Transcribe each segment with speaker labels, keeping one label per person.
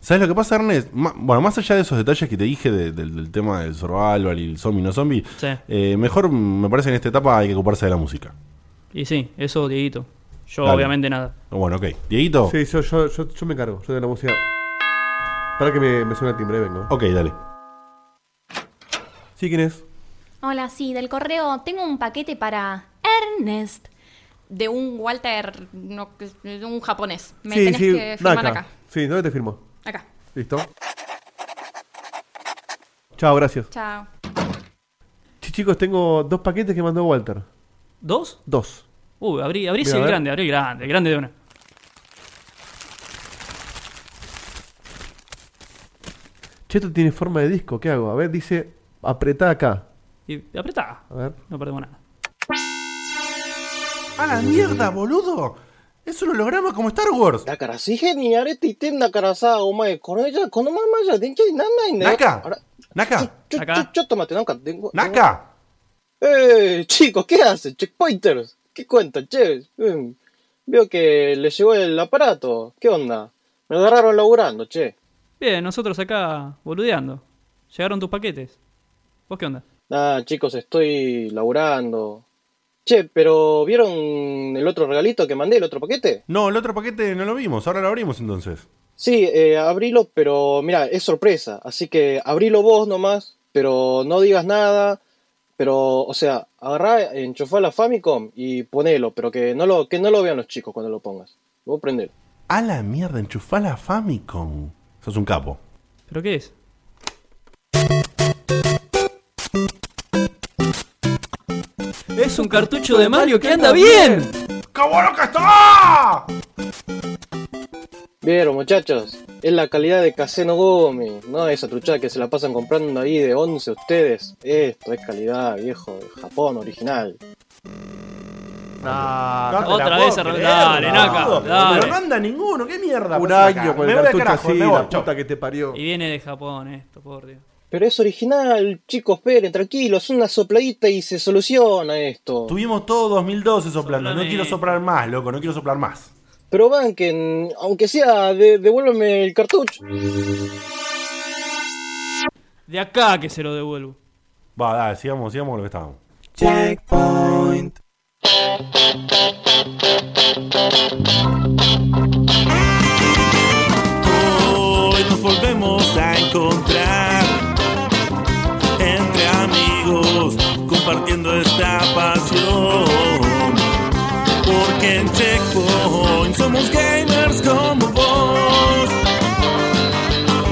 Speaker 1: ¿Sabes lo que pasa, Ernest? Ma- bueno, más allá de esos detalles que te dije de- del, del tema del survival y el zombie no zombie,
Speaker 2: Sí.
Speaker 1: eh, mejor mm, me parece en esta etapa hay que ocuparse de la música.
Speaker 2: Y sí, eso, Dieguito. Yo,
Speaker 1: Dale.
Speaker 2: obviamente, nada.
Speaker 1: Bueno, ok. Dieguito.
Speaker 3: Sí, yo, yo, yo, yo me encargo, yo de la música. Para que me, me suene el timbre, ahí vengo.
Speaker 1: Ok, dale.
Speaker 3: ¿Sí quién es?
Speaker 4: Hola, sí, del correo tengo un paquete para Ernest de un Walter, no, que- de un japonés. Me
Speaker 3: sí,
Speaker 4: tenés
Speaker 3: sí,
Speaker 4: que firmar
Speaker 3: Naka.
Speaker 4: acá.
Speaker 3: Sí, ¿dónde te firmo?
Speaker 4: Acá.
Speaker 3: ¿Listo? Chao, gracias.
Speaker 4: Chao.
Speaker 3: Sí, chicos, tengo dos paquetes que mandó Walter.
Speaker 2: ¿Dos?
Speaker 3: Dos.
Speaker 2: Uy, abrí, abrí
Speaker 3: Mira,
Speaker 2: ese
Speaker 3: a ver.
Speaker 2: grande, abrí el grande, el grande de una.
Speaker 3: Che, esto tiene forma de disco, ¿qué hago? A ver, dice, apretá acá.
Speaker 2: Y apretá.
Speaker 3: A ver.
Speaker 2: No perdemos nada.
Speaker 1: ¡A la mierda, boludo! ¡Es un holograma como Star Wars!
Speaker 5: だから紙幣にやれって言ってんだからさ、お前、これじゃ、このままじゃ電気になんないんだよ。あら
Speaker 1: ¡Naka!
Speaker 5: ちょ
Speaker 1: ¡Naka!
Speaker 5: ちょ、
Speaker 2: 中
Speaker 5: ちょ、ちょっと待って、なんか電話。
Speaker 1: ¡Naka!
Speaker 5: ええチーコ、ケアス、チェックポイントです。結構やった、チェ、うん。Veo eh, que le llegó el aparato. ¿Qué onda? Me agarraron laburando, che.
Speaker 2: Bien, nosotros acá boludeando. Llegaron tus paquetes. ¿Vos qué onda?
Speaker 5: Ah, chicos, estoy laburando. Che, pero ¿vieron el otro regalito que mandé, el otro paquete?
Speaker 1: No, el otro paquete no lo vimos, ahora lo abrimos entonces.
Speaker 5: Sí, eh, abrilo, pero mira, es sorpresa, así que abrilo vos nomás, pero no digas nada, pero, o sea, agarrá, enchufá la Famicom y ponelo, pero que no lo, que no lo vean los chicos cuando lo pongas. Vos prendelo.
Speaker 1: ¡A la mierda! ¡Enchufá la Famicom! Sos un capo.
Speaker 2: ¿Pero qué es? Es un cartucho de Mario que anda bien.
Speaker 1: ¡Qué bueno que está!
Speaker 5: Vieron, muchachos, es la calidad de Caseno Gómez, no esa truchada que se la pasan comprando ahí de 11 ustedes. Esto es calidad, viejo, de Japón original.
Speaker 3: Ah,
Speaker 2: Otra vez se re- dale, Naka, dale.
Speaker 1: anda ninguno, qué mierda.
Speaker 3: un
Speaker 1: pasás acá?
Speaker 3: año con
Speaker 1: Me
Speaker 3: el
Speaker 1: voy al
Speaker 3: cartucho
Speaker 1: carajo,
Speaker 3: así,
Speaker 1: me voy,
Speaker 3: la
Speaker 1: chau.
Speaker 3: puta que te parió.
Speaker 2: Y viene de Japón esto, por Dios.
Speaker 5: Pero es original, chicos, esperen, tranquilos, una sopladita y se soluciona esto.
Speaker 1: Tuvimos todo 2012 soplando.
Speaker 2: Soplame.
Speaker 1: No quiero soplar más, loco, no quiero soplar más.
Speaker 5: Pero banquen, aunque sea, de- devuélveme el cartucho.
Speaker 2: De acá que se lo devuelvo.
Speaker 1: Va, dale, sigamos, sigamos con lo que estábamos.
Speaker 6: Hoy nos volvemos a encontrar entre amigos compartiendo esta pasión. Porque en Checkpoint somos gamers como vos.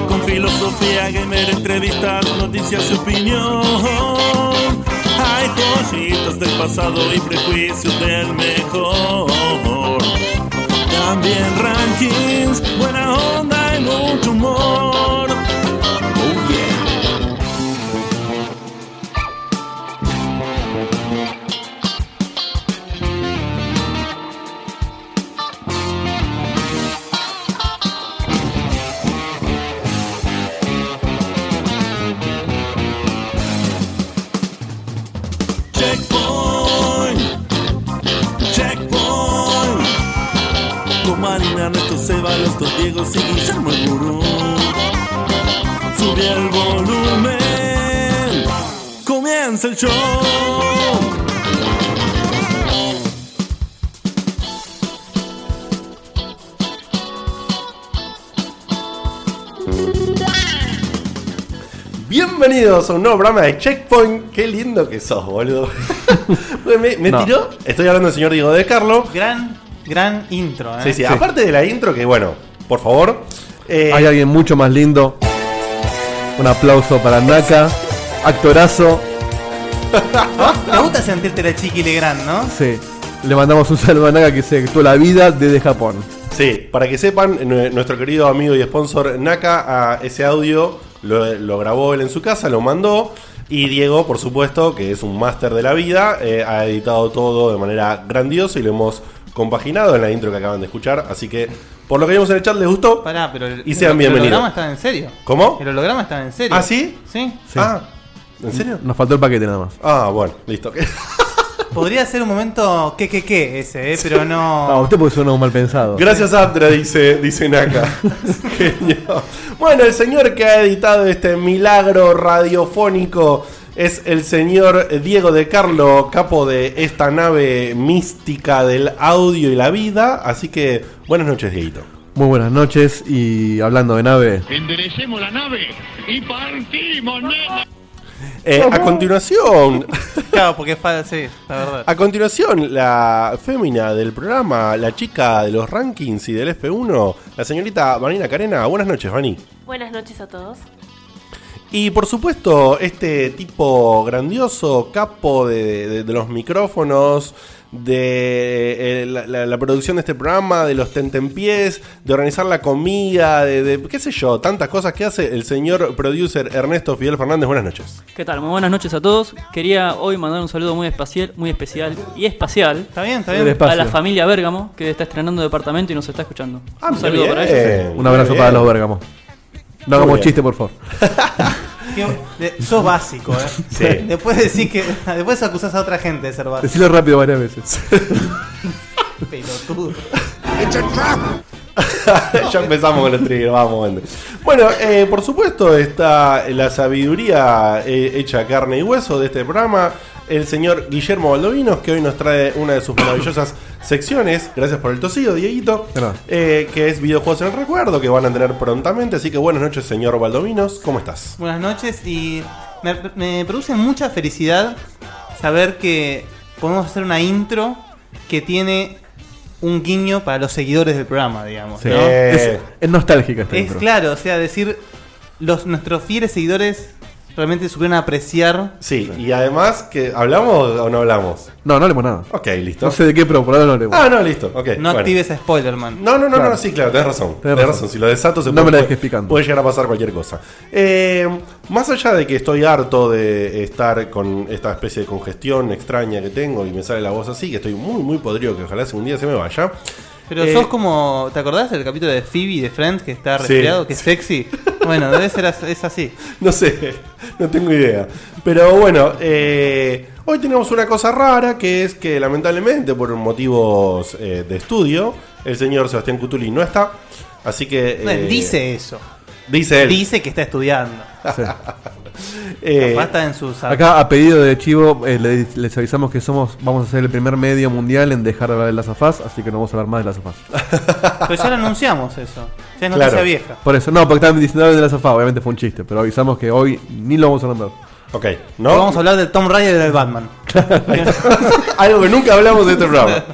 Speaker 6: Con filosofía gamer, entrevistas, noticias y opinión. Hay joyitas del pasado y prejuicios del mejor. También rankings, buena onda y mucho humor. Oh yeah. Checkpoint. Checkpoint. Con Marina, Ernesto Seba, los dos Diego y Guillermo el Gurú. Sube el volumen. Comienza el show.
Speaker 7: Bienvenidos a un nuevo programa de Checkpoint. Qué lindo que sos, boludo. me me
Speaker 8: No.
Speaker 7: tiró. Estoy hablando del señor Diego de Carlo.
Speaker 8: Gran, gran intro, ¿eh?
Speaker 7: Sí, sí, aparte de la intro, que bueno, por favor. eh,
Speaker 3: Hay alguien mucho más lindo. Un aplauso para Naka. Actorazo.
Speaker 8: Me gusta sentirte la chiqui Legrand, ¿no?
Speaker 3: Sí. Le mandamos un saludo a Naka que se actuó la vida desde Japón.
Speaker 7: Sí, para que sepan, nue- nuestro querido amigo y sponsor Naka, a ese audio lo, lo grabó él en su casa, lo mandó. Y Diego, por supuesto, que es un máster de la vida, eh, ha editado todo de manera grandiosa y lo hemos compaginado en la intro que acaban de escuchar. Así que, por lo que vimos en el chat, ¿les gustó?
Speaker 8: Pará, pero el,
Speaker 7: Y sean
Speaker 8: el
Speaker 7: bienvenidos.
Speaker 8: holograma estaba en serio.
Speaker 7: ¿Cómo?
Speaker 8: El holograma estaba en serio.
Speaker 7: ¿Ah, sí?
Speaker 8: Sí.
Speaker 7: Ah, ¿en serio?
Speaker 3: Nos faltó el paquete nada más.
Speaker 7: Ah, bueno, listo.
Speaker 8: Podría ser un momento que que que ese, eh, pero no.
Speaker 3: No, usted porque suena un mal pensado.
Speaker 7: Gracias Aptra, dice, dice Naka. Genio. Bueno, el señor que ha editado este milagro radiofónico es el señor Diego de Carlo, capo de esta nave mística del audio y la vida. Así que buenas noches, Dieguito.
Speaker 3: Muy buenas noches y hablando de nave.
Speaker 9: Enderecemos la nave y partimos, nena.
Speaker 7: Eh, a continuación,
Speaker 8: Claro, porque es falso, sí, la verdad.
Speaker 7: a continuación, la fémina del programa, la chica de los rankings y del F1, la señorita Vanina Carena. Buenas noches, Vani.
Speaker 10: Buenas noches a todos.
Speaker 7: Y por supuesto, este tipo grandioso, capo de, de- de los micrófonos, de eh, la, la- la producción de este programa, de los tentempiés, de organizar la comida, de, de- qué sé yo, tantas cosas que hace el señor producer Ernesto Fidel Fernández. Buenas noches.
Speaker 2: ¿Qué tal? Muy buenas noches a todos. Quería hoy mandar un saludo muy espacial, muy especial y espacial
Speaker 8: Está bien, está
Speaker 3: El
Speaker 8: bien.
Speaker 3: espacio.
Speaker 2: a la familia Bérgamo que está estrenando departamento y nos está escuchando. un
Speaker 7: muy
Speaker 2: saludo
Speaker 7: Ah, bien.
Speaker 2: para ellos.
Speaker 3: Un abrazo
Speaker 7: Muy
Speaker 3: para
Speaker 7: bien.
Speaker 3: los Bérgamos.
Speaker 7: Muy
Speaker 3: No hagamos
Speaker 7: bien.
Speaker 3: chiste, por favor.
Speaker 8: Que- de- sos básico, eh.
Speaker 7: Sí.
Speaker 8: Después decís que. Después acusás a otra gente de ser básico.
Speaker 3: Decirlo rápido varias veces.
Speaker 8: Pelotudo.
Speaker 7: ya empezamos con el trigger, vamos. gente. Bueno, eh, por supuesto está la sabiduría eh, hecha carne y hueso de este programa. El señor Guillermo Baldovinos, que hoy nos trae una de sus maravillosas secciones. Gracias por el tosido, Dieguito.
Speaker 3: De nada.
Speaker 7: Eh, que es videojuegos en el recuerdo, que van a tener prontamente. Así que buenas noches, señor Baldovinos. ¿Cómo estás?
Speaker 8: Buenas noches y me, me produce mucha felicidad saber que podemos hacer una intro que tiene un guiño para los seguidores del programa, digamos.
Speaker 3: Sí.
Speaker 8: ¿no?
Speaker 7: Eh.
Speaker 3: Es, es nostálgica esta
Speaker 8: Es
Speaker 3: intro.
Speaker 8: claro, o sea, decir los nuestros fieles seguidores realmente supieron apreciar.
Speaker 7: Sí, y además, que ¿hablamos o no hablamos?
Speaker 3: No, no leemos nada.
Speaker 7: Ok, listo.
Speaker 3: No sé de qué, pero por ahora no leemos.
Speaker 7: Ah, no, listo. ok,
Speaker 8: No
Speaker 7: bueno.
Speaker 8: actives a spoiler, man.
Speaker 7: No, no, no,
Speaker 3: Claro.
Speaker 7: no, sí, claro, tenés razón. Tenés
Speaker 3: Tenés
Speaker 7: razón.
Speaker 3: razón.
Speaker 7: Si lo desato se
Speaker 3: No
Speaker 7: puede,
Speaker 3: me la
Speaker 7: puede-
Speaker 3: dejes picando.
Speaker 7: puede llegar a pasar cualquier cosa. Eh, más allá de que estoy harto de estar con esta especie de congestión extraña que tengo y me sale la voz así, que estoy muy, muy podrido, que ojalá algún día se me vaya.
Speaker 8: Pero
Speaker 7: Eh,
Speaker 8: sos como. ¿Te acordás del capítulo de Phoebe de Friends que está
Speaker 7: Sí.
Speaker 8: resfriado, que es sexy? Bueno, debe ser as- es así.
Speaker 7: No sé, no tengo idea. Pero bueno, eh, hoy tenemos una cosa rara que es que lamentablemente por motivos eh, de estudio, el señor Sebastián Cutuli no está. Así que...
Speaker 8: No,
Speaker 7: eh,
Speaker 8: dice eso.
Speaker 7: Dice él.
Speaker 8: Dice que está estudiando.
Speaker 7: Eh,
Speaker 8: Capaz está en sus
Speaker 3: Acá, a pedido de Chivo, eh, le- les, avisamos que somos vamos a ser el primer medio mundial en dejar de hablar de las afás, así que no vamos a hablar más de las afás.
Speaker 8: Pero ya lo anunciamos eso. Ya es noticia
Speaker 7: Claro.
Speaker 8: vieja.
Speaker 3: Por eso, no, porque estaban diciendo de las afás, obviamente fue un chiste, pero avisamos que hoy ni lo vamos a nombrar.
Speaker 7: ok, no.
Speaker 8: Ahora Vamos a hablar del Tom Raider y del Batman.
Speaker 7: Algo que nunca hablamos de este programa.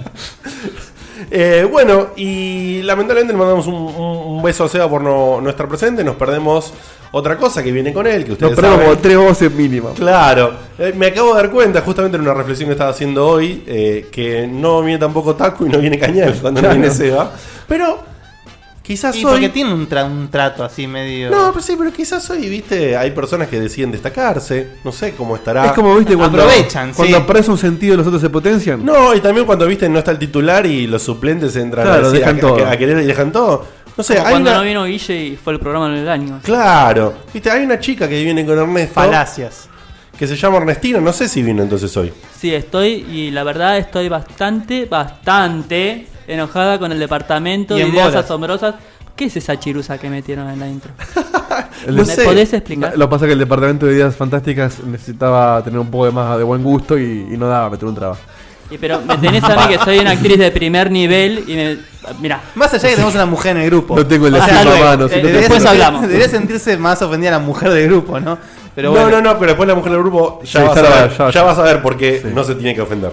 Speaker 7: Eh, bueno, y lamentablemente le mandamos un, un- un beso a Seba por no, no estar presente. Nos perdemos otra cosa que viene con él, que
Speaker 3: Nos
Speaker 7: ustedes
Speaker 3: perdemos
Speaker 7: saben.
Speaker 3: como tres voces mínimas.
Speaker 7: Claro, Eh, me acabo de dar cuenta justamente en una reflexión que estaba haciendo hoy eh, que no viene tampoco Taco y no viene Cañal cuando no viene Seba. Pero quizás
Speaker 8: Y
Speaker 7: hoy.
Speaker 8: porque tiene un, tra- un trato así medio.
Speaker 7: No, pero sí, pero quizás hoy, viste, hay personas que deciden destacarse. No sé cómo estará.
Speaker 3: Es como, viste, cuando,
Speaker 8: Aprovechan, sí.
Speaker 3: cuando aparece un sentido los otros se potencian.
Speaker 7: No, y también cuando viste no está el titular y los suplentes entran
Speaker 3: Claro,
Speaker 7: a, decir-
Speaker 3: dejan
Speaker 7: a-
Speaker 3: todo.
Speaker 7: a- a querer y dejan todo. No sé,
Speaker 2: Como
Speaker 7: hay
Speaker 2: cuando
Speaker 7: una.
Speaker 2: no vino Guille y fue el programa del año.
Speaker 7: Claro, viste, hay una chica que viene con Ernesto
Speaker 8: Falacias.
Speaker 7: que se llama Ernestina, no sé si vino entonces hoy.
Speaker 2: Sí, estoy y la verdad estoy bastante, bastante enojada con el departamento
Speaker 8: Y
Speaker 2: de
Speaker 8: en
Speaker 2: ideas
Speaker 8: bolas.
Speaker 2: asombrosas. ¿Qué es esa chirusa que metieron en la intro?
Speaker 3: El-
Speaker 2: ¿Me
Speaker 7: No sé.
Speaker 2: podés explicar?
Speaker 3: Lo que pasa es que el departamento de ideas fantásticas necesitaba tener un poco de más de buen gusto y, y no daba meter un trabajo.
Speaker 2: Y pero me tenés a mí que soy una actriz de primer nivel y me... Mirá,
Speaker 8: Más allá de que tenemos una mujer en el grupo.
Speaker 3: No tengo el
Speaker 2: Hasta
Speaker 3: equipo a
Speaker 2: luego.
Speaker 3: mano. si
Speaker 2: Eh,
Speaker 3: no te-
Speaker 8: Debería
Speaker 2: después
Speaker 8: sentir-
Speaker 2: hablamos.
Speaker 8: Debería sentirse más ofendida la mujer del grupo, ¿no? Pero bueno.
Speaker 7: No, no, no, pero después la mujer del grupo ya,
Speaker 3: Sí,
Speaker 7: vas,
Speaker 3: ya
Speaker 7: a
Speaker 3: la-
Speaker 7: ver, ya,
Speaker 3: ya-
Speaker 7: vas a ver por qué
Speaker 3: Sí.
Speaker 7: no se tiene que ofender.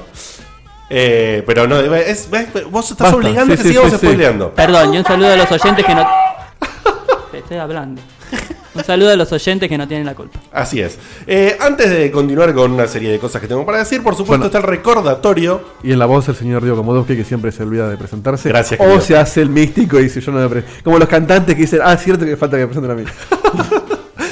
Speaker 7: Eh, pero no, es- ves, vos estás
Speaker 3: Basta,
Speaker 7: obligando
Speaker 3: sí,
Speaker 7: que
Speaker 3: sí,
Speaker 7: sigamos
Speaker 3: sí, sí.
Speaker 7: spoileando.
Speaker 2: perdón, y un saludo a los oyentes que no... Te estoy hablando. Un saludo a los oyentes que no tienen la culpa.
Speaker 7: Así es. Eh, antes de continuar con una serie de cosas que tengo para decir, por supuesto
Speaker 3: Bueno.
Speaker 7: está el recordatorio
Speaker 3: Y en la voz el señor Diego Komodowski, que siempre se olvida de presentarse.
Speaker 7: Gracias,
Speaker 3: O
Speaker 7: querido.
Speaker 3: se hace el místico y dice, yo no me presento. Como los cantantes que dicen, ah, cierto que falta que me presenten a mí.
Speaker 7: Eh,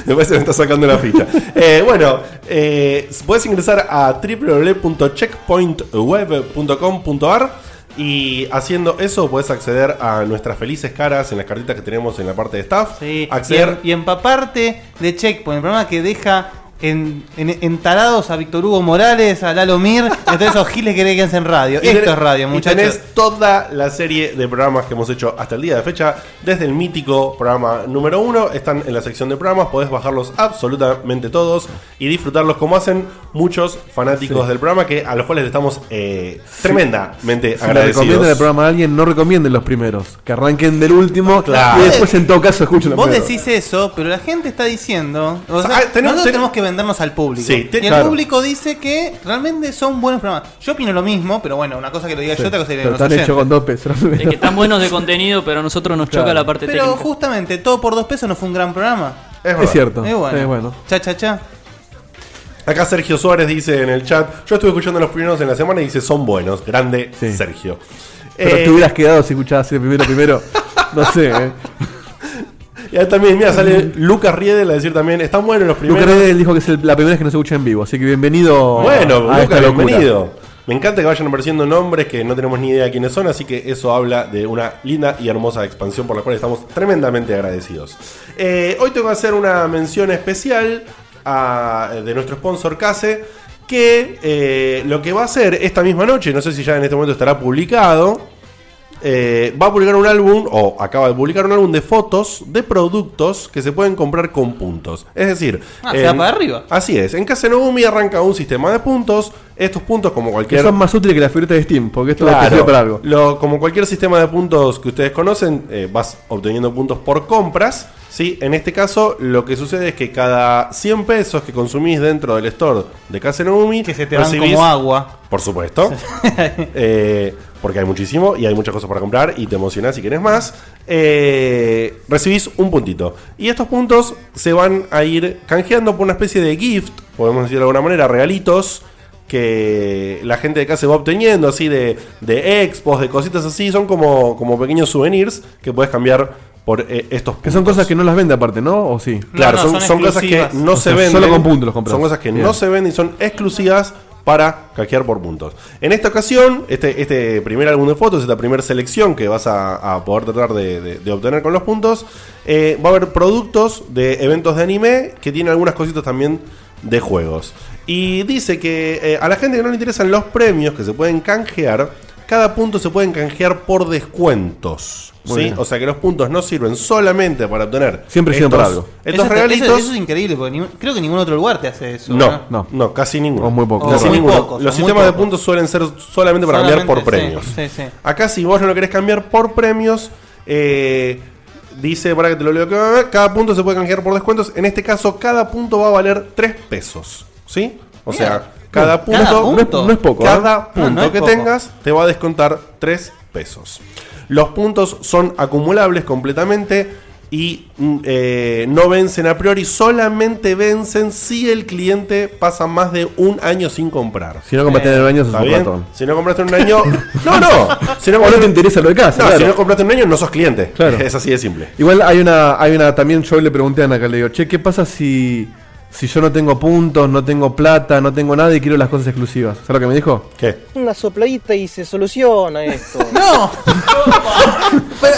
Speaker 7: Me parece que me está sacando la ficha. Eh, bueno, eh, puedes ingresar a www.checkpointweb.com.ar y haciendo eso puedes acceder a nuestras felices caras en las cartitas que tenemos en la parte de staff.
Speaker 8: Sí, y,
Speaker 7: acceder
Speaker 8: en- y empaparte de Checkpoint, el programa que deja en, en- entarados a Víctor Hugo Morales, a Lalo Mir, entonces esos giles que quedarse en radio.
Speaker 7: Y
Speaker 8: Esto
Speaker 7: tenés-
Speaker 8: es radio,
Speaker 7: y
Speaker 8: muchachos.
Speaker 7: tenés toda la serie de programas que hemos hecho hasta el día de fecha, desde el mítico programa número uno, están en la sección de programas, podés bajarlos absolutamente todos y disfrutarlos como hacen muchos fanáticos
Speaker 3: Sí.
Speaker 7: del programa, que a los cuales le estamos eh, tremendamente
Speaker 3: Si le recomiendan el
Speaker 7: agradecidos.
Speaker 3: programa a alguien, no recomienden los primeros. Que arranquen del último
Speaker 7: Claro.
Speaker 3: y después, en todo caso, escuchen los
Speaker 8: Vos
Speaker 3: primeros.
Speaker 8: decís eso, pero la gente está diciendo. o sea,
Speaker 7: Ah, tenemos-
Speaker 8: nosotros
Speaker 7: ten-
Speaker 8: tenemos que vendernos al público.
Speaker 7: Sí, te-
Speaker 8: y el
Speaker 7: claro.
Speaker 8: público dice que realmente son buenos programas. Yo opino lo mismo, pero bueno, una cosa que lo diga yo, otra cosa que lo
Speaker 3: Pero
Speaker 8: digan
Speaker 3: están
Speaker 8: los
Speaker 3: hechos con
Speaker 8: oyentes.
Speaker 3: dos pesos.
Speaker 2: Es que están buenos de contenido, pero a nosotros nos choca
Speaker 3: Claro.
Speaker 2: la parte
Speaker 8: Pero
Speaker 2: técnica.
Speaker 8: justamente, todo por dos pesos no fue un gran programa.
Speaker 7: Es verdad.
Speaker 3: Es cierto.
Speaker 8: Es bueno.
Speaker 3: Es bueno.
Speaker 8: Cha, cha, cha.
Speaker 7: Acá Sergio Suárez dice en el chat, yo estuve escuchando los primeros en la semana y dice, son buenos, grande
Speaker 3: Sí.
Speaker 7: Sergio.
Speaker 3: Pero
Speaker 7: Eh,
Speaker 3: te hubieras quedado si escuchabas el primero primero. No sé, eh.
Speaker 7: y ahí también, mira, sale Lucas Riedel a decir también, están buenos los primeros.
Speaker 3: Lucas Redes dijo que es el- la primera vez que no se escucha en vivo, así que bienvenido.
Speaker 7: Bueno,
Speaker 3: a
Speaker 7: Lucas,
Speaker 3: esta locura.
Speaker 7: bienvenido. Me encanta que vayan apareciendo nombres que no tenemos ni idea de quiénes son, así que eso habla de una linda y hermosa expansión por la cual estamos tremendamente agradecidos. Eh, hoy tengo que hacer una mención especial a- de nuestro sponsor Case, que eh, lo que va a hacer esta misma noche, no sé si ya en este momento estará publicado, eh, va a publicar un álbum, o acaba de publicar un álbum de fotos de productos que se pueden comprar con puntos. Es decir,
Speaker 8: Ah, se va para arriba.
Speaker 7: Así es, en Casa Nobumi arranca un sistema de puntos. Estos puntos, como
Speaker 3: Que
Speaker 7: cualquier.
Speaker 3: son más útiles que las figuritas de Steam, porque esto
Speaker 7: Claro.
Speaker 3: te sirve para algo.
Speaker 7: Lo- como cualquier sistema de puntos que ustedes conocen, eh, vas obteniendo puntos por compras. ¿sí? En este caso, lo que sucede es que cada 100 pesos que consumís dentro del store de Casa Nobumi,
Speaker 8: Que se te van
Speaker 7: recibís-
Speaker 8: como agua.
Speaker 7: Por supuesto. Eh, porque hay muchísimo y hay muchas cosas para comprar y te emocionás si querés más. Eh, recibís un puntito. Y estos puntos se van a ir canjeando por una especie de gift, podemos decir de alguna manera, regalitos que la gente de acá se va obteniendo, así de, de expos, de cositas así. Son como, como pequeños souvenirs que puedes cambiar por eh, estos puntos.
Speaker 3: Que son cosas que no las vende aparte, ¿no? ¿O sí?
Speaker 7: Claro,
Speaker 8: No, no,
Speaker 7: son,
Speaker 8: son
Speaker 7: son cosas que
Speaker 8: exclusivas.
Speaker 7: no
Speaker 3: O
Speaker 7: se
Speaker 3: sea,
Speaker 7: venden.
Speaker 3: solo con puntos los compras.
Speaker 7: Son cosas que
Speaker 3: Bien.
Speaker 7: no se venden y son exclusivas para canjear por puntos. En esta ocasión, este, este primer álbum de fotos, esta primera selección que vas a, a poder tratar de, de- de obtener con los puntos, eh, va a haber productos de eventos de anime que tienen algunas cositas también de juegos. Y dice que eh, a la gente que no le interesan los premios que se pueden canjear, cada punto se pueden canjear por descuentos.
Speaker 3: Muy
Speaker 7: ¿sí?
Speaker 3: bien.
Speaker 7: O sea que los puntos no sirven solamente para obtener.
Speaker 3: Siempre sirven
Speaker 7: estos-
Speaker 3: para algo.
Speaker 7: estos
Speaker 8: eso, está-
Speaker 7: regalitos.
Speaker 8: eso- eso es increíble, porque ni- creo que ningún otro lugar te hace eso.
Speaker 7: no, no,
Speaker 3: no.
Speaker 7: no, casi ninguno.
Speaker 3: O muy poco.
Speaker 7: Casi
Speaker 8: O muy
Speaker 7: ninguno.
Speaker 8: poco,
Speaker 7: Los
Speaker 8: o muy
Speaker 7: sistemas de
Speaker 8: poco.
Speaker 7: puntos suelen ser solamente para cambiar por
Speaker 8: Solamente,
Speaker 7: premios.
Speaker 8: sí, sí, sí.
Speaker 7: Acá, si vos no lo querés cambiar por premios, eh, dice para que te lo leo. acá, Cada punto se puede canjear por descuentos. En este caso, cada punto va a valer 3 pesos. ¿Sí? O
Speaker 8: Bien.
Speaker 7: sea, cada punto.
Speaker 8: Cada
Speaker 3: No es, no es poco. ¿eh?
Speaker 7: Cada
Speaker 8: No,
Speaker 7: punto
Speaker 8: no es
Speaker 7: que
Speaker 8: poco.
Speaker 7: tengas te va a descontar 3 pesos. Los puntos son acumulables completamente y mm, eh, no vencen a priori, solamente vencen si el cliente pasa más de un año sin comprar.
Speaker 3: Si no compraste en el baño, sos
Speaker 7: ¿Está
Speaker 3: un
Speaker 7: bien?
Speaker 3: ratón.
Speaker 7: Si no compraste en un año. No, no. Si no
Speaker 3: O no te
Speaker 7: compraste,
Speaker 3: interesa lo de casa,
Speaker 7: no,
Speaker 3: claro.
Speaker 7: si no compraste en un año, no sos cliente.
Speaker 3: Claro.
Speaker 7: Es así de simple.
Speaker 3: Igual hay una, hay una, también yo le pregunté a Ana que le digo, che, ¿qué pasa si, si yo no tengo puntos, no tengo plata, no tengo nada y quiero las cosas exclusivas? ¿Sabes lo que me dijo?
Speaker 7: ¿Qué?
Speaker 5: Una sopladita y se soluciona esto.
Speaker 8: ¡No! Pero-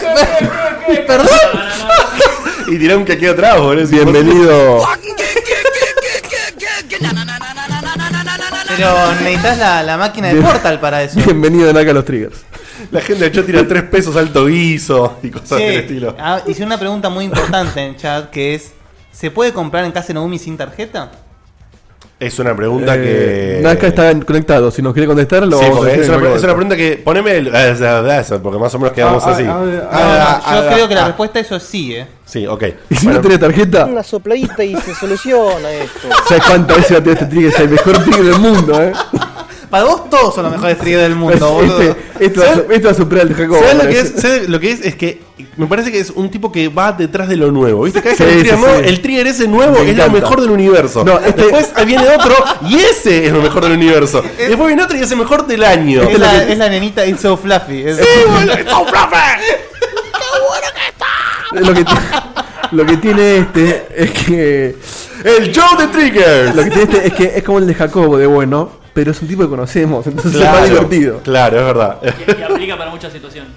Speaker 8: pero- ¿Perdón?
Speaker 7: Y tirá un que atrás, boludo.
Speaker 3: Bienvenido.
Speaker 8: Pero necesitas la, la máquina de
Speaker 3: Bien.
Speaker 8: Portal para eso.
Speaker 3: Bienvenido Naka a los Triggers.
Speaker 7: La gente de hecho tira 3 pesos alto guiso y cosas
Speaker 8: Che,
Speaker 7: del estilo.
Speaker 8: ah, hice una pregunta muy importante en chat que es ¿Se puede comprar en Casa Noumi sin tarjeta?
Speaker 7: Es una pregunta
Speaker 3: Eh,
Speaker 7: que.
Speaker 3: Naka está conectado, si nos quiere contestar lo
Speaker 7: Sí,
Speaker 3: vamos a
Speaker 7: porque
Speaker 3: hacer.
Speaker 7: es,
Speaker 3: en
Speaker 7: una,
Speaker 3: cualquier
Speaker 7: es una
Speaker 3: momento.
Speaker 7: pregunta que. Poneme el. ah, ah, ah, Porque más o menos quedamos
Speaker 3: Ah, ah,
Speaker 7: así.
Speaker 3: ah,
Speaker 8: No,
Speaker 7: Ah,
Speaker 8: no,
Speaker 7: ah,
Speaker 8: yo creo
Speaker 7: ah,
Speaker 8: que la
Speaker 7: ah.
Speaker 8: respuesta a eso es sí, eh.
Speaker 7: Sí, ok.
Speaker 3: Y si
Speaker 7: Bueno,
Speaker 3: no tiene tarjeta,
Speaker 5: Una sopladita y se soluciona esto.
Speaker 3: ¿sabes cuántas veces va a tener este trigger? Es el mejor trigger del mundo, ¿eh?
Speaker 8: Para vos todos son los mejores triggers del mundo, boludo.
Speaker 3: este, esto, va a, su- esto va a superar el Jacobo.
Speaker 7: ¿Sabes lo que,
Speaker 3: parece.
Speaker 7: es, ¿Sabes lo que es? Es que me parece que es un tipo que va detrás de lo nuevo. ¿Viste? Cada vez
Speaker 3: Sí,
Speaker 7: que hay un trigger
Speaker 3: sí,
Speaker 7: nuevo,
Speaker 3: sí.
Speaker 7: el trigger ese nuevo
Speaker 3: Me
Speaker 7: es lo
Speaker 3: encanta.
Speaker 7: mejor del universo.
Speaker 3: No, este-
Speaker 7: Después ahí viene otro y ese es lo mejor del universo. Y después viene otro y es el mejor del año.
Speaker 3: Este
Speaker 8: Es la, es la nenita It's So Fluffy. es-
Speaker 7: Sí, boludo, es un profe.
Speaker 3: Lo que, ti- lo que tiene este es que.
Speaker 7: ¡El show de
Speaker 3: Lo
Speaker 7: Triggers!
Speaker 3: que tiene este es que es como el de Jacobo de bueno, pero es un tipo que conocemos, entonces es más divertido.
Speaker 7: Claro, es verdad.
Speaker 2: Y, y aplica para muchas situaciones.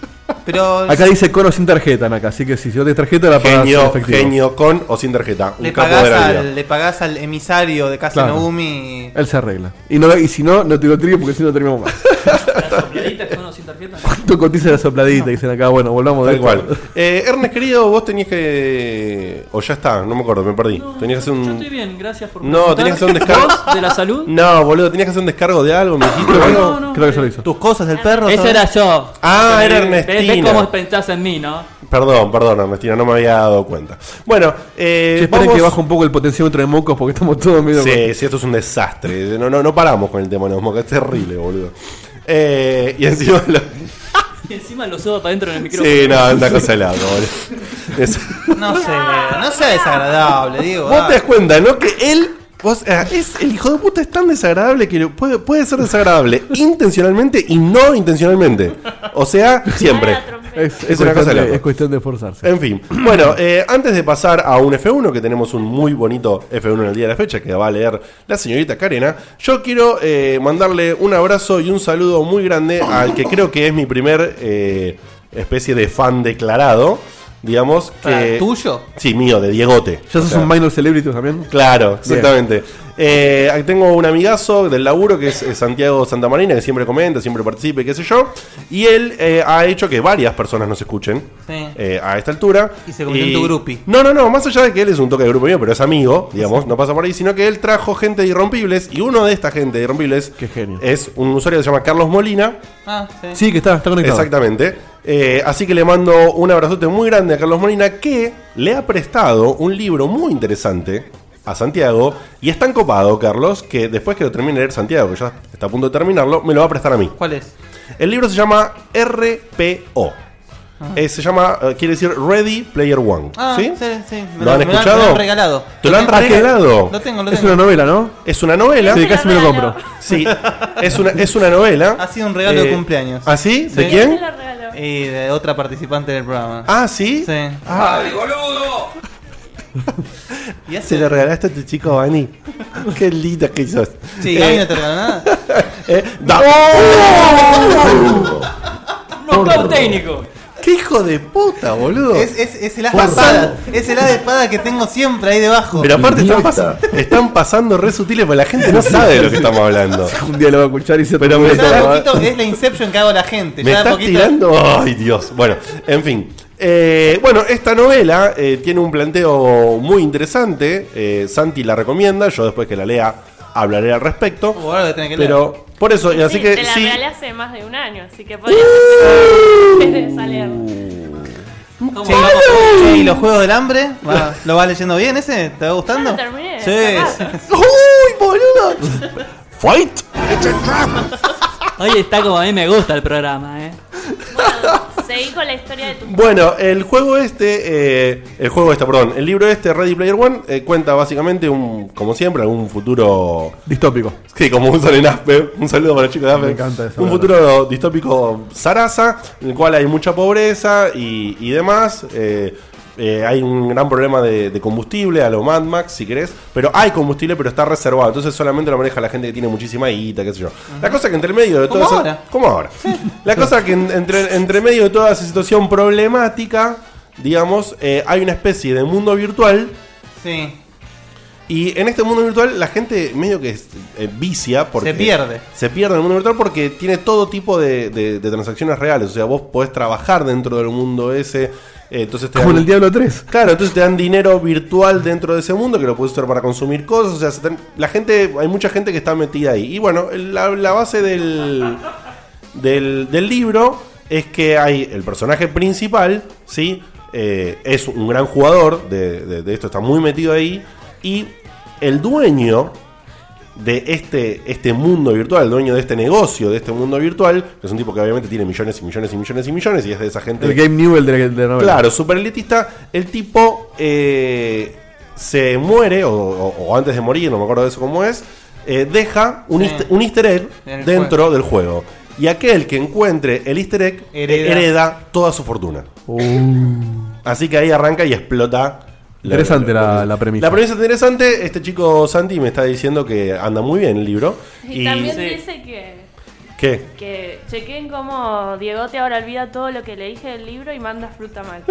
Speaker 8: Pero
Speaker 3: Acá dice cono sin tarjeta, Naka, así que si yo de tarjeta la pagas
Speaker 7: Genio,
Speaker 3: en efectivo.
Speaker 7: genio con o sin tarjeta. Un
Speaker 8: le
Speaker 7: capo de
Speaker 8: pagás,
Speaker 7: la vida.
Speaker 8: al, le pagás al emisario de Casa
Speaker 3: Claro.
Speaker 8: Nobumi.
Speaker 3: Él se arregla. Y, no, y si no, no te lo trigue porque si no terminamos más.
Speaker 2: ¿Las sopladitas con o sin tarjeta?
Speaker 3: ¿Cuánto cotiza la sopladita? Dicen acá, bueno, volvamos de
Speaker 7: Tal
Speaker 3: esto.
Speaker 7: cual. Eh, Ernest, querido, vos tenías que. O ya está, no me acuerdo, me perdí. tenías que hacer
Speaker 2: Yo
Speaker 7: un.
Speaker 2: estoy bien, gracias por
Speaker 7: No, tenías que hacer un descargo.
Speaker 2: ¿Vos de la salud?
Speaker 7: No, boludo, tenías que hacer un descargo de algo, me dijiste. algo.
Speaker 2: no, no.
Speaker 3: Creo que ya lo hizo.
Speaker 8: Tus cosas, el perro.
Speaker 2: Ese
Speaker 8: ¿sabes?
Speaker 2: era yo.
Speaker 7: Ah, era
Speaker 2: ¿Ves- ¿Ves
Speaker 7: Ernestina.
Speaker 2: cómo pensás en mí, no?
Speaker 7: Perdón, perdón, Ernestina, no me había dado cuenta. Bueno, eh.
Speaker 3: Che, esperen
Speaker 7: vamos-
Speaker 3: que baje un poco el potenciómetro de mocos porque estamos todos medio.
Speaker 7: Sí, sí, esto es un desastre. No, no, no paramos con el tema de los mocos, es terrible, boludo. Eh, y encima lo-
Speaker 2: Y encima lo subo para adentro en el micrófono.
Speaker 7: Sí, no, una cosa de largo, boludo. Es-
Speaker 8: No sé, no sea desagradable, digo. ah.
Speaker 7: Vos te das cuenta, ¿no? Que él. vos, eh, es, el hijo de puta es tan desagradable que lo- puede, puede ser desagradable intencionalmente y no intencionalmente. O sea, siempre.
Speaker 3: Es, es
Speaker 7: Es una
Speaker 3: cuestión
Speaker 7: cosa
Speaker 3: de-
Speaker 7: loca.
Speaker 3: es cuestión de esforzarse.
Speaker 7: En fin, bueno, eh, antes de pasar a un F1, que tenemos un muy bonito F1 en el día de la fecha, que va a leer la señorita Karena, yo quiero eh, mandarle un abrazo y un saludo muy grande al que creo que es mi primer eh, especie de fan declarado, digamos, que...
Speaker 8: Ah, ¿Tuyo?
Speaker 7: Sí, mío, de Diegote.
Speaker 3: ¿Ya sos
Speaker 7: O sea,
Speaker 3: un minor celebrity también?
Speaker 7: Claro, exactamente. Eh, ahí tengo un amigazo del laburo que es eh, Santiago Santamarina, que siempre comenta, siempre participa y qué sé yo. Y él eh, ha hecho que varias personas nos escuchen
Speaker 8: Sí.
Speaker 7: eh, a esta altura.
Speaker 8: Y se convirtió en tu groupie.
Speaker 7: No, no, no. Más allá de que él es un toque de grupo mío, pero es amigo, digamos, no pasa por ahí, sino que él trajo gente de Irrompibles. Y uno de esta gente de Irrompibles
Speaker 3: Qué genio.
Speaker 7: es un usuario que se llama Carlos Molina.
Speaker 8: Ah, sí.
Speaker 3: Sí, que está, está conectado.
Speaker 7: Exactamente. Eh, así que le mando un abrazote muy grande a Carlos Molina que le ha prestado un libro muy interesante a Santiago y es tan copado, Carlos, que después que lo termine de leer Santiago, que ya está a punto de terminarlo, me lo va a prestar a mí.
Speaker 8: ¿Cuál es?
Speaker 7: El libro se llama RPO. Eh, se llama, eh, quiere decir Ready Player One.
Speaker 8: Ah,
Speaker 7: ¿Sí?
Speaker 8: sí, sí, me
Speaker 7: ¿Lo,
Speaker 8: lo-
Speaker 7: han
Speaker 8: me lo han-
Speaker 7: escuchado?
Speaker 8: me lo han regalado.
Speaker 7: ¿Te lo han
Speaker 8: Lo tengo.
Speaker 7: regalado?
Speaker 8: Lo tengo, lo
Speaker 3: Es
Speaker 8: tengo.
Speaker 3: una novela, ¿no?
Speaker 7: Es una novela.
Speaker 3: Sí, casi me lo compro.
Speaker 7: Sí, es una, es una novela.
Speaker 8: Ha sido un regalo de cumpleaños.
Speaker 7: ¿Ah, sí? ¿De
Speaker 8: Sí.
Speaker 7: quién?
Speaker 8: Y de otra participante del programa.
Speaker 7: Ah, sí.
Speaker 8: Sí. ¿Y hace?
Speaker 7: Se lo regalaste a tu chico Bani. Qué linda que sos.
Speaker 8: Sí,
Speaker 7: Eh,
Speaker 8: Gaby no te regaló
Speaker 10: Ah,
Speaker 8: nada.
Speaker 7: eh, da-
Speaker 2: Doctor técnico.
Speaker 7: ¡Qué hijo de puta, boludo!
Speaker 8: Es, es, es el as de
Speaker 7: Por
Speaker 8: espada. Es el as de espada que tengo siempre ahí debajo.
Speaker 7: Pero aparte están, pas- están pasando re sutiles porque la gente no sabe de lo que estamos hablando.
Speaker 3: Un día lo va a escuchar y se
Speaker 7: Pero me- eh.
Speaker 8: Ya de a poquito es la Inception que hago a la gente.
Speaker 7: Me
Speaker 8: ya de a
Speaker 7: estás
Speaker 8: poquito.
Speaker 7: tirando. Ay, Dios. Bueno, en fin. Eh, bueno, esta novela eh, tiene un planteo muy interesante. Eh, Santi la recomienda. Yo después que la lea hablaré al respecto.
Speaker 8: Uh, ahora lo tenés que leer.
Speaker 7: Pero por eso, y así
Speaker 10: sí,
Speaker 7: que
Speaker 10: te la
Speaker 7: sí.
Speaker 10: regalé hace más de un año, así que podías hacer desde esa leer.
Speaker 8: Sí, sí, los juegos del hambre. va- ¿Lo vas leyendo bien ese? ¿Te va gustando?
Speaker 10: Ya lo terminé,
Speaker 8: Sí.
Speaker 10: capaz.
Speaker 7: ¡Uy, boludo! ¡Fight!
Speaker 2: Oye, está como a mí me gusta el programa, eh.
Speaker 10: Bueno, seguí con la historia de tu
Speaker 7: Bueno, el juego este, eh, el juego este, perdón, el libro este, Ready Player One, eh, cuenta básicamente un, como siempre, algún futuro
Speaker 3: Distópico.
Speaker 7: Sí, como un sol en Aspe. Un saludo para los chicos de Aspe.
Speaker 3: Me encanta esa
Speaker 7: Un
Speaker 3: palabra.
Speaker 7: futuro distópico zaraza, en el cual hay mucha pobreza y, y demás. Eh, eh, hay un gran problema de, de combustible, a lo Mad Max, si querés. Pero hay combustible, pero está reservado. Entonces solamente lo maneja la gente que tiene muchísima guita, qué sé yo. La cosa que entre medio de todo
Speaker 8: Como
Speaker 7: eso-
Speaker 8: ahora.
Speaker 7: Como ahora. La cosa que en- entre, entre medio de toda esa situación problemática, digamos, eh, hay una especie de mundo virtual
Speaker 8: Sí.
Speaker 7: y en este mundo virtual la gente medio que es, eh, vicia porque
Speaker 8: Se pierde.
Speaker 7: Se pierde en el mundo virtual porque tiene todo tipo de, de- de transacciones reales. O sea, vos podés trabajar dentro del mundo ese. eh, entonces te
Speaker 3: Como en
Speaker 7: dan-
Speaker 3: el Diablo 3.
Speaker 7: Claro, entonces te dan dinero virtual dentro de ese mundo que lo puedes usar para consumir cosas. O sea, se ten- la gente, hay mucha gente que está metida ahí. Y bueno, la, la base del, del, del libro es que hay el personaje principal, ¿sí? Eh, es un gran jugador de, de- de esto, está muy metido ahí. Y el dueño de este, este mundo virtual, el dueño de este negocio, de este mundo virtual, que es un tipo que obviamente tiene millones y millones y millones y millones, y es de esa gente
Speaker 3: El Game Newell de la, de la novela.
Speaker 7: Eh, Claro, super elitista. El tipo eh, se muere, o, o- o antes de morir, no me acuerdo de eso cómo es, eh, deja un,
Speaker 8: Sí.
Speaker 7: easter, un easter egg
Speaker 8: En el
Speaker 7: dentro del juego. Y aquel que encuentre el easter egg eh, hereda,
Speaker 8: Hereda. Uh.
Speaker 7: toda su fortuna. Así que ahí arranca y explota.
Speaker 3: Interesante la- la premisa.
Speaker 7: La premisa es interesante. Este chico Santi me está diciendo que anda muy bien el libro.
Speaker 10: Y,
Speaker 7: Y-
Speaker 10: también
Speaker 2: Sí.
Speaker 10: dice que
Speaker 7: ¿Qué?
Speaker 10: Que chequen cómo Diegote ahora olvida todo lo que le dije del libro y manda fruta mal.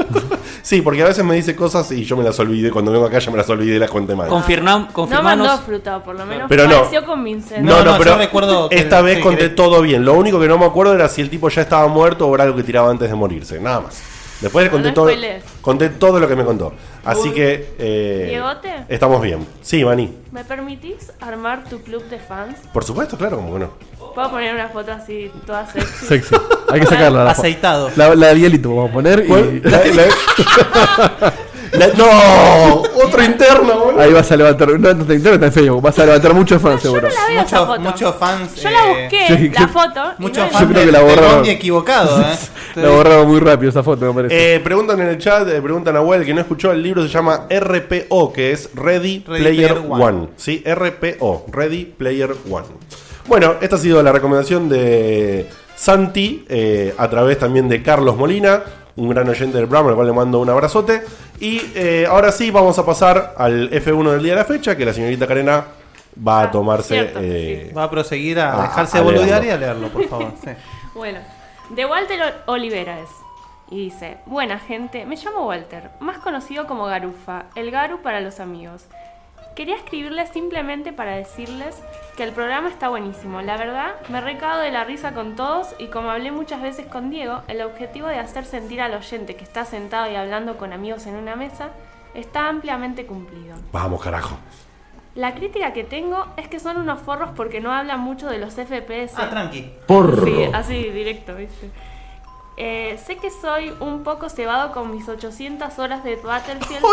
Speaker 7: Sí, porque a veces me dice cosas y yo me las olvidé. Cuando vengo acá ya me las olvidé y las cuente mal.
Speaker 2: Confirmam-
Speaker 10: No
Speaker 2: confirmanos.
Speaker 10: mandó fruta, por lo menos
Speaker 7: Pero no.
Speaker 10: pareció convincente.
Speaker 7: No, no, pero
Speaker 8: recuerdo que-
Speaker 7: esta vez
Speaker 8: sí,
Speaker 7: conté
Speaker 8: que-
Speaker 7: todo bien. Lo único que no me acuerdo era si el tipo ya estaba muerto o era algo que tiraba antes de morirse. Nada más. Después le
Speaker 8: Ah,
Speaker 10: No,
Speaker 7: conté
Speaker 10: no
Speaker 7: todo,
Speaker 10: spoilees.
Speaker 7: conté todo lo que me contó. Así que eh,
Speaker 10: ¿Diegote?
Speaker 7: estamos bien. Sí, Mani.
Speaker 10: ¿Me permitís armar tu club de fans?
Speaker 7: Por supuesto, claro, como que no.
Speaker 10: ¿Puedo poner una foto así, toda sexy?
Speaker 3: Sexy. Hay que sacarla. la fo-
Speaker 8: Aceitado.
Speaker 3: La, la de Bielito vamos a poner y.
Speaker 7: La- ¡No! Otro interno, boludo.
Speaker 3: Ahí vas a levantar. No, no te interesa en Facebook. Vas a levantar muchos fans, seguro.
Speaker 10: Yo no la veo esa
Speaker 8: Muchos
Speaker 10: foto.
Speaker 8: muchos fans.
Speaker 10: Yo la
Speaker 8: eh,
Speaker 10: busqué,
Speaker 3: sí,
Speaker 10: la
Speaker 3: yo-
Speaker 10: foto. y
Speaker 8: Muchos
Speaker 10: no
Speaker 8: fans
Speaker 3: Yo creo
Speaker 8: del-
Speaker 3: que la
Speaker 8: del
Speaker 3: borraron.
Speaker 8: bondi equivocado, ¿eh?
Speaker 3: La borraron muy rápido esa foto, me parece.
Speaker 7: Eh, preguntan en el chat, eh, preguntan a Well, que no escuchó, el libro se llama RPO, que es Ready,
Speaker 8: Ready
Speaker 7: Player,
Speaker 8: Player
Speaker 7: One.
Speaker 8: One.
Speaker 7: Sí, RPO, Ready Player One. Bueno, esta ha sido la recomendación de Santi, eh, a través también de Carlos Molina, un gran oyente del programa, al cual le mando un abrazote. Y eh, ahora sí, vamos a pasar al F1 del día de la fecha, que la señorita Karena va a
Speaker 10: Ah,
Speaker 7: tomarse...
Speaker 10: cierto,
Speaker 7: eh,
Speaker 8: Va a proseguir a
Speaker 7: Ah,
Speaker 8: dejarse
Speaker 7: a leerlo.
Speaker 8: boludear y a leerlo, por favor. sí.
Speaker 10: Bueno, de Walter O- Olivera es. Y dice, buena gente, me llamo Walter, más conocido como Garufa, el Garu para los amigos. Quería escribirles simplemente para decirles que el programa está buenísimo. La verdad, me recado de la risa con todos y como hablé muchas veces con Diego, el objetivo de hacer sentir al oyente que está sentado y hablando con amigos en una mesa está ampliamente cumplido.
Speaker 7: Vamos, carajo.
Speaker 10: La crítica que tengo es que son unos forros porque no hablan mucho de los FPS.
Speaker 8: Ah, tranqui.
Speaker 10: Sí, así, directo, ¿viste? Eh, sé que soy un poco cebado con mis 800 horas de Battlefield.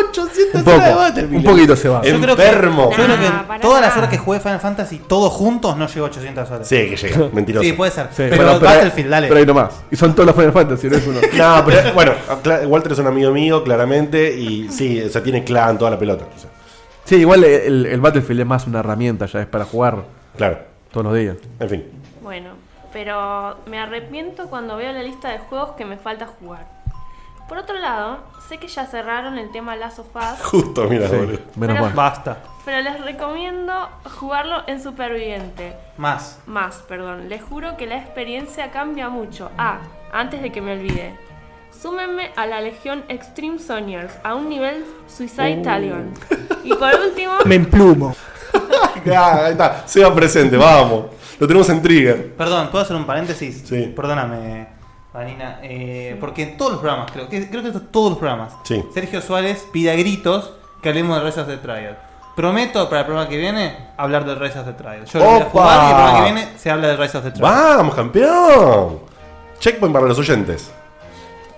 Speaker 3: Un poco. Un poquito se va.
Speaker 7: Eh,
Speaker 8: Yo creo que-
Speaker 7: Enfermo.
Speaker 8: Yo creo que
Speaker 10: Nah, pará.
Speaker 8: todas las horas que jugué Final Fantasy, todos juntos, no llegó a 800 horas.
Speaker 7: Sí, que llega, mentiroso.
Speaker 8: Sí, puede ser.
Speaker 3: Sí,
Speaker 8: pero
Speaker 3: bueno,
Speaker 8: Battlefield, dale.
Speaker 3: Pero ahí nomás. Y son todos los Final Fantasy, no es uno.
Speaker 7: No, pero bueno, cla- Walter es un amigo mío, claramente, y sí, o sea, tiene clan toda la pelota. o sea,
Speaker 3: Sí, igual el, el Battlefield es más una herramienta, ya es para jugar
Speaker 7: claro,
Speaker 3: todos los días.
Speaker 7: en fin.
Speaker 10: Bueno, pero me arrepiento cuando veo la lista de juegos que me falta jugar. Por otro lado, sé que ya cerraron el tema Last of Us,
Speaker 7: Justo, mira,
Speaker 3: Sí,
Speaker 7: boludo.
Speaker 3: menos
Speaker 10: Pero-
Speaker 3: mal.
Speaker 8: Basta.
Speaker 10: pero les recomiendo jugarlo en Superviviente.
Speaker 8: Más.
Speaker 10: Más, perdón. Les juro que la experiencia cambia mucho. Ah, antes de que me olvide. Súmenme a la Legión Extreme Soñers, a un nivel Suicide Talion. Y por último,
Speaker 11: Me emplumo.
Speaker 7: Ah, ahí está, sea presente, vamos. Lo tenemos en trigger.
Speaker 8: Perdón, ¿puedo hacer un paréntesis?
Speaker 7: Sí.
Speaker 8: Perdóname, Vanina. eh, Porque en todos los programas, creo que creo que en todos los programas,
Speaker 7: Sí.
Speaker 8: Sergio Suárez pide a gritos que hablemos de Rise of the Trial. Prometo para el programa que viene hablar de Rise of the Trial. Yo lo voy a
Speaker 7: ¡Opa!
Speaker 8: jugar y el programa que viene se habla de Rise of the Trial.
Speaker 7: Vamos, campeón. Checkpoint para los oyentes.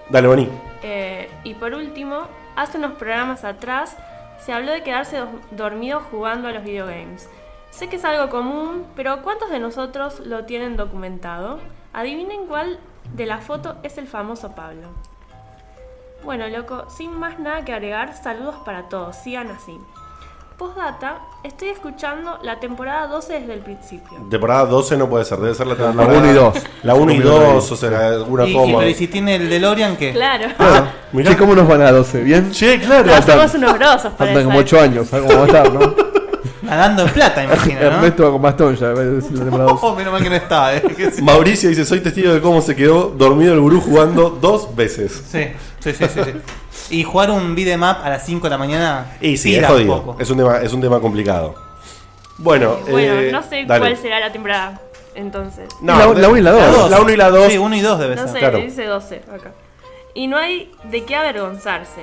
Speaker 7: Dale, Boni.
Speaker 10: eh, y por último, hace unos programas atrás se habló de quedarse do- dormido jugando a los videogames. Sé que es algo común, pero ¿cuántos de nosotros lo tienen documentado? Adivinen cuál de la foto es el famoso Pablo. Bueno, loco, sin más nada que agregar, saludos para todos, sigan así. Postdata, estoy escuchando la temporada 12 desde el principio.
Speaker 7: Temporada 12 no puede ser, debe ser la
Speaker 3: La
Speaker 7: temporada
Speaker 3: 1 y 2.
Speaker 7: La 1 y
Speaker 3: Sí, mira,
Speaker 7: 2, o sea, una
Speaker 8: y, y-
Speaker 7: coma.
Speaker 8: pero ¿y si tiene el DeLorean, ¿qué?
Speaker 10: Claro,
Speaker 3: Ah,
Speaker 7: mirá.
Speaker 3: Che, ¿cómo nos van a 12? ¿Bien?
Speaker 7: Che, claro.
Speaker 10: Todos
Speaker 3: faltan-
Speaker 10: somos unos grosos para
Speaker 3: Faltan
Speaker 10: esa
Speaker 3: como 8
Speaker 10: época.
Speaker 3: años, ¿sabes cómo va a estar, no?
Speaker 8: Nadando en plata, imagino, ¿no?
Speaker 3: Ernesto va con bastón ya, es la temporada 12.
Speaker 8: Oh, menos mal que no está, ¿eh? que sí.
Speaker 7: Mauricio dice, soy testigo de cómo se quedó dormido el gurú jugando dos veces.
Speaker 8: Sí, sí, sí, sí, sí. Y jugar un videomap a las 5 de la mañana.
Speaker 7: Y sí,
Speaker 8: tira
Speaker 7: es
Speaker 8: un
Speaker 7: jodido.
Speaker 8: poco.
Speaker 7: Es un tema, es un tema complicado. Bueno,
Speaker 10: Bueno,
Speaker 7: eh,
Speaker 10: no sé
Speaker 7: dale.
Speaker 10: cuál será la temporada, entonces.
Speaker 7: No,
Speaker 3: La- la uno y la dos.
Speaker 7: La 1 y la 2.
Speaker 8: Sí, 1 y 2 debe
Speaker 10: No
Speaker 8: ser.
Speaker 10: sé,
Speaker 7: claro.
Speaker 10: dice 12 acá. Y no hay de qué avergonzarse.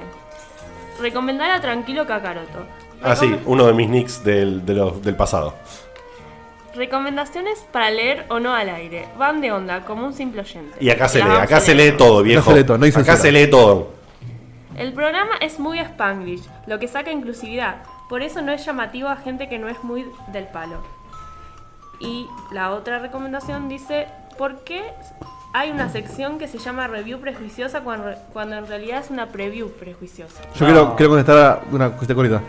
Speaker 10: Recomendar a Tranquilo Kakaroto.
Speaker 7: ah, sí,
Speaker 10: Recome-
Speaker 7: uno de mis nicks del, de los- del pasado.
Speaker 10: Recomendaciones para leer o no al aire. Van de onda, como un simple oyente.
Speaker 7: Y acá se
Speaker 10: Las
Speaker 7: lee,
Speaker 10: vamos
Speaker 7: acá
Speaker 10: a
Speaker 7: se lee
Speaker 10: leer.
Speaker 7: todo, viejo.
Speaker 3: se lee todo, no hay
Speaker 7: acá
Speaker 3: censura.
Speaker 7: se lee todo.
Speaker 10: El programa es muy spanglish, lo que saca inclusividad. Por eso no es llamativo a gente que no es muy del palo. Y la otra recomendación dice, ¿por qué hay una sección que se llama review prejuiciosa cuando, cuando en realidad es una preview prejuiciosa?
Speaker 3: Yo
Speaker 8: No.
Speaker 3: quiero, quiero contestar a una cosita corta.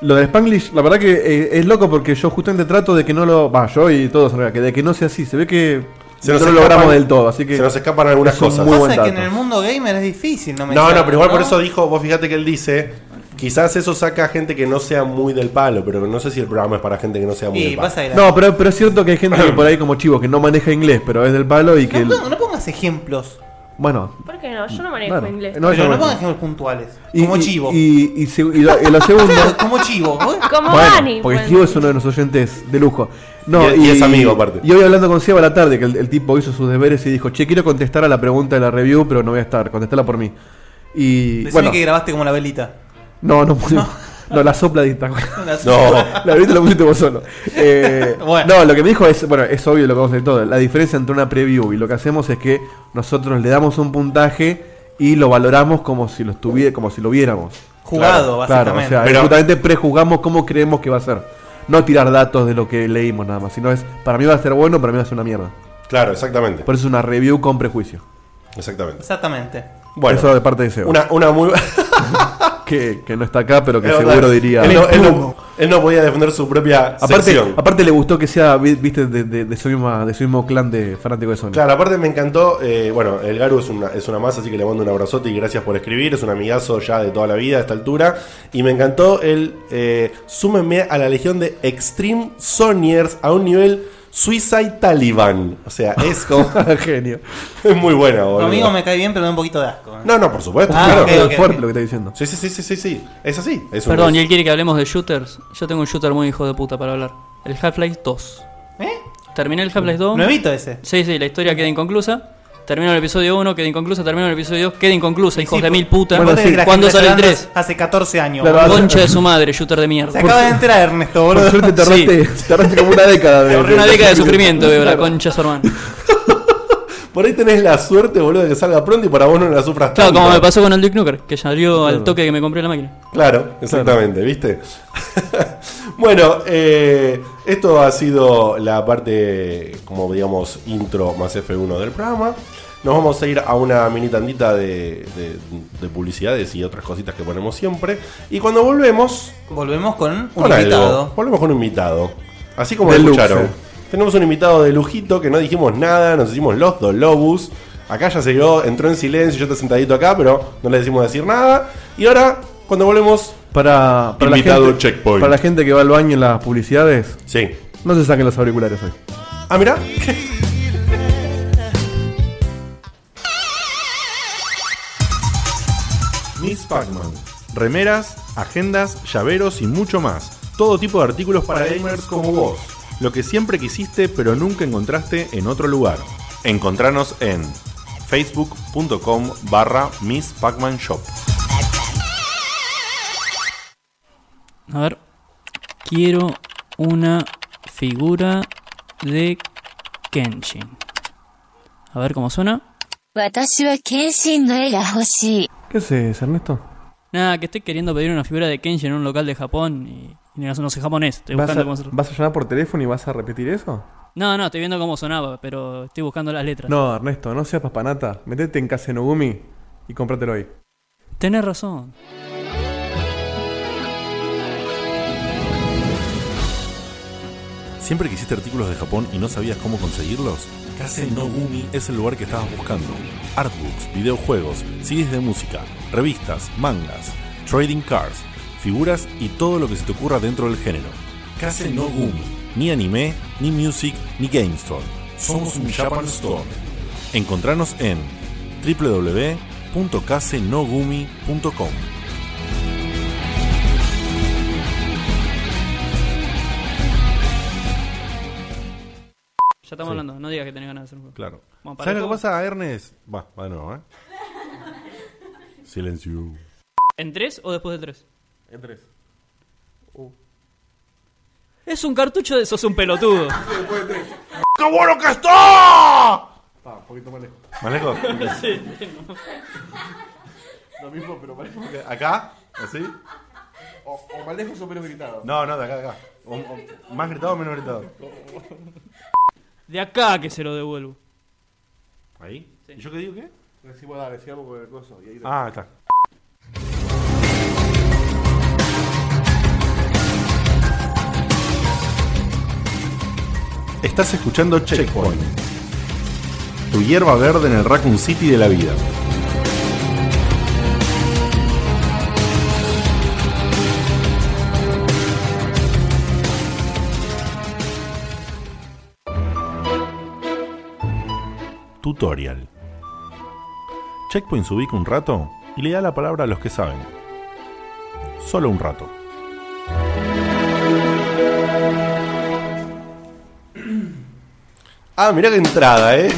Speaker 3: Lo del Spanglish, la verdad que eh, es loco porque yo justamente trato de que no lo. Va, yo y todos en realidad, que de que no sea así. Se ve que no lo
Speaker 7: escapan-
Speaker 3: logramos del todo, así que.
Speaker 7: Se nos escapan algunas
Speaker 3: es un
Speaker 7: cosas.
Speaker 3: muy
Speaker 8: Pasa
Speaker 3: buen
Speaker 8: que
Speaker 3: dato.
Speaker 8: en el mundo gamer es difícil, no me
Speaker 7: No, no,
Speaker 8: digas,
Speaker 7: pero igual por eso dijo, vos fíjate que él dice Quizás eso saca a gente que no sea muy del palo, pero no sé si el programa es para gente que no sea muy
Speaker 8: Y
Speaker 7: del palo.
Speaker 8: vas a ir a-
Speaker 3: No, pero, pero es cierto que hay gente que por ahí como chivo que no maneja inglés, pero es del palo y que.
Speaker 8: No, no pongas ejemplos.
Speaker 3: Bueno.
Speaker 10: ¿Por qué no? Yo no manejo
Speaker 3: Claro.
Speaker 10: inglés.
Speaker 3: No, yo
Speaker 8: pero no
Speaker 3: manejo.
Speaker 8: pongas ejemplos puntuales.
Speaker 3: y-
Speaker 8: como
Speaker 3: y-
Speaker 8: chivo.
Speaker 3: Y, y se- y lo, y lo segundo.
Speaker 8: como chivo. ¿eh?
Speaker 10: Como
Speaker 3: Bueno,
Speaker 10: Dani.
Speaker 3: porque
Speaker 10: pues.
Speaker 3: Chivo es uno de nuestros oyentes de lujo. No,
Speaker 7: Y- y es amigo, aparte.
Speaker 3: Y hoy hablando con Seba a la tarde, que el, el tipo hizo sus deberes y dijo, che, quiero contestar a la pregunta de la review, pero no voy a estar, contestala por mí. Y
Speaker 8: Decime
Speaker 3: bueno,
Speaker 8: que grabaste como la velita.
Speaker 3: no, no, no, no, la sopladita.
Speaker 8: La-
Speaker 3: La ahorita la pusiste vos solo. Eh,
Speaker 8: Bueno.
Speaker 3: No, lo que me dijo es, bueno, es obvio lo que vamos a hacer todo. La diferencia entre una preview y lo que hacemos es que nosotros le damos un puntaje y lo valoramos como si lo estuviera, como si lo viéramos.
Speaker 8: Jugado,
Speaker 3: Claro, o
Speaker 8: básicamente.
Speaker 3: sea,
Speaker 7: Pero-
Speaker 3: justamente prejugamos cómo creemos que va a ser. No tirar datos de lo que leímos nada más, sino es, para mí va a ser bueno, para mí va a ser una mierda.
Speaker 7: Claro, exactamente.
Speaker 3: Por eso es una review con prejuicio.
Speaker 7: Exactamente.
Speaker 8: Exactamente.
Speaker 7: Bueno,
Speaker 3: eso de parte de Seba,
Speaker 7: una, una muy.
Speaker 3: que, que no está acá, pero que
Speaker 7: Es verdad.
Speaker 3: seguro diría...
Speaker 7: Él no, él no- él no podía defender su propia
Speaker 3: Aparte,
Speaker 7: sección.
Speaker 3: aparte le gustó que sea, vi- viste, de, de- de su, misma- de su mismo clan de fanático de Sony.
Speaker 7: Claro, aparte me encantó. eh, bueno, el Garu es una, es una masa, así que le mando un abrazote y gracias por escribir. Es un amigazo ya de toda la vida a esta altura. Y me encantó el. Eh, súmenme a la legión de Extreme Soniers a un nivel Suicide Taliban. O sea, es como.
Speaker 3: Ah, Genio.
Speaker 7: es muy buena, boludo.
Speaker 8: Conmigo me cae bien, pero me da un poquito de asco. ¿eh?
Speaker 7: No, no, por supuesto.
Speaker 8: Ah,
Speaker 7: claro.
Speaker 8: ok,
Speaker 3: Es
Speaker 8: ok.
Speaker 3: fuerte lo que está diciendo.
Speaker 7: Sí, sí, sí, sí, sí, sí. Es así. Es un-
Speaker 2: Perdón, y él quiere que hablemos de shooters. Yo tengo un shooter muy hijo de puta para hablar. El Half-Life 2.
Speaker 8: ¿Eh?
Speaker 2: Terminé el Half-Life 2.
Speaker 8: Nuevito ese.
Speaker 2: Sí, sí, la historia queda inconclusa. Termino el episodio 1, queda inconclusa. Termino el episodio 2, queda inconclusa. Hijos
Speaker 8: Sí,
Speaker 2: de
Speaker 8: por-
Speaker 2: mil putas.
Speaker 8: Vos tenés que la
Speaker 2: ¿Cuándo
Speaker 8: gente
Speaker 2: sale el
Speaker 8: llorando
Speaker 2: 3?
Speaker 8: Hace 14 años.
Speaker 3: Claro,
Speaker 8: boludo.
Speaker 2: Concha de su madre, shooter de mierda.
Speaker 8: Se acaba de enterar Ernesto,
Speaker 3: Por
Speaker 8: boludo.
Speaker 3: suerte te
Speaker 2: Sí.
Speaker 3: ahorraste, te ahorraste como una década de.
Speaker 2: Por una década de sufrimiento, veo la concha de su hermano.
Speaker 7: Por ahí tenés la suerte, boludo, de que salga pronto y para vos no la sufras
Speaker 2: Claro,
Speaker 7: tanto.
Speaker 2: como me pasó con el Duke Nuker, que salió al toque que me compré la máquina.
Speaker 7: Claro, exactamente, ¿viste? bueno, eh, esto ha sido la parte, como digamos, intro más F1 del programa. Nos vamos a ir a una mini tandita de, de- de publicidades y otras cositas que ponemos siempre. Y cuando volvemos,
Speaker 8: Volvemos con un
Speaker 7: con algo,
Speaker 8: invitado.
Speaker 7: volvemos con un invitado. Así como
Speaker 3: De
Speaker 7: lo
Speaker 3: lujo.
Speaker 7: escucharon. Tenemos un invitado de lujito que no dijimos nada, nos hicimos los dos lobus. Acá ya se llegó, entró en silencio, yo estoy sentadito acá, pero no le decimos decir nada. Y ahora, cuando volvemos,
Speaker 3: Para, para, la
Speaker 7: Invitado
Speaker 3: gente,
Speaker 7: checkpoint.
Speaker 3: para la gente que va al baño en las publicidades,
Speaker 7: sí,
Speaker 3: no se saquen los auriculares hoy.
Speaker 7: Ah, mira.
Speaker 11: Miss Pac-Man. Remeras, agendas, llaveros y mucho más. Todo tipo de artículos para gamers como vos. Lo que siempre quisiste pero nunca encontraste en otro lugar.
Speaker 7: Encontranos en facebook.com barra Miss Pacman Shop.
Speaker 2: A ver. Quiero una figura de Kenshin. A ver cómo suena.
Speaker 12: 私は謙信の絵が欲しい。
Speaker 3: ¿Qué haces, Eh, Ernesto?
Speaker 2: Nada, que estoy queriendo pedir una figura de Kenshin en un local de Japón y, y no, no sé japonés. Estoy
Speaker 3: ¿Vas
Speaker 2: buscando
Speaker 3: a,
Speaker 2: cómo se-
Speaker 3: vas a llamar por teléfono y vas a repetir eso?
Speaker 2: No, no, estoy viendo cómo sonaba, pero estoy buscando las letras.
Speaker 3: No, Ernesto, no seas papanata. Metete en Casenogumi y cómpratelo hoy.
Speaker 2: Tenés razón.
Speaker 11: ¿Siempre quisiste artículos de Japón y no sabías cómo conseguirlos? Kase no Gumi es el lugar que estabas buscando. Artbooks, videojuegos, CDs de música, revistas, mangas, trading cards, figuras y todo lo que se te ocurra dentro del género. Kase no Gumi. Ni anime, ni music, ni game store. Somos un Japan Store. Encontranos en www.kasenogumi.com.
Speaker 2: Ya estamos hablando, no digas que tenés ganas de hacer un juego.
Speaker 7: Claro.
Speaker 2: Vamos, para
Speaker 7: ¿Sabes lo que
Speaker 2: todo.
Speaker 7: pasa, Ernest? Va, va de nuevo, ¿eh? Silencio.
Speaker 2: ¿En tres o después de tres? En tres. Es un cartucho de sos un pelotudo.
Speaker 7: ¡Qué bueno que está!
Speaker 3: Ah, un poquito más lejos.
Speaker 7: ¿Más lejos? ¿Acá? ¿Así?
Speaker 3: O, más lejos o menos gritado.
Speaker 7: No, no, de acá, de acá. O- o- ¿Más gritado o menos gritado?
Speaker 2: De acá que se lo devuelvo.
Speaker 7: ¿Ahí? ¿Y yo qué digo qué?
Speaker 3: Decimos, dale, sigamos con el coso. Y ahí
Speaker 7: Ah, está. Estás escuchando Checkpoint. Tu hierba verde en el Raccoon City de la vida.
Speaker 11: Tutorial. Checkpoint se ubica un rato y le da la palabra a los que saben. Solo un rato.
Speaker 7: Ah, mirá qué entrada, eh.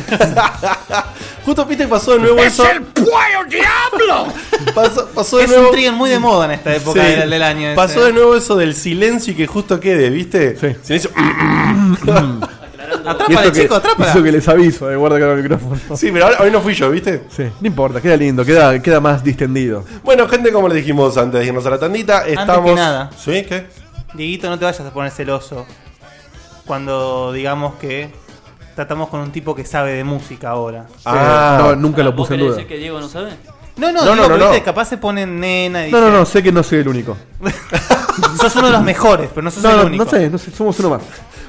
Speaker 7: Justo viste que pasó de nuevo eso.
Speaker 9: ¡Puedo, diablo!
Speaker 7: Pasó, pasó de
Speaker 8: Es
Speaker 7: nuevo-
Speaker 8: un trigger muy de moda en esta época
Speaker 7: Sí.
Speaker 8: del, del año. este. ese.
Speaker 7: Pasó de nuevo eso del silencio y que justo quede, ¿viste? Sí. Silencio.
Speaker 3: Atrápala, chicos, atrápala. Eso que les aviso, eh, guarda acá el micrófono.
Speaker 7: Sí, pero ahora- hoy no fui yo, ¿viste?
Speaker 3: Sí, no importa, queda lindo, queda, queda más distendido.
Speaker 7: Bueno, gente, como les dijimos antes de irnos a la tandita,
Speaker 8: Antes
Speaker 7: estamos.
Speaker 8: que nada.
Speaker 7: ¿Sí? ¿Qué?
Speaker 8: Dieguito, no te vayas a poner celoso cuando digamos que tratamos con un tipo que sabe de música ahora.
Speaker 3: Ah, no, nunca lo puse en duda.
Speaker 2: que Diego no sabe?
Speaker 8: No, no,
Speaker 3: No,
Speaker 8: digo,
Speaker 3: no, no,
Speaker 8: pero viste,
Speaker 3: no.
Speaker 8: capaz se ponen nena y
Speaker 3: No, no,
Speaker 8: dicen,
Speaker 3: no, sé que no soy el único.
Speaker 8: Sos uno de los mejores, pero no sos el
Speaker 3: no,
Speaker 8: único.
Speaker 3: No sé, no sé, somos uno más.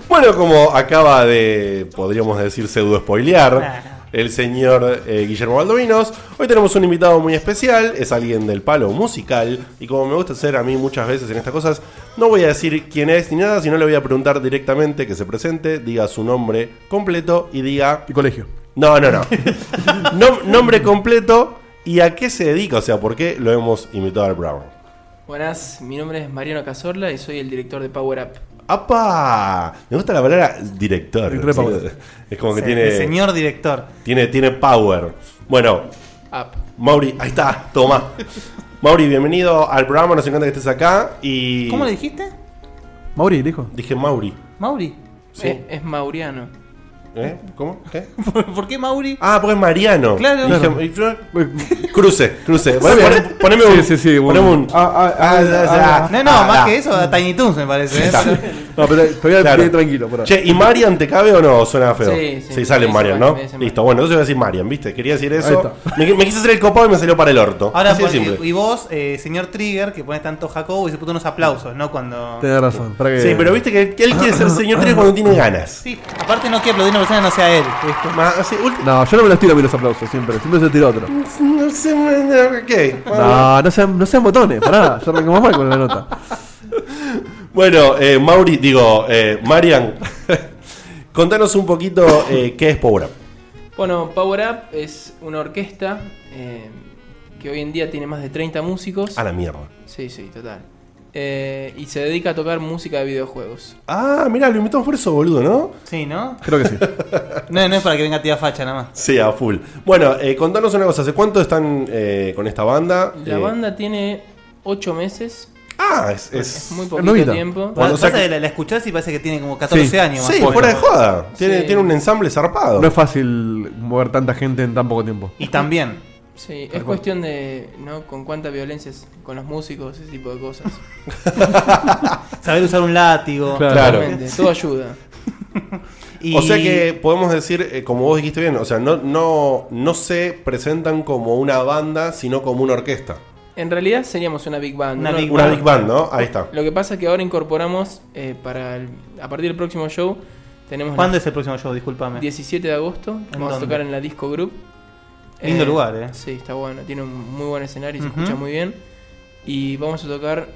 Speaker 7: Bueno, como acaba de, podríamos decir, pseudo spoilear el señor eh, Guillermo Baldovinos, hoy tenemos un invitado muy especial, es alguien del palo musical, y como me gusta hacer a mí muchas veces en estas cosas, no voy a decir quién es ni nada, sino le voy a preguntar directamente que se presente, diga su nombre completo y diga...
Speaker 3: Y colegio.
Speaker 7: No, no, no. Nom- nombre completo y a qué se dedica, o sea, por qué lo hemos invitado al Brown.
Speaker 13: Buenas, mi nombre es Mariano Cazorla y soy el director de Power Up.
Speaker 7: ¡Apa! Me gusta la palabra director.
Speaker 13: Director de
Speaker 7: Sí,
Speaker 13: Power.
Speaker 7: Es como que
Speaker 13: Sí,
Speaker 7: tiene.
Speaker 13: el señor director.
Speaker 7: Tiene, tiene power. Bueno.
Speaker 2: Ah.
Speaker 13: Up.
Speaker 7: Mauri, ahí está, toma. Mauri, bienvenido al programa, nos encanta que estés acá. Y.
Speaker 13: ¿Cómo le dijiste?
Speaker 3: Mauri, dijo.
Speaker 7: Dije Mauri.
Speaker 8: Mauri.
Speaker 7: Sí.
Speaker 13: Es, es mauriano.
Speaker 7: ¿Eh? ¿Cómo? ¿Qué?
Speaker 8: ¿Por, por qué Mauri?
Speaker 7: Ah, porque es Mariano.
Speaker 8: Claro.
Speaker 7: Dije-
Speaker 8: Claro.
Speaker 7: y- eh, cruce, cruce.
Speaker 8: Muy
Speaker 7: Poné-
Speaker 8: bien.
Speaker 7: poné- poneme un.
Speaker 8: Sí, sí, sí, un-
Speaker 7: poneme un.
Speaker 8: ah,
Speaker 3: Ah,
Speaker 8: no, no, más que eso, a Tiny Toons me parece. ¿eh?
Speaker 3: No, pero todavía
Speaker 7: Claro.
Speaker 3: quedé tranquilo. por ahora.
Speaker 7: Che, ¿y Marian te cabe o no? Suena feo.
Speaker 3: Sí,
Speaker 7: Sí,
Speaker 3: sí,
Speaker 7: sale
Speaker 3: me dice
Speaker 7: Marian,
Speaker 3: Marian,
Speaker 7: ¿no?
Speaker 3: me dice
Speaker 7: Listo, bueno, entonces voy a decir Marian, ¿viste? Quería decir
Speaker 3: Ahí
Speaker 7: eso. Me, me quise hacer el copado y me salió para el orto.
Speaker 8: Ahora,
Speaker 7: Así de
Speaker 8: pon-
Speaker 7: simple.
Speaker 8: y vos, eh, señor Trigger, que pones tanto Jacobo y se puso unos aplausos, ¿no? Cuando.
Speaker 3: Tenés razón, para que-
Speaker 7: Sí, pero viste que, que él quiere ser señor Trigger cuando tiene ganas.
Speaker 8: Sí, aparte no quiere aplaudir a una persona que no sea él. ¿viste?
Speaker 3: No, yo no me los tiro a mí los aplausos siempre, siempre se tira otro.
Speaker 7: No sé, ok.
Speaker 3: No, no sean, no sean botones, pará, ya arrancamos mal con la nota.
Speaker 7: Bueno, eh, Mauri, digo, eh, Marian, contanos un poquito eh, qué es Power Up.
Speaker 13: Bueno, Power Up es una orquesta eh, que hoy en día tiene más de 30 músicos.
Speaker 7: A la mierda.
Speaker 13: Sí, sí, total. Eh, y se dedica a tocar música de videojuegos.
Speaker 7: Ah, mirá, lo invitamos por eso, boludo, ¿no?
Speaker 8: Sí, ¿no?
Speaker 7: Creo que sí.
Speaker 8: No, no es para que venga tía facha nada más.
Speaker 7: Sí, a full. Bueno, eh, contanos una cosa, ¿hace cuánto están eh, con esta banda?
Speaker 13: La
Speaker 7: Eh,
Speaker 13: banda tiene 8 meses.
Speaker 7: Ah, es,
Speaker 13: es muy poquito
Speaker 7: novita.
Speaker 13: tiempo.
Speaker 7: Cuando
Speaker 8: Pasa
Speaker 7: saca-
Speaker 8: que la, la escuchás y parece que tiene como 14 años. más
Speaker 7: Sí,
Speaker 8: o menos.
Speaker 7: fuera de joda. Tiene,
Speaker 13: Sí.
Speaker 7: tiene un ensamble zarpado.
Speaker 3: No es fácil mover tanta gente en tan poco tiempo.
Speaker 8: Y también.
Speaker 13: Sí,
Speaker 3: Tal
Speaker 13: es
Speaker 3: cual.
Speaker 13: cuestión de, ¿no? Con cuánta violencia es- con los músicos, ese tipo de cosas.
Speaker 8: Saber usar un látigo.
Speaker 7: Claro.
Speaker 13: Totalmente, Todo ayuda.
Speaker 7: O sea que podemos decir, eh, como vos dijiste bien, o sea, no, no, no se presentan como una banda, sino como una orquesta.
Speaker 13: En realidad seríamos una big band.
Speaker 7: Una big Una band. big band, ¿no? Ahí está.
Speaker 13: Lo que pasa es que ahora incorporamos eh, para el- a partir del próximo show tenemos
Speaker 8: ¿Cuándo
Speaker 13: la-
Speaker 8: es el próximo show? Discúlpame.
Speaker 13: 17 de agosto. Vamos a
Speaker 8: dónde?
Speaker 13: tocar en la Disco Group.
Speaker 8: Lindo lugar, eh.
Speaker 13: Sí, está bueno. Tiene un muy buen escenario, y se
Speaker 8: Ujú.
Speaker 13: escucha muy bien. Y vamos a tocar,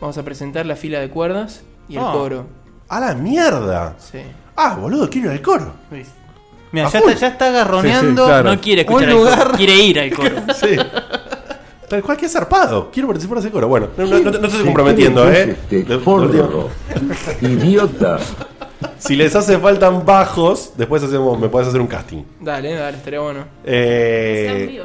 Speaker 13: vamos a presentar la fila de cuerdas y
Speaker 8: Ah.
Speaker 13: el coro.
Speaker 7: ¡A la mierda!
Speaker 13: Sí.
Speaker 7: Ah, boludo, quiero ir al coro.
Speaker 8: Mira,
Speaker 7: A
Speaker 8: ya
Speaker 7: full.
Speaker 8: está, ya está agarroneando.
Speaker 7: Sí, sí, claro.
Speaker 2: No quiere escuchar
Speaker 7: Un
Speaker 2: al
Speaker 7: lugar.
Speaker 2: coro, quiere ir al coro.
Speaker 7: Sí. Tal cual que es zarpado. Quiero participar de ese coro. Bueno, no, no- no- no te estoy comprometiendo, ¿eh? Lo- lo digo.
Speaker 14: Idiota.
Speaker 7: Si les hace faltan bajos, después hacemos, me puedes hacer un casting.
Speaker 13: Dale, dale, estaría bueno.
Speaker 7: Eh,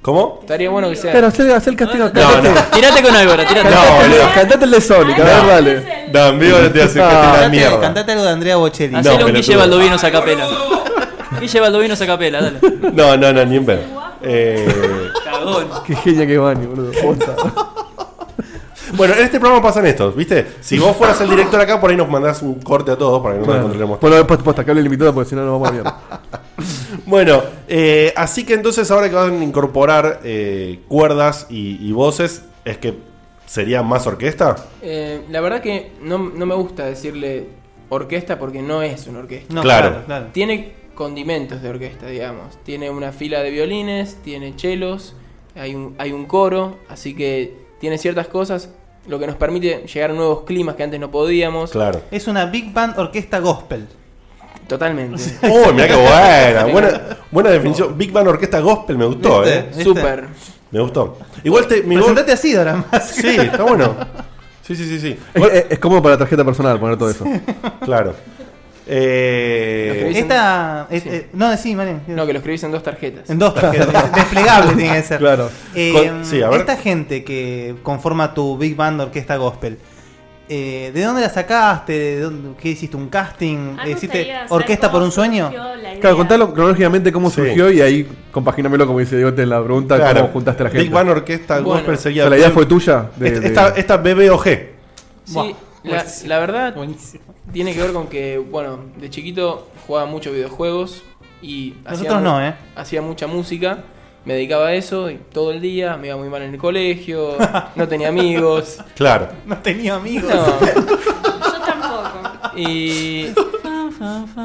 Speaker 7: ¿Cómo?
Speaker 13: Estaría bueno que sea.
Speaker 3: Pero hacer, hacer el castigo acá.
Speaker 7: No, no.
Speaker 2: Tirate con algo, tirate.
Speaker 7: No, boludo.
Speaker 3: Cantate el de Sonic, a ver, dale.
Speaker 7: No, en vivo no te hace
Speaker 3: Ah.
Speaker 7: casting la
Speaker 3: Cantate-
Speaker 7: mierda.
Speaker 8: Cantate algo de Andrea Bocelli.
Speaker 7: No,
Speaker 2: Hacelo un
Speaker 7: pelotudo.
Speaker 2: Guille Baldovinos a capela. Guille Baldovinos a capela, dale.
Speaker 7: No, no, no, ni en ver. Eh,
Speaker 2: Cagón.
Speaker 3: Qué genia que Bani, boludo. posta.
Speaker 7: bueno, en este programa pasan estos, ¿viste? Si vos fueras el director acá, por ahí nos mandás un corte a todos para que no nos encontremos.
Speaker 3: Bueno, posta, posta, que hable el invitado porque si no nos vamos a la mierda.
Speaker 7: Bueno, eh, así que entonces ahora que van a incorporar eh, cuerdas y, y voces, es que sería más orquesta.
Speaker 13: Eh, la verdad que no, no me gusta decirle orquesta porque no es una orquesta.
Speaker 7: No, Claro. claro, claro.
Speaker 13: Tiene condimentos de orquesta, digamos. Tiene una fila de violines, tiene chelos, hay un, hay un coro, así que tiene ciertas cosas, lo que nos permite llegar a nuevos climas que antes no podíamos.
Speaker 7: Claro.
Speaker 8: Es una Big Band Orquesta Gospel.
Speaker 13: Totalmente.
Speaker 7: Uy, mirá qué buena, eh, buena. Buena definición. Big Band Orquesta Gospel me gustó,
Speaker 13: ¿Viste?
Speaker 7: eh.
Speaker 13: ¿Viste? Súper.
Speaker 7: Me gustó. Igual te. Mi
Speaker 8: Presentate así, Dora, más.
Speaker 7: Sí, está bueno. Sí, sí, sí, sí.
Speaker 3: Es, eh, es- es como para la tarjeta personal poner todo eso.
Speaker 7: Claro. Eh,
Speaker 8: Esta. es- eh, no, sí, Marian.
Speaker 13: No, que lo escribís en dos tarjetas.
Speaker 8: En dos tarjetas. desplegable tiene que ser.
Speaker 13: Claro.
Speaker 8: Eh,
Speaker 13: Con- sí, a ver.
Speaker 8: Esta gente que conforma tu Big Band Orquesta Gospel. eh, ¿De dónde la sacaste? ¿De dónde- ¿Qué hiciste? ¿Un casting? Eh,
Speaker 10: me
Speaker 8: ¿Hiciste
Speaker 10: gustaría saber
Speaker 8: Orquesta por
Speaker 10: cómo
Speaker 8: un sueño?
Speaker 10: surgió la idea.
Speaker 3: Claro, contalo cronológicamente cómo surgió y ahí compaginamelo como dice Diego en la pregunta,
Speaker 7: Claro.
Speaker 3: cómo juntaste a la gente.
Speaker 7: Big Band Orquesta
Speaker 13: Bueno.
Speaker 7: Gospel
Speaker 3: O
Speaker 7: seguía.
Speaker 3: sea, la idea fue tuya. de-
Speaker 7: Esta-
Speaker 3: de-
Speaker 7: Esta, esta BBOG.
Speaker 13: Sí, la, la verdad tiene que ver con que, bueno, de chiquito jugaba mucho videojuegos y
Speaker 8: Nosotros
Speaker 13: mu-
Speaker 8: no, ¿eh?
Speaker 13: hacía mucha música, me dedicaba a eso y todo el día, me iba muy mal en el colegio, no tenía amigos.
Speaker 7: Claro.
Speaker 8: No tenía amigos.
Speaker 13: Yo tampoco. Y,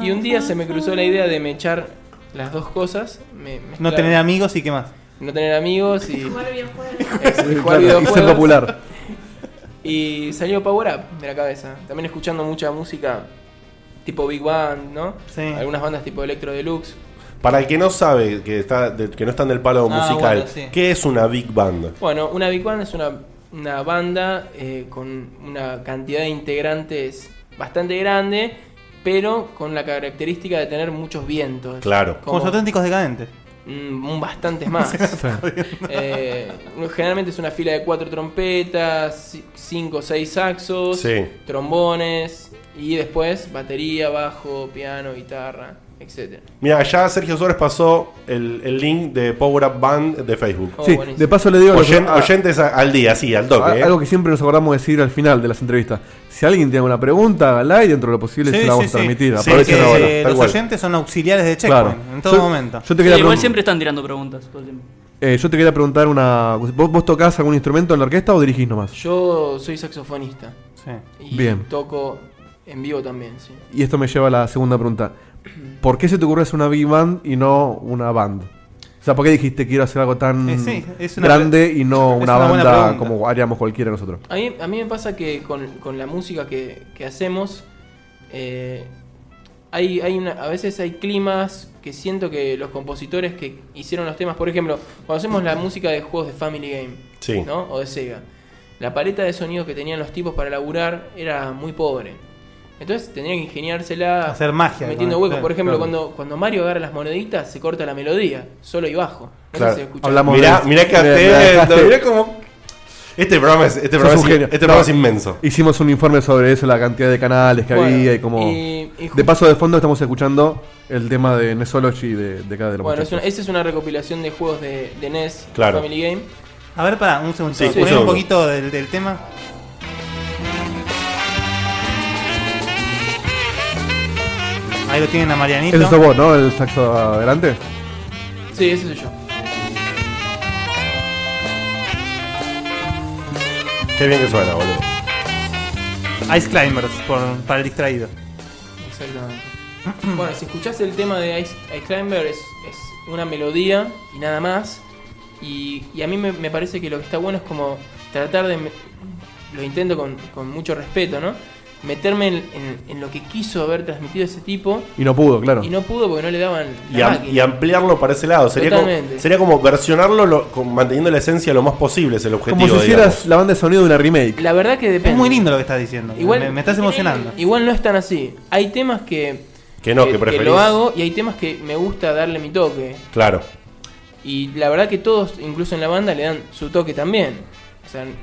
Speaker 13: y un día se me cruzó la idea de me echar las dos cosas. me-
Speaker 8: No
Speaker 13: mezclar-
Speaker 8: tener amigos y qué más.
Speaker 13: no tener amigos y
Speaker 10: Jugar videojuegos.
Speaker 13: Ex-
Speaker 8: Sí,
Speaker 13: jugar
Speaker 8: claro, y ser
Speaker 13: videojuegos.
Speaker 8: popular.
Speaker 13: Y salió Power Up de la cabeza. También escuchando mucha música tipo Big Band, ¿no? Algunas bandas tipo Electro Deluxe.
Speaker 7: Para el que no sabe, que, está, de- que no está en el palo
Speaker 13: Ah,
Speaker 7: musical,
Speaker 13: bueno, sí.
Speaker 7: ¿qué es una Big Band?
Speaker 13: Bueno, una Big Band es una, una banda eh, con una cantidad de integrantes bastante grande, pero con la característica de tener muchos vientos.
Speaker 7: Claro.
Speaker 8: Como los auténticos decadentes.
Speaker 13: Mm, un bastantes más. Eh, generalmente es una fila de cuatro trompetas, ci- cinco o seis saxos,
Speaker 7: Sí.
Speaker 13: trombones y después batería, bajo, piano, guitarra, etc.
Speaker 7: Mira, ya Sergio Suárez pasó el, el link de Power Up Band de Facebook.
Speaker 13: Oh, Sí, buenísimo.
Speaker 3: de paso le digo a los-
Speaker 7: Oyen-
Speaker 3: a-
Speaker 7: oyentes a- al día, sí, al toque.
Speaker 3: a-
Speaker 7: eh.
Speaker 3: ah. Algo que siempre nos acordamos de decir al final de las entrevistas. Si alguien tiene una pregunta, hágala y dentro de lo posible se la vamos a transmitir.
Speaker 8: Sí,
Speaker 3: Aprovechen
Speaker 8: que
Speaker 3: ahora. tal
Speaker 8: los
Speaker 3: cual.
Speaker 8: oyentes son auxiliares de
Speaker 3: Claro.
Speaker 8: Checkpoint en todo
Speaker 3: Yo-
Speaker 8: momento.
Speaker 3: yo te quería
Speaker 2: Sí, igual
Speaker 3: pregun-
Speaker 2: siempre están tirando preguntas. todo el tiempo.
Speaker 3: Eh, yo te quería preguntar una. ¿Vos, vos tocás algún instrumento en la orquesta o dirigís nomás?
Speaker 13: Yo soy saxofonista y
Speaker 3: Bien.
Speaker 13: toco en vivo también. sí.
Speaker 3: Y esto me lleva a la segunda pregunta. ¿Por qué se te ocurrió hacer una big band y no una band? O sea, ¿por qué dijiste quiero hacer algo tan
Speaker 13: Eh, sí, es una
Speaker 3: grande
Speaker 13: pre-
Speaker 3: y no
Speaker 13: es
Speaker 3: una,
Speaker 13: una buena
Speaker 3: banda
Speaker 13: pregunta.
Speaker 3: como haríamos cualquiera nosotros?
Speaker 7: Este
Speaker 13: A mí, a mí me pasa que con, con la música que, que hacemos, eh, hay, hay una- a veces hay climas que siento que los compositores que hicieron los temas, por ejemplo, cuando hacemos la música de juegos de Family Game
Speaker 7: Sí.
Speaker 13: ¿no? o de Sega, la paleta de sonidos que tenían los tipos para laburar era muy pobre. Entonces tenían que ingeniársela
Speaker 8: Hacer magia,
Speaker 13: metiendo
Speaker 8: ¿no?
Speaker 13: huecos.
Speaker 8: Claro,
Speaker 13: Por ejemplo,
Speaker 8: claro.
Speaker 13: cuando, cuando Mario agarra las moneditas, se corta la melodía, solo y bajo. No sé
Speaker 7: Claro.
Speaker 13: si escucharon.
Speaker 7: Hablamos Mirá- de- mirá que de- de- atento, de- mirá cómo- Este programa es- este
Speaker 3: Sos
Speaker 7: programa
Speaker 3: un
Speaker 7: es-
Speaker 3: genio.
Speaker 7: este programa es inmenso.
Speaker 3: Hicimos un informe sobre eso, la cantidad de canales que
Speaker 13: Bueno,
Speaker 3: había y como...
Speaker 13: y- y ju-
Speaker 3: de paso de fondo estamos escuchando el tema de Nesology de, de cada de los
Speaker 13: Bueno,
Speaker 3: muchachos.
Speaker 13: es una- esa es una recopilación de juegos de, de NES,
Speaker 3: Claro.
Speaker 13: Family Game.
Speaker 8: A ver, pará, un segundo.
Speaker 13: Sí, un
Speaker 8: Poné un,
Speaker 13: segundo.
Speaker 8: poquito del, del tema. Ahí lo tienen a Marianito.
Speaker 3: Ese sos vos, ¿no? El saxo adelante.
Speaker 13: Sí, ese soy yo.
Speaker 7: Qué bien que suena, boludo.
Speaker 8: Ice Climbers, por- para el distraído.
Speaker 13: Exactamente. bueno, si escuchás el tema de Ice, Ice Climber es, es una melodía y nada más. Y, y a mí me, me parece que lo que está bueno es como tratar de... me- Lo intento con, con mucho respeto, ¿no? Meterme en, en- en lo que quiso haber transmitido ese tipo.
Speaker 3: Y no pudo, claro.
Speaker 13: Y no pudo porque no le daban... la
Speaker 7: Y, am-
Speaker 13: máquina.
Speaker 7: y ampliarlo para ese lado. Sería, como,
Speaker 13: Totalmente.
Speaker 7: sería como versionarlo lo- con- manteniendo la esencia lo más posible, es el objetivo.
Speaker 3: Como si hicieras
Speaker 7: digamos.
Speaker 3: la banda de sonido de una remake.
Speaker 13: La verdad que depende.
Speaker 8: Es muy lindo lo que estás diciendo.
Speaker 13: Igual- eh,
Speaker 8: me, me estás emocionando.
Speaker 13: Igual no es tan así. Hay temas que...
Speaker 7: Que no, que preferís.
Speaker 13: lo hago y hay temas que me gusta darle mi toque.
Speaker 7: Claro.
Speaker 13: Y la verdad que todos, incluso en la banda, le dan su toque también. O sea, n-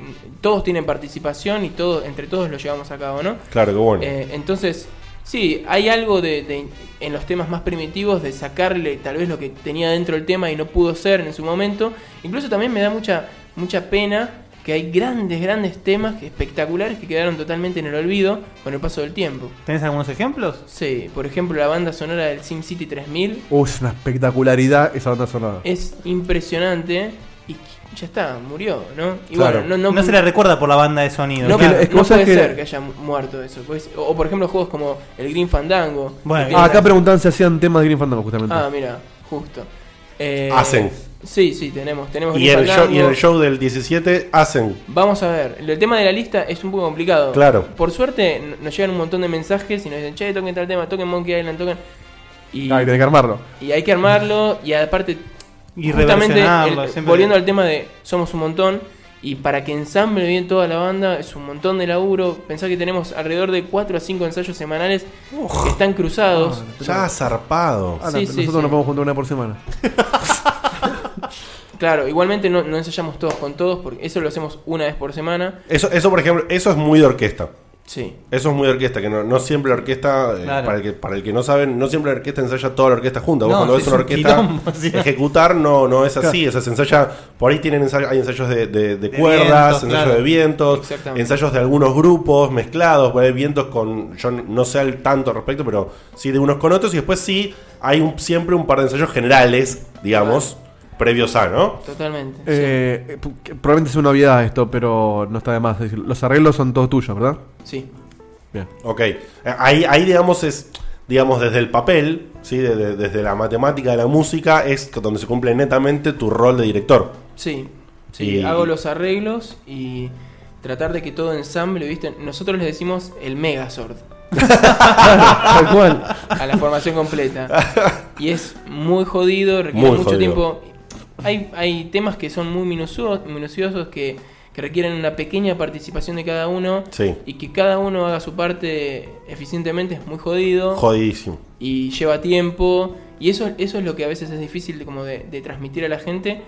Speaker 13: todos tienen participación y todos, entre todos lo llevamos a cabo, ¿no?
Speaker 7: Claro, qué bueno.
Speaker 13: Eh, entonces, sí, hay algo de, de- en los temas más primitivos de sacarle tal vez lo que tenía dentro el tema y no pudo ser en su momento. Incluso también me da mucha, mucha pena que hay grandes, grandes temas que- espectaculares que quedaron totalmente en el olvido con el paso del tiempo.
Speaker 8: ¿Tenés algunos ejemplos?
Speaker 13: Sí, por ejemplo, la banda sonora del SimCity 3000
Speaker 3: Uy, es una espectacularidad esa banda sonora.
Speaker 13: es impresionante y ya está, murió, ¿no? Y
Speaker 3: Claro.
Speaker 13: bueno, no, no,
Speaker 8: se la recuerda por la banda de sonido.
Speaker 13: No,
Speaker 8: Claro.
Speaker 13: no puede ser que haya mu- muerto eso. pues, o, o por ejemplo juegos como el Green Fandango. que
Speaker 3: Bueno,
Speaker 13: tienen-
Speaker 3: acá preguntan si hacían temas de Green Fandango, justamente.
Speaker 13: Ah, mira, justo. Eh,
Speaker 7: Hacen.
Speaker 13: Sí, sí, tenemos. tenemos
Speaker 7: Y
Speaker 13: Green
Speaker 7: el, show, y en
Speaker 13: Fandango.
Speaker 7: el show del 17 hacen.
Speaker 13: Vamos a ver, el tema de la lista es un poco complicado.
Speaker 7: Claro.
Speaker 13: Por suerte n- nos llegan un montón de mensajes y nos dicen, che, toquen tal tema, toquen Monkey Island, toquen... Y,
Speaker 3: Ah, y tenés que armarlo.
Speaker 13: y hay que armarlo y aparte...
Speaker 8: Y
Speaker 13: justamente,
Speaker 8: reversionarlo,
Speaker 13: el-
Speaker 8: siempre-
Speaker 13: volviendo al tema de somos un montón y para que ensamble bien toda la banda es un montón de laburo. Pensá que tenemos alrededor de 4 a 5 ensayos semanales que están cruzados.
Speaker 7: Ah, Ya zarpado.
Speaker 3: Ah, no,
Speaker 13: Sí,
Speaker 3: pero
Speaker 13: sí,
Speaker 3: nosotros
Speaker 13: sí.
Speaker 3: nos podemos juntar una por semana.
Speaker 13: Claro, igualmente no, no ensayamos todos con todos porque eso lo hacemos una vez por semana.
Speaker 7: Eso, eso, por ejemplo, eso es muy de orquesta.
Speaker 13: Sí.
Speaker 7: Eso es muy de orquesta, que no, no siempre la orquesta, eh,
Speaker 13: Claro.
Speaker 7: para, el que, para el que no saben, no siempre la orquesta ensaya toda la orquesta junta. Vos
Speaker 13: No,
Speaker 7: cuando
Speaker 13: sí,
Speaker 7: ves
Speaker 13: es
Speaker 7: una
Speaker 13: un
Speaker 7: orquesta
Speaker 13: quilombo, o sea.
Speaker 7: ejecutar, no, no es así.
Speaker 13: Claro.
Speaker 7: O sea, se ensaya, por ahí tienen ensayo- hay ensayos de, de- de cuerdas,
Speaker 13: vientos,
Speaker 7: ensayos
Speaker 13: claro.
Speaker 7: de vientos,
Speaker 13: Exactamente.
Speaker 7: ensayos de algunos grupos mezclados, pues, hay vientos con, yo no sé al tanto al respecto, pero sí de unos con otros. Y después sí hay un, siempre un par de ensayos generales, digamos, previos a, ¿no?
Speaker 13: Totalmente.
Speaker 3: Eh, eh, pu- que probablemente es una obviedad esto, pero no está de más decirlo. Los arreglos son todos tuyos, ¿verdad?
Speaker 13: Sí.
Speaker 3: Bien.
Speaker 7: Ok. Eh, Ahí, ahí digamos, es, digamos, desde el papel, ¿sí? De- de- desde la matemática de la música, es que donde se cumple netamente tu rol de director.
Speaker 13: Sí, sí,
Speaker 7: Y-
Speaker 13: hago los arreglos y tratar de que todo ensamble, ¿viste? Nosotros le decimos el Megazord.
Speaker 3: Tal cual.
Speaker 13: A la formación completa. Y es muy jodido, requiere
Speaker 7: Muy
Speaker 13: mucho
Speaker 7: jodido.
Speaker 13: tiempo. Hay, hay temas que son muy minucio- minuciosos que, que requieren una pequeña participación de cada uno.
Speaker 7: Sí.
Speaker 13: Y que cada uno haga su parte eficientemente es muy jodido
Speaker 7: Jodidísimo.
Speaker 13: y lleva tiempo. Y eso, eso es lo que a veces es difícil de, como de, de transmitir a la gente.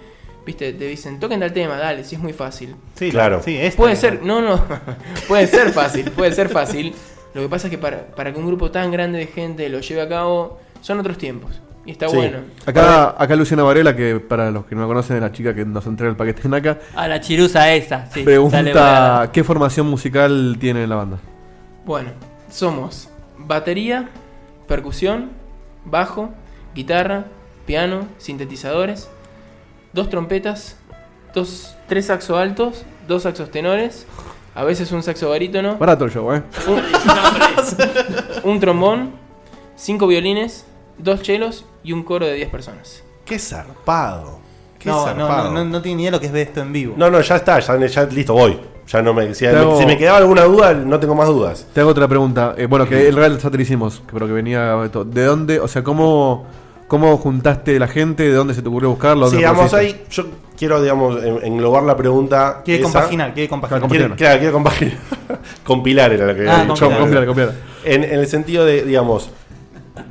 Speaker 13: Viste, te dicen, toquen tal tema, dale, si es muy fácil.
Speaker 8: Sí, Claro. sí, este.
Speaker 13: puede ser, no, no, puede ser fácil, puede ser fácil. Lo que pasa es que para, para que un grupo tan grande de gente lo lleve a cabo, son otros tiempos. Y está
Speaker 3: Sí.
Speaker 13: bueno.
Speaker 3: Acá, acá Luciana Varela, que para los que no la conocen, es la chica que nos entrega el paquete en acá,
Speaker 2: A la chirusa esa, sí. sale volada.
Speaker 3: pregunta qué formación musical tiene la banda.
Speaker 13: Bueno, somos batería, percusión, bajo, guitarra, piano, sintetizadores, dos trompetas, dos, tres saxo altos, dos saxos tenores, a veces un saxo barítono,
Speaker 3: Barato el show, ¿eh?
Speaker 13: un, un trombón, cinco violines, dos chelos y un coro de 10 personas.
Speaker 7: Qué zarpado. Qué
Speaker 8: No, no,
Speaker 7: zarpado.
Speaker 8: no, no, no tiene ni idea lo que es ver esto en vivo.
Speaker 7: No, no, ya está, ya, ya listo, voy. Ya no me, si,
Speaker 3: Te hago-
Speaker 7: si me quedaba alguna duda, no tengo más dudas.
Speaker 3: Te hago otra pregunta. Eh, bueno, que el real ya te lo hicimos, pero que venía. esto. ¿De dónde? O sea, ¿cómo, ¿cómo juntaste la gente? ¿De dónde se te ocurrió buscarlo?
Speaker 7: Sí,
Speaker 3: ¿Dónde lo
Speaker 7: digamos,
Speaker 3: conociste?
Speaker 7: ahí yo quiero, digamos, en- englobar la pregunta.
Speaker 3: Quiere
Speaker 7: esa.
Speaker 3: compaginar, quiere compaginar.
Speaker 7: Quiere- claro, quiere compaginar. compilar era lo que
Speaker 3: Ah,
Speaker 7: había dicho.
Speaker 3: compilar, compilar, compilar.
Speaker 7: En, en el sentido de, digamos,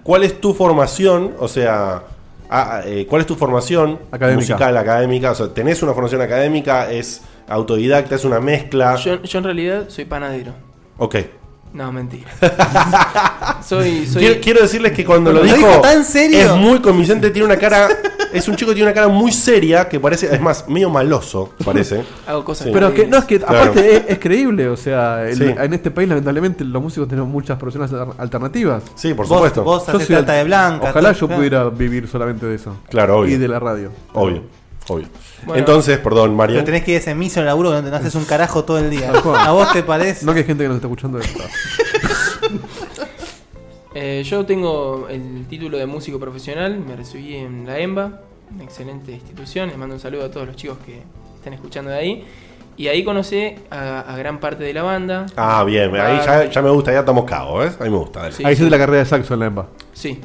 Speaker 7: ¿cuál es tu formación? O sea, a- a- eh, ¿cuál es tu formación
Speaker 3: Académica.
Speaker 7: musical, académica? O sea, ¿tenés una formación académica? ¿Es autodidacta? ¿Es una mezcla?
Speaker 13: Yo, yo en realidad soy panadero.
Speaker 7: Ok.
Speaker 13: No, mentira. soy, soy...
Speaker 7: Quiero, quiero decirles que cuando lo,
Speaker 13: Lo
Speaker 7: dijo,
Speaker 13: dijo tan serio.
Speaker 7: es muy convincente, tiene una cara, es un chico que tiene una cara muy seria que parece, es más, medio maloso, parece.
Speaker 13: Hago cosas
Speaker 7: Sí.
Speaker 3: Pero es que, no, es que
Speaker 7: Claro.
Speaker 3: aparte es, es creíble, o sea, el-
Speaker 7: Sí.
Speaker 3: en este país lamentablemente los músicos tenemos muchas profesiones al- alternativas.
Speaker 7: Sí, por Vos- supuesto. vos
Speaker 3: Yo
Speaker 7: haces
Speaker 3: soy
Speaker 7: trata
Speaker 3: al-
Speaker 7: de blancas,
Speaker 3: Ojalá
Speaker 7: todo,
Speaker 3: yo
Speaker 7: claro.
Speaker 3: pudiera vivir solamente de eso.
Speaker 7: Claro, obvio.
Speaker 3: Y de la radio.
Speaker 7: Obvio, obvio.
Speaker 3: Bueno.
Speaker 7: Entonces, perdón, Mario.
Speaker 8: Pero tenés que ir a ese miso laburo donde no haces un carajo todo el día.
Speaker 3: Tal cual.
Speaker 8: ¿A vos te parece?
Speaker 3: No que hay gente que nos está escuchando de
Speaker 13: Eh, yo tengo el título de músico profesional, me recibí en la EMBA, una excelente institución, les mando un saludo a todos los chicos que están escuchando de ahí. Y ahí conocí a, a gran parte de la banda.
Speaker 7: Ah, bien, ahí ya, ya me gusta, ya estamos cagos, ¿eh? Ahí me gusta, dale.
Speaker 13: Sí,
Speaker 3: Ahí
Speaker 13: sí.
Speaker 3: hiciste la carrera de saxo en la EMBA.
Speaker 13: Sí,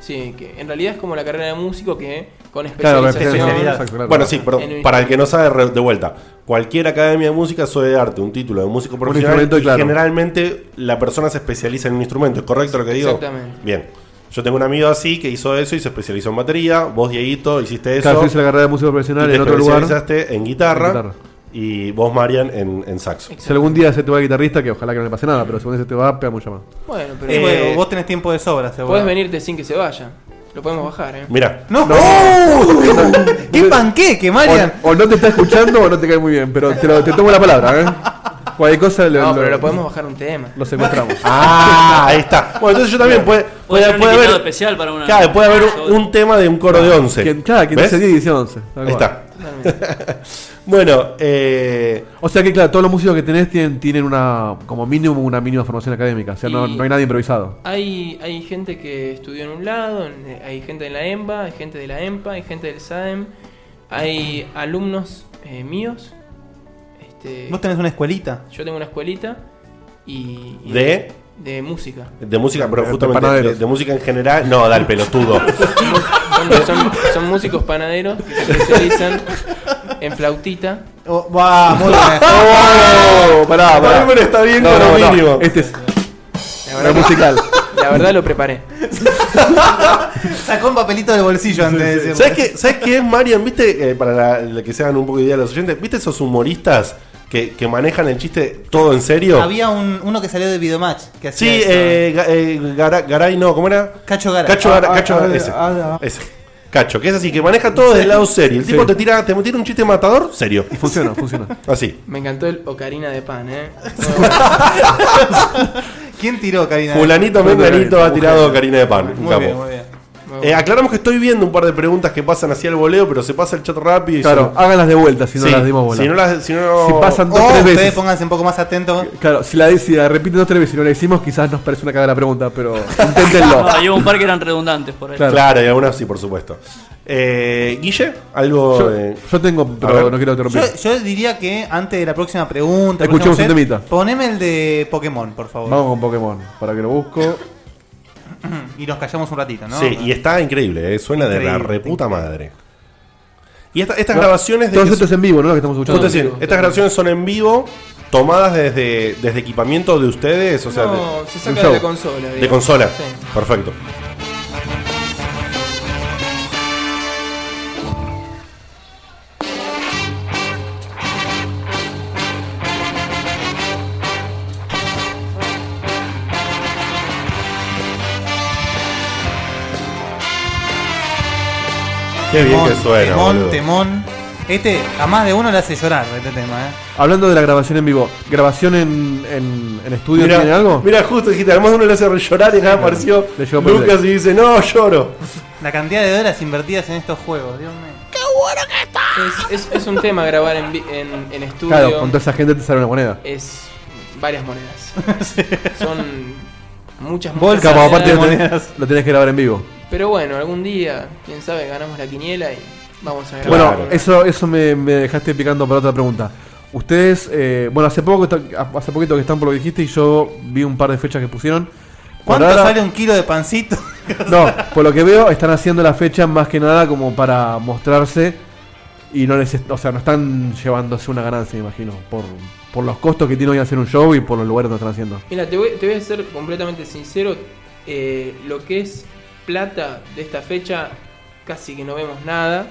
Speaker 13: sí, que en realidad es como la carrera de músico que con
Speaker 3: Claro, con
Speaker 13: especialización.
Speaker 7: Bueno, sí, pero
Speaker 13: en un
Speaker 7: para el que no sabe, re- de vuelta. Cualquier academia de música suele darte un título de músico profesional
Speaker 3: instrumento,
Speaker 7: y
Speaker 3: claro.
Speaker 7: generalmente la persona se especializa en un instrumento. ¿Es correcto lo que digo?
Speaker 13: Exactamente.
Speaker 7: Bien. Yo tengo un amigo así que hizo eso y se especializó en batería. Vos, Dieguito, hiciste eso.
Speaker 3: Claro, yo hice la carrera de músico profesional
Speaker 7: y te
Speaker 3: en otro lugar.
Speaker 7: especializaste en guitarra.
Speaker 3: En guitarra.
Speaker 7: Y vos, Marian, en, en saxo.
Speaker 3: Si algún día se te va el guitarrista, que ojalá que no le pase nada, pero según se te va, pega mucho más.
Speaker 13: Bueno, pero
Speaker 8: Eh,
Speaker 13: bueno,
Speaker 8: vos tenés tiempo de sobra, seguro.
Speaker 13: podés venirte sin que se vaya. Lo podemos bajar, ¿eh?
Speaker 7: Mira.
Speaker 8: ¡No!
Speaker 13: ¡Oh!
Speaker 8: ¡Qué panqueque, Marian!
Speaker 3: O, o no te está escuchando o no te cae muy bien, pero te, lo- te tomo la palabra, ¿eh? Cualquier cosa
Speaker 13: No, pero lo podemos bajar un tema.
Speaker 3: Lo secuestramos.
Speaker 7: Ah, ahí está. Bueno, entonces yo también puede,
Speaker 2: Puede
Speaker 7: puede,
Speaker 2: ser un
Speaker 7: puede haber.
Speaker 2: invitado especial para una- Ah,
Speaker 7: Claro, puede haber un, un tema de un coro de 11.
Speaker 3: Quien- claro, quien dice 10 dice 11, tal
Speaker 7: Ahí
Speaker 3: cual.
Speaker 7: está. bueno, eh,
Speaker 3: O sea que, claro, todos los músicos que tenés tienen, tienen una, como mínimo una mínima formación académica. O sea, no,
Speaker 13: Y-
Speaker 3: no hay nadie improvisado.
Speaker 13: Hay, hay gente que estudió en un lado, en- hay gente en la EMBA, hay gente de la EMPA, hay gente del SAEM, hay alumnos eh, míos. este,
Speaker 8: Vos tenés una escuelita.
Speaker 13: Yo tengo una escuelita y. y
Speaker 7: ¿De?
Speaker 13: De música.
Speaker 7: De música, pero
Speaker 13: De
Speaker 7: justamente de,
Speaker 13: panaderos.
Speaker 7: de música en general. No, da el pelotudo.
Speaker 13: Son, son- son músicos panaderos que se especializan en flautita.
Speaker 8: Oh, va, muy bien.
Speaker 13: Oh, pará, pará.
Speaker 8: Bueno, está bien
Speaker 13: No,
Speaker 8: con lo
Speaker 13: no, no.
Speaker 8: mínimo.
Speaker 3: Este es.
Speaker 13: La verdad-
Speaker 3: La musical.
Speaker 13: La verdad lo preparé.
Speaker 8: Sacó un papelito del bolsillo antes de decirlo.
Speaker 7: ¿Sabes qué, ¿Sabes qué es, Marian? ¿Viste? eh, para la- la que se hagan un poco de idea los oyentes, ¿viste esos humoristas que, que manejan el chiste todo en serio?
Speaker 8: Había un, uno que salió de Videomatch. Que hacía
Speaker 7: Sí,
Speaker 8: eso.
Speaker 7: eh, Ga- eh, Gara- Garay, no, ¿cómo era?
Speaker 8: Cacho Gara.
Speaker 7: Cacho Gara,
Speaker 8: Ah,
Speaker 7: Cacho
Speaker 8: ah,
Speaker 7: Gara,
Speaker 8: ah,
Speaker 7: ese.
Speaker 8: ah,
Speaker 7: Ese. Cacho, que es así, que maneja todo del lado serio. El tipo
Speaker 13: Sí.
Speaker 7: te tira, te tira un chiste matador, serio. Y funciona, funciona. Así.
Speaker 13: Me encantó el Ocarina de Pan, ¿eh?
Speaker 8: ¿Quién tiró, Karina?
Speaker 7: Fulanito Menganito ha tirado Karina de Pan. un
Speaker 8: Muy
Speaker 7: capo.
Speaker 8: bien, muy bien.
Speaker 7: Eh, aclaramos que estoy viendo un par de preguntas que pasan hacia el voleo, pero se pasa el chat rápido. Y
Speaker 3: Claro,
Speaker 7: se-
Speaker 3: háganlas de vuelta si no
Speaker 7: Sí,
Speaker 3: las dimos bola.
Speaker 7: Si no las. Si, no-
Speaker 3: Si pasan dos
Speaker 7: Oh,
Speaker 3: tres
Speaker 8: Ustedes
Speaker 3: veces.
Speaker 8: pónganse un poco más atentos.
Speaker 3: Claro, si la, si la repiten dos tres veces y no la hicimos, quizás nos parece una cagada la pregunta, pero inténtenlo.
Speaker 2: No, y hubo un par que eran redundantes por ahí.
Speaker 7: Claro. y algunas sí, por supuesto. Eh, Guille, algo.
Speaker 3: Yo-
Speaker 7: eh,
Speaker 3: yo tengo, pero
Speaker 7: a ver.
Speaker 3: no quiero interrumpir.
Speaker 8: Yo, yo diría que antes de la próxima pregunta, el
Speaker 3: Escuchemos
Speaker 8: próximo
Speaker 3: un
Speaker 8: set,
Speaker 3: temita.
Speaker 8: Poneme el de Pokémon, por favor.
Speaker 3: Vamos con Pokémon, para que lo busco.
Speaker 8: Y nos callamos un ratito, ¿no?
Speaker 7: Sí, y está increíble, eh, suena de la
Speaker 8: Increíble,
Speaker 7: reputa madre. Y esta- estas
Speaker 3: No,
Speaker 7: grabaciones. de
Speaker 3: Todos
Speaker 7: que
Speaker 3: estos en vivo, ¿no? Lo que estamos escuchando.
Speaker 7: Justo decir, estas grabaciones son en vivo, tomadas desde, desde equipamiento de ustedes, o sea,
Speaker 13: No,
Speaker 7: de-
Speaker 13: se
Speaker 7: un
Speaker 13: saca
Speaker 7: show.
Speaker 13: de la consola,
Speaker 7: De
Speaker 13: digamos.
Speaker 7: consola,
Speaker 13: Sí.
Speaker 7: perfecto. Qué bien que suena,
Speaker 8: Temón,
Speaker 7: boludo.
Speaker 8: temón. Este, a más de uno le hace llorar este tema, ¿eh?
Speaker 3: Hablando de la grabación en vivo, ¿grabación en, en, en estudio
Speaker 7: Mirá,
Speaker 3: tiene algo?
Speaker 7: mirá, justo dijiste, además uno le hace llorar y nada apareció
Speaker 3: Le llegó por
Speaker 7: Lucas y dice, no, lloro.
Speaker 8: La cantidad de horas invertidas en estos juegos, Dios mío.
Speaker 13: Es, es- es un tema grabar en, vi- en, en estudio.
Speaker 3: Claro, con toda esa gente te sale una moneda.
Speaker 13: Es varias monedas. Son muchas
Speaker 3: Vos,
Speaker 13: muchas
Speaker 3: capaz, aparte lo
Speaker 13: monedas.
Speaker 3: tenés, lo tenés que grabar en vivo.
Speaker 13: Pero bueno, algún día, quién sabe, ganamos la quiniela y vamos a grabar.
Speaker 3: Bueno, eso, eso me, me dejaste picando para otra pregunta. Ustedes, eh, bueno, hace poco que está- hace poquito que están por lo que dijiste y yo vi un par de fechas que pusieron. Por
Speaker 8: ¿Cuánto
Speaker 3: ahora-
Speaker 8: sale un kilo de pancito?
Speaker 3: No, por lo que veo, están haciendo la fecha más que nada como para mostrarse y no les, est- o sea, no están llevándose una ganancia, me imagino, por, por los costos que tiene hoy hacer un show y por los lugares donde están haciendo.
Speaker 13: Mira, te voy, te voy a ser completamente sincero. eh, lo que es plata de esta fecha, casi que no vemos nada.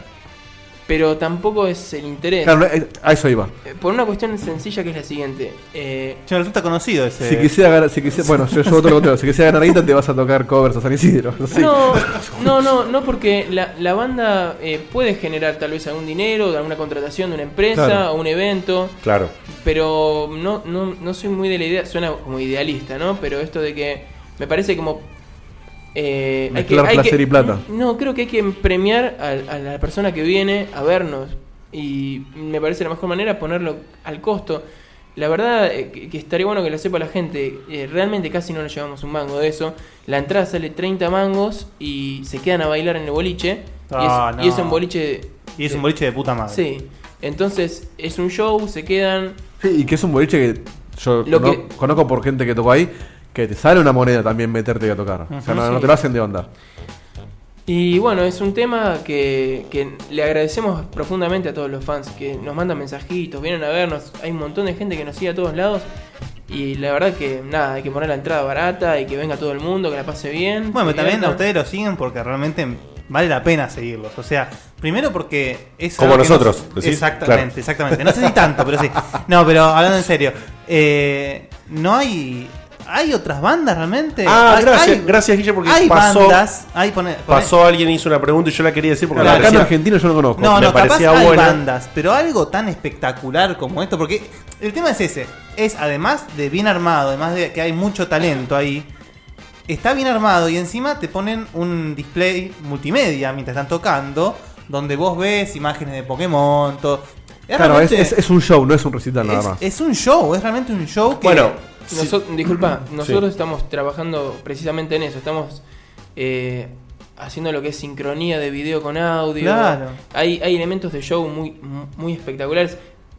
Speaker 13: Pero tampoco es el interés.
Speaker 3: Claro, no, eh, a eso iba.
Speaker 13: Eh, Por una cuestión sencilla que es la siguiente. eh,
Speaker 8: Che, resulta conocido ese.
Speaker 3: Si quisiera ganar, si quisiera, bueno, yo, yo voto lo contrario, si quisiera ganar guita te vas a tocar covers a San Isidro. No, sé.
Speaker 13: No, no, no, no, porque la, la banda eh, puede generar tal vez algún dinero, alguna contratación de una empresa
Speaker 7: Claro.
Speaker 13: o un evento,
Speaker 7: Claro.
Speaker 13: pero no, no, no soy muy de la idea, suena como idealista, ¿no? Pero esto de que me parece como... eh, hay que-
Speaker 3: Mezclar
Speaker 13: hay que-
Speaker 3: placer y plata.
Speaker 13: No, creo que hay que premiar a, a la persona que viene a vernos y me parece la mejor manera ponerlo al costo. La verdad eh, que que estaría bueno que lo sepa la gente. eh, realmente casi no le llevamos un mango de eso. La entrada sale 30 mangos y se quedan a bailar en el boliche.
Speaker 8: Ah,
Speaker 13: y, es,
Speaker 8: no.
Speaker 13: y es un boliche.
Speaker 8: Y es un boliche de puta madre.
Speaker 13: Sí. Entonces es un show, se quedan.
Speaker 3: Sí, y que es un boliche que yo
Speaker 13: Lo
Speaker 3: cono-
Speaker 13: que-
Speaker 3: conozco por gente que tocó ahí, que te sale una moneda también meterte a tocar. o sea,
Speaker 13: Ujú,
Speaker 3: no, no
Speaker 13: sí.
Speaker 3: te lo hacen de onda.
Speaker 13: Y bueno, es un tema que, que le agradecemos profundamente a todos los fans que nos mandan mensajitos, vienen a vernos. Hay un montón de gente que nos sigue a todos lados. Y la verdad que nada, hay que poner la entrada barata y que venga todo el mundo, que la pase bien.
Speaker 8: Bueno,
Speaker 13: se
Speaker 8: pero también a
Speaker 13: divierta.
Speaker 8: ustedes los siguen porque realmente vale la pena seguirlos. O sea, primero porque es.
Speaker 7: Como
Speaker 8: algo que
Speaker 7: nosotros,
Speaker 8: no-
Speaker 7: decís,
Speaker 8: exactamente,
Speaker 7: claro.
Speaker 8: exactamente. No sé si tanto, pero sí. No, pero hablando en serio. eh, no hay. ¿Hay otras bandas realmente?
Speaker 7: Ah,
Speaker 8: Hay-
Speaker 7: gracias,
Speaker 8: hay-
Speaker 7: gracias Guille porque
Speaker 8: Hay
Speaker 7: pasó,
Speaker 8: bandas. Hay, pone- pone-
Speaker 7: pasó alguien hizo una pregunta y yo la quería decir porque
Speaker 3: Claro,
Speaker 7: me
Speaker 3: acá en
Speaker 7: parecía-
Speaker 3: Argentina yo no conozco.
Speaker 8: No,
Speaker 7: me
Speaker 8: no, capaz
Speaker 7: parecía
Speaker 8: hay
Speaker 7: buena.
Speaker 8: bandas, pero algo tan espectacular como esto, porque el tema es ese, es además de bien armado, además de que hay mucho talento ahí, está bien armado y encima te ponen un display multimedia mientras están tocando, donde vos ves imágenes de Pokémon, todo. Es
Speaker 3: Claro, es,
Speaker 8: realmente-
Speaker 3: es- es un show, no es un recital nada
Speaker 8: es-
Speaker 3: más.
Speaker 8: es un show, es realmente un show que...
Speaker 13: Bueno, noso- disculpa, nosotros
Speaker 8: Sí.
Speaker 13: estamos trabajando precisamente en eso. Estamos eh, haciendo lo que es sincronía de video con audio.
Speaker 8: Claro.
Speaker 13: Hay, hay elementos de show muy, muy espectaculares.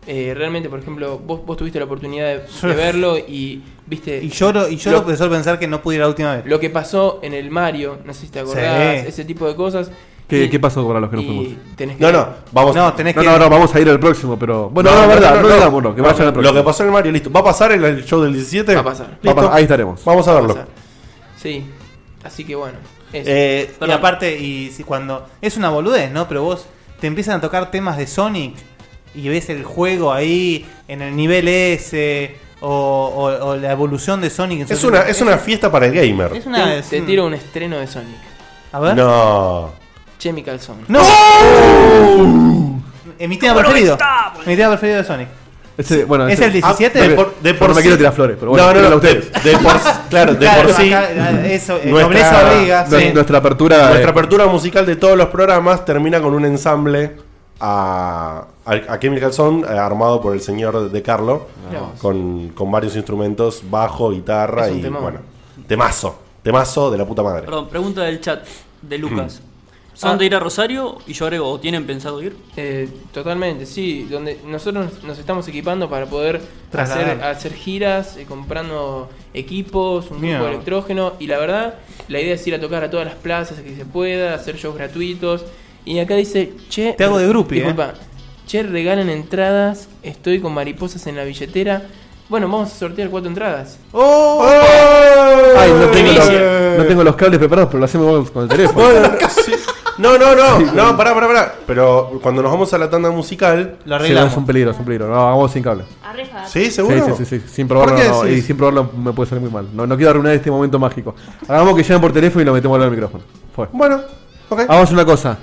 Speaker 13: Eh, realmente, por ejemplo, vos, vos tuviste la oportunidad de, de verlo y viste.
Speaker 8: Y lloro, y lloro
Speaker 13: lo-
Speaker 8: por solo pensar que no pude ir la última vez.
Speaker 13: lo que pasó en el Mario, no sé si te acordás,
Speaker 8: Sí.
Speaker 13: ese tipo de cosas.
Speaker 3: ¿Qué,
Speaker 13: Y-
Speaker 3: qué pasó para los que no
Speaker 13: y
Speaker 3: fuimos?
Speaker 13: tenés que-
Speaker 7: No, no, vamos.
Speaker 3: no, no, no, vamos a ir al próximo, pero. Bueno, no,
Speaker 7: No,
Speaker 3: no,
Speaker 7: no,
Speaker 3: verdad,
Speaker 7: no,
Speaker 3: no,
Speaker 7: no.
Speaker 3: digámoslo, que
Speaker 7: No,
Speaker 3: vayan al
Speaker 7: Lo
Speaker 3: próximo.
Speaker 7: que pasó en el Mario, listo. ¿Va a pasar en el show del 17?
Speaker 13: Va a pasar.
Speaker 7: Listo.
Speaker 3: Va a- ahí estaremos.
Speaker 7: Vamos a verlo.
Speaker 13: Sí. Así que bueno. eso.
Speaker 8: Eh, y
Speaker 13: Perdón.
Speaker 8: aparte, y si cuando. Es una boludez, ¿no? Pero vos te empiezan a tocar temas de Sonic y ves el juego ahí en el nivel S o, o- o la evolución de Sonic. en
Speaker 7: Es
Speaker 8: su-
Speaker 7: una- es una fiesta para el gamer.
Speaker 8: Es una. mm.
Speaker 13: Te-
Speaker 8: es
Speaker 13: te
Speaker 8: un-
Speaker 13: tiro un estreno de Sonic.
Speaker 8: A ver.
Speaker 7: No.
Speaker 13: Chemical Zone.
Speaker 8: ¡No! Eh, mi tema preferido.
Speaker 7: ah,
Speaker 8: Mi tema preferido de Sonic.
Speaker 3: Ese- bueno,
Speaker 8: ¿Es
Speaker 3: ese-
Speaker 8: el 17?
Speaker 3: Ah, de por- de por No me sí- quiero tirar flores, pero bueno,
Speaker 7: no, no,
Speaker 3: tírala
Speaker 7: no. De,
Speaker 3: ustedes.
Speaker 7: de por, claro, de
Speaker 8: Claro,
Speaker 7: por sí.
Speaker 8: acá, eso, eh, nobleza obliga,
Speaker 3: sí. nuestra apertura-
Speaker 7: Nuestra apertura musical de todos los programas termina con un ensamble a, a, a Chemical Zone eh, armado por el señor De Carlo.
Speaker 13: Mirá vos.
Speaker 7: Con, con varios instrumentos, bajo, guitarra
Speaker 13: Es un
Speaker 7: y
Speaker 13: temón.
Speaker 7: bueno. Temazo. Temazo de la puta madre.
Speaker 2: Perdón, pregunta del chat de Lucas. ¿Son
Speaker 13: Ah.
Speaker 2: de ir a Rosario? Y yo agrego, ¿o tienen pensado ir?
Speaker 13: Eh, totalmente, sí. Donde nosotros nos- nos estamos equipando para poder
Speaker 2: Trasladar.
Speaker 13: hacer, hacer giras, eh, comprando equipos, un
Speaker 2: Bien.
Speaker 13: grupo de electrógeno. Y la verdad, la idea es ir a tocar a todas las plazas que se pueda, hacer shows gratuitos. Y acá dice, che.
Speaker 8: Te hago de ¿eh? groupie,
Speaker 13: Disculpa. Che, regalan entradas. Estoy con mariposas en la billetera. Bueno, vamos a sortear cuatro entradas.
Speaker 8: ¡Oh!
Speaker 3: Ay, no tengo, los,
Speaker 7: Primicia.
Speaker 3: no tengo los cables preparados, pero lo hacemos con el teléfono.
Speaker 7: No, no, no. No, pará, pará, pará. Pero cuando nos vamos a la tanda musical.
Speaker 8: Lo
Speaker 3: Sí, no, es un peligro, es un peligro. No, vamos sin cable.
Speaker 7: ¿Sí? ¿Seguro?
Speaker 3: Sí, sí, sí, sí. Sin probarlo,
Speaker 7: ¿Por qué
Speaker 3: no,
Speaker 7: decís?
Speaker 3: y sin probarlo me puede salir muy mal. No, no quiero arruinar este momento mágico. Hagamos que lleguen por teléfono y lo metemos al micrófono. Fue.
Speaker 7: Bueno, eh. ok.
Speaker 3: Hagamos una cosa.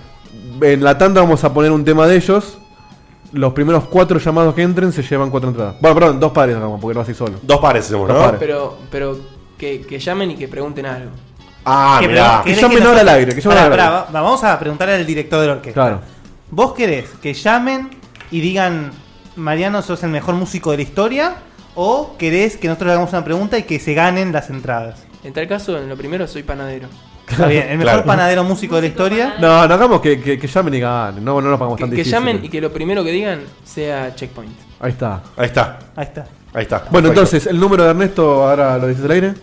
Speaker 3: En la tanda vamos a poner un tema de ellos. Los primeros cuatro llamados que entren se llevan cuatro entradas. Bueno, perdón, dos pares hagamos, porque no así solo.
Speaker 7: Dos pares hacemos,
Speaker 3: Dos pares.
Speaker 13: Pero, pero que, que llamen y que pregunten algo.
Speaker 7: Ah,
Speaker 8: Que
Speaker 7: mirá.
Speaker 8: pre- querés
Speaker 3: Que llamen
Speaker 8: nos-
Speaker 3: ahora al aire, que llamen
Speaker 8: Pará,
Speaker 3: ahora al
Speaker 8: pará, va- vamos a preguntarle al director de la orquesta.
Speaker 3: Claro.
Speaker 8: ¿Vos querés que llamen y digan, Mariano, sos el mejor músico de la historia? ¿O querés que nosotros le hagamos una pregunta y que se ganen las entradas?
Speaker 13: En tal caso, en lo primero soy panadero.
Speaker 8: Está bien, el mejor panadero músico de la historia.
Speaker 3: No, no hagamos que, que, que llamen y ganen. No, no lo pagamos
Speaker 13: Que,
Speaker 3: tan
Speaker 13: que
Speaker 3: difícil.
Speaker 13: llamen y que lo primero que digan sea checkpoint.
Speaker 3: Ahí está.
Speaker 7: Ahí está.
Speaker 8: Ahí está.
Speaker 7: Ahí está.
Speaker 3: Bueno, entonces, el número de Ernesto, ahora lo dices al aire.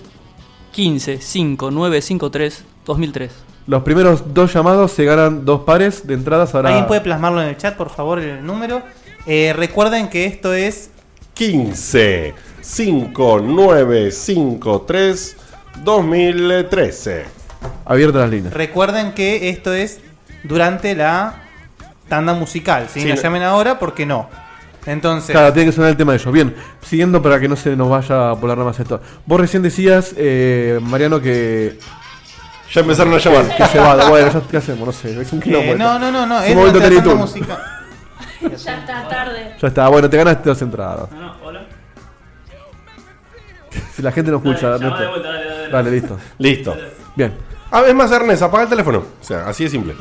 Speaker 2: 15 5 9 5 3 2003.
Speaker 3: Los primeros dos llamados se ganan dos pares de entradas. Ahora
Speaker 8: ¿Alguien puede plasmarlo en el chat, por favor, el número? Eh, recuerden que esto es
Speaker 7: 15 5953 2013.
Speaker 3: Abierta las líneas.
Speaker 8: Recuerden que esto es durante la tanda musical. Si
Speaker 3: Sí,
Speaker 8: no
Speaker 3: lo-
Speaker 8: llamen ahora, porque no. Entonces,
Speaker 3: Claro, tiene que sonar el tema de ellos. Bien, siguiendo para que no se nos vaya a volar nada más esto. Vos recién decías, eh, Mariano, que.
Speaker 7: Ya empezaron a llamar.
Speaker 3: Que, llevado. Bueno, ya, ¿qué hacemos? No sé, es un quilombo.
Speaker 8: eh, no,
Speaker 3: esto.
Speaker 8: no, no, no,
Speaker 3: Es
Speaker 8: es
Speaker 3: un momento
Speaker 8: durante la tanda
Speaker 3: Teletoon.
Speaker 8: musical.
Speaker 10: Ya está tarde.
Speaker 3: Ya está, bueno, te ganaste dos entradas.
Speaker 10: hola.
Speaker 3: Si la gente no escucha,
Speaker 10: Dale, llama
Speaker 3: Ernesto.
Speaker 10: de vuelta, dale, dale, dale.
Speaker 3: listo.
Speaker 7: Listo.
Speaker 3: Bien.
Speaker 7: Ah, es más, Ernest, apaga el teléfono. O sea, así de simple.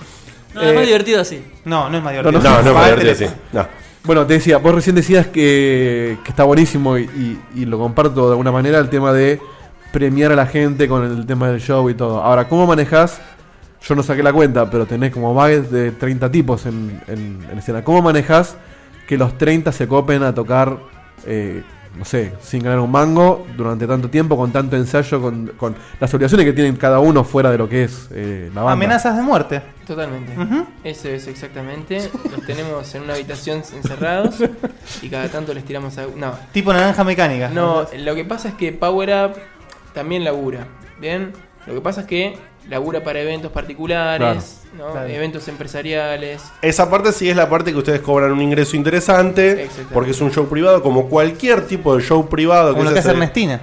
Speaker 2: No, es más divertido así.
Speaker 8: Eh, No, no es más
Speaker 3: No, no,
Speaker 7: No, no,
Speaker 3: Apaga
Speaker 7: me
Speaker 3: el
Speaker 7: divertí así.
Speaker 3: teléfono.
Speaker 7: No.
Speaker 3: Bueno, te decía, vos recién decías que, que está buenísimo y, y- y lo comparto de alguna manera el tema de premiar a la gente con el tema del show y todo. Ahora, ¿cómo manejás? Yo no saqué la cuenta, pero tenés como bagues de 30 tipos en, en- en escena. ¿Cómo manejás que los 30 se copen a tocar, eh, no sé, sin ganar un mango durante tanto tiempo, con tanto ensayo, con, con las obligaciones que tienen cada uno fuera de lo que es eh, la banda?
Speaker 8: Amenazas de muerte.
Speaker 13: Totalmente.
Speaker 8: Ujú.
Speaker 13: Eso es exactamente. Los tenemos en una habitación encerrados y cada tanto les tiramos a... No.
Speaker 8: Tipo naranja mecánica.
Speaker 13: No, lo que pasa es que Power Up también labura. ¿Bien? Lo que pasa es que labura para eventos particulares, ¿no?
Speaker 8: Claro.
Speaker 13: eventos empresariales.
Speaker 7: Esa parte sí es la parte que ustedes cobran un ingreso interesante,
Speaker 13: Exactamente.
Speaker 7: porque es un show privado, como cualquier tipo de show privado.
Speaker 8: Como lo que
Speaker 7: se
Speaker 8: hace Ernestina.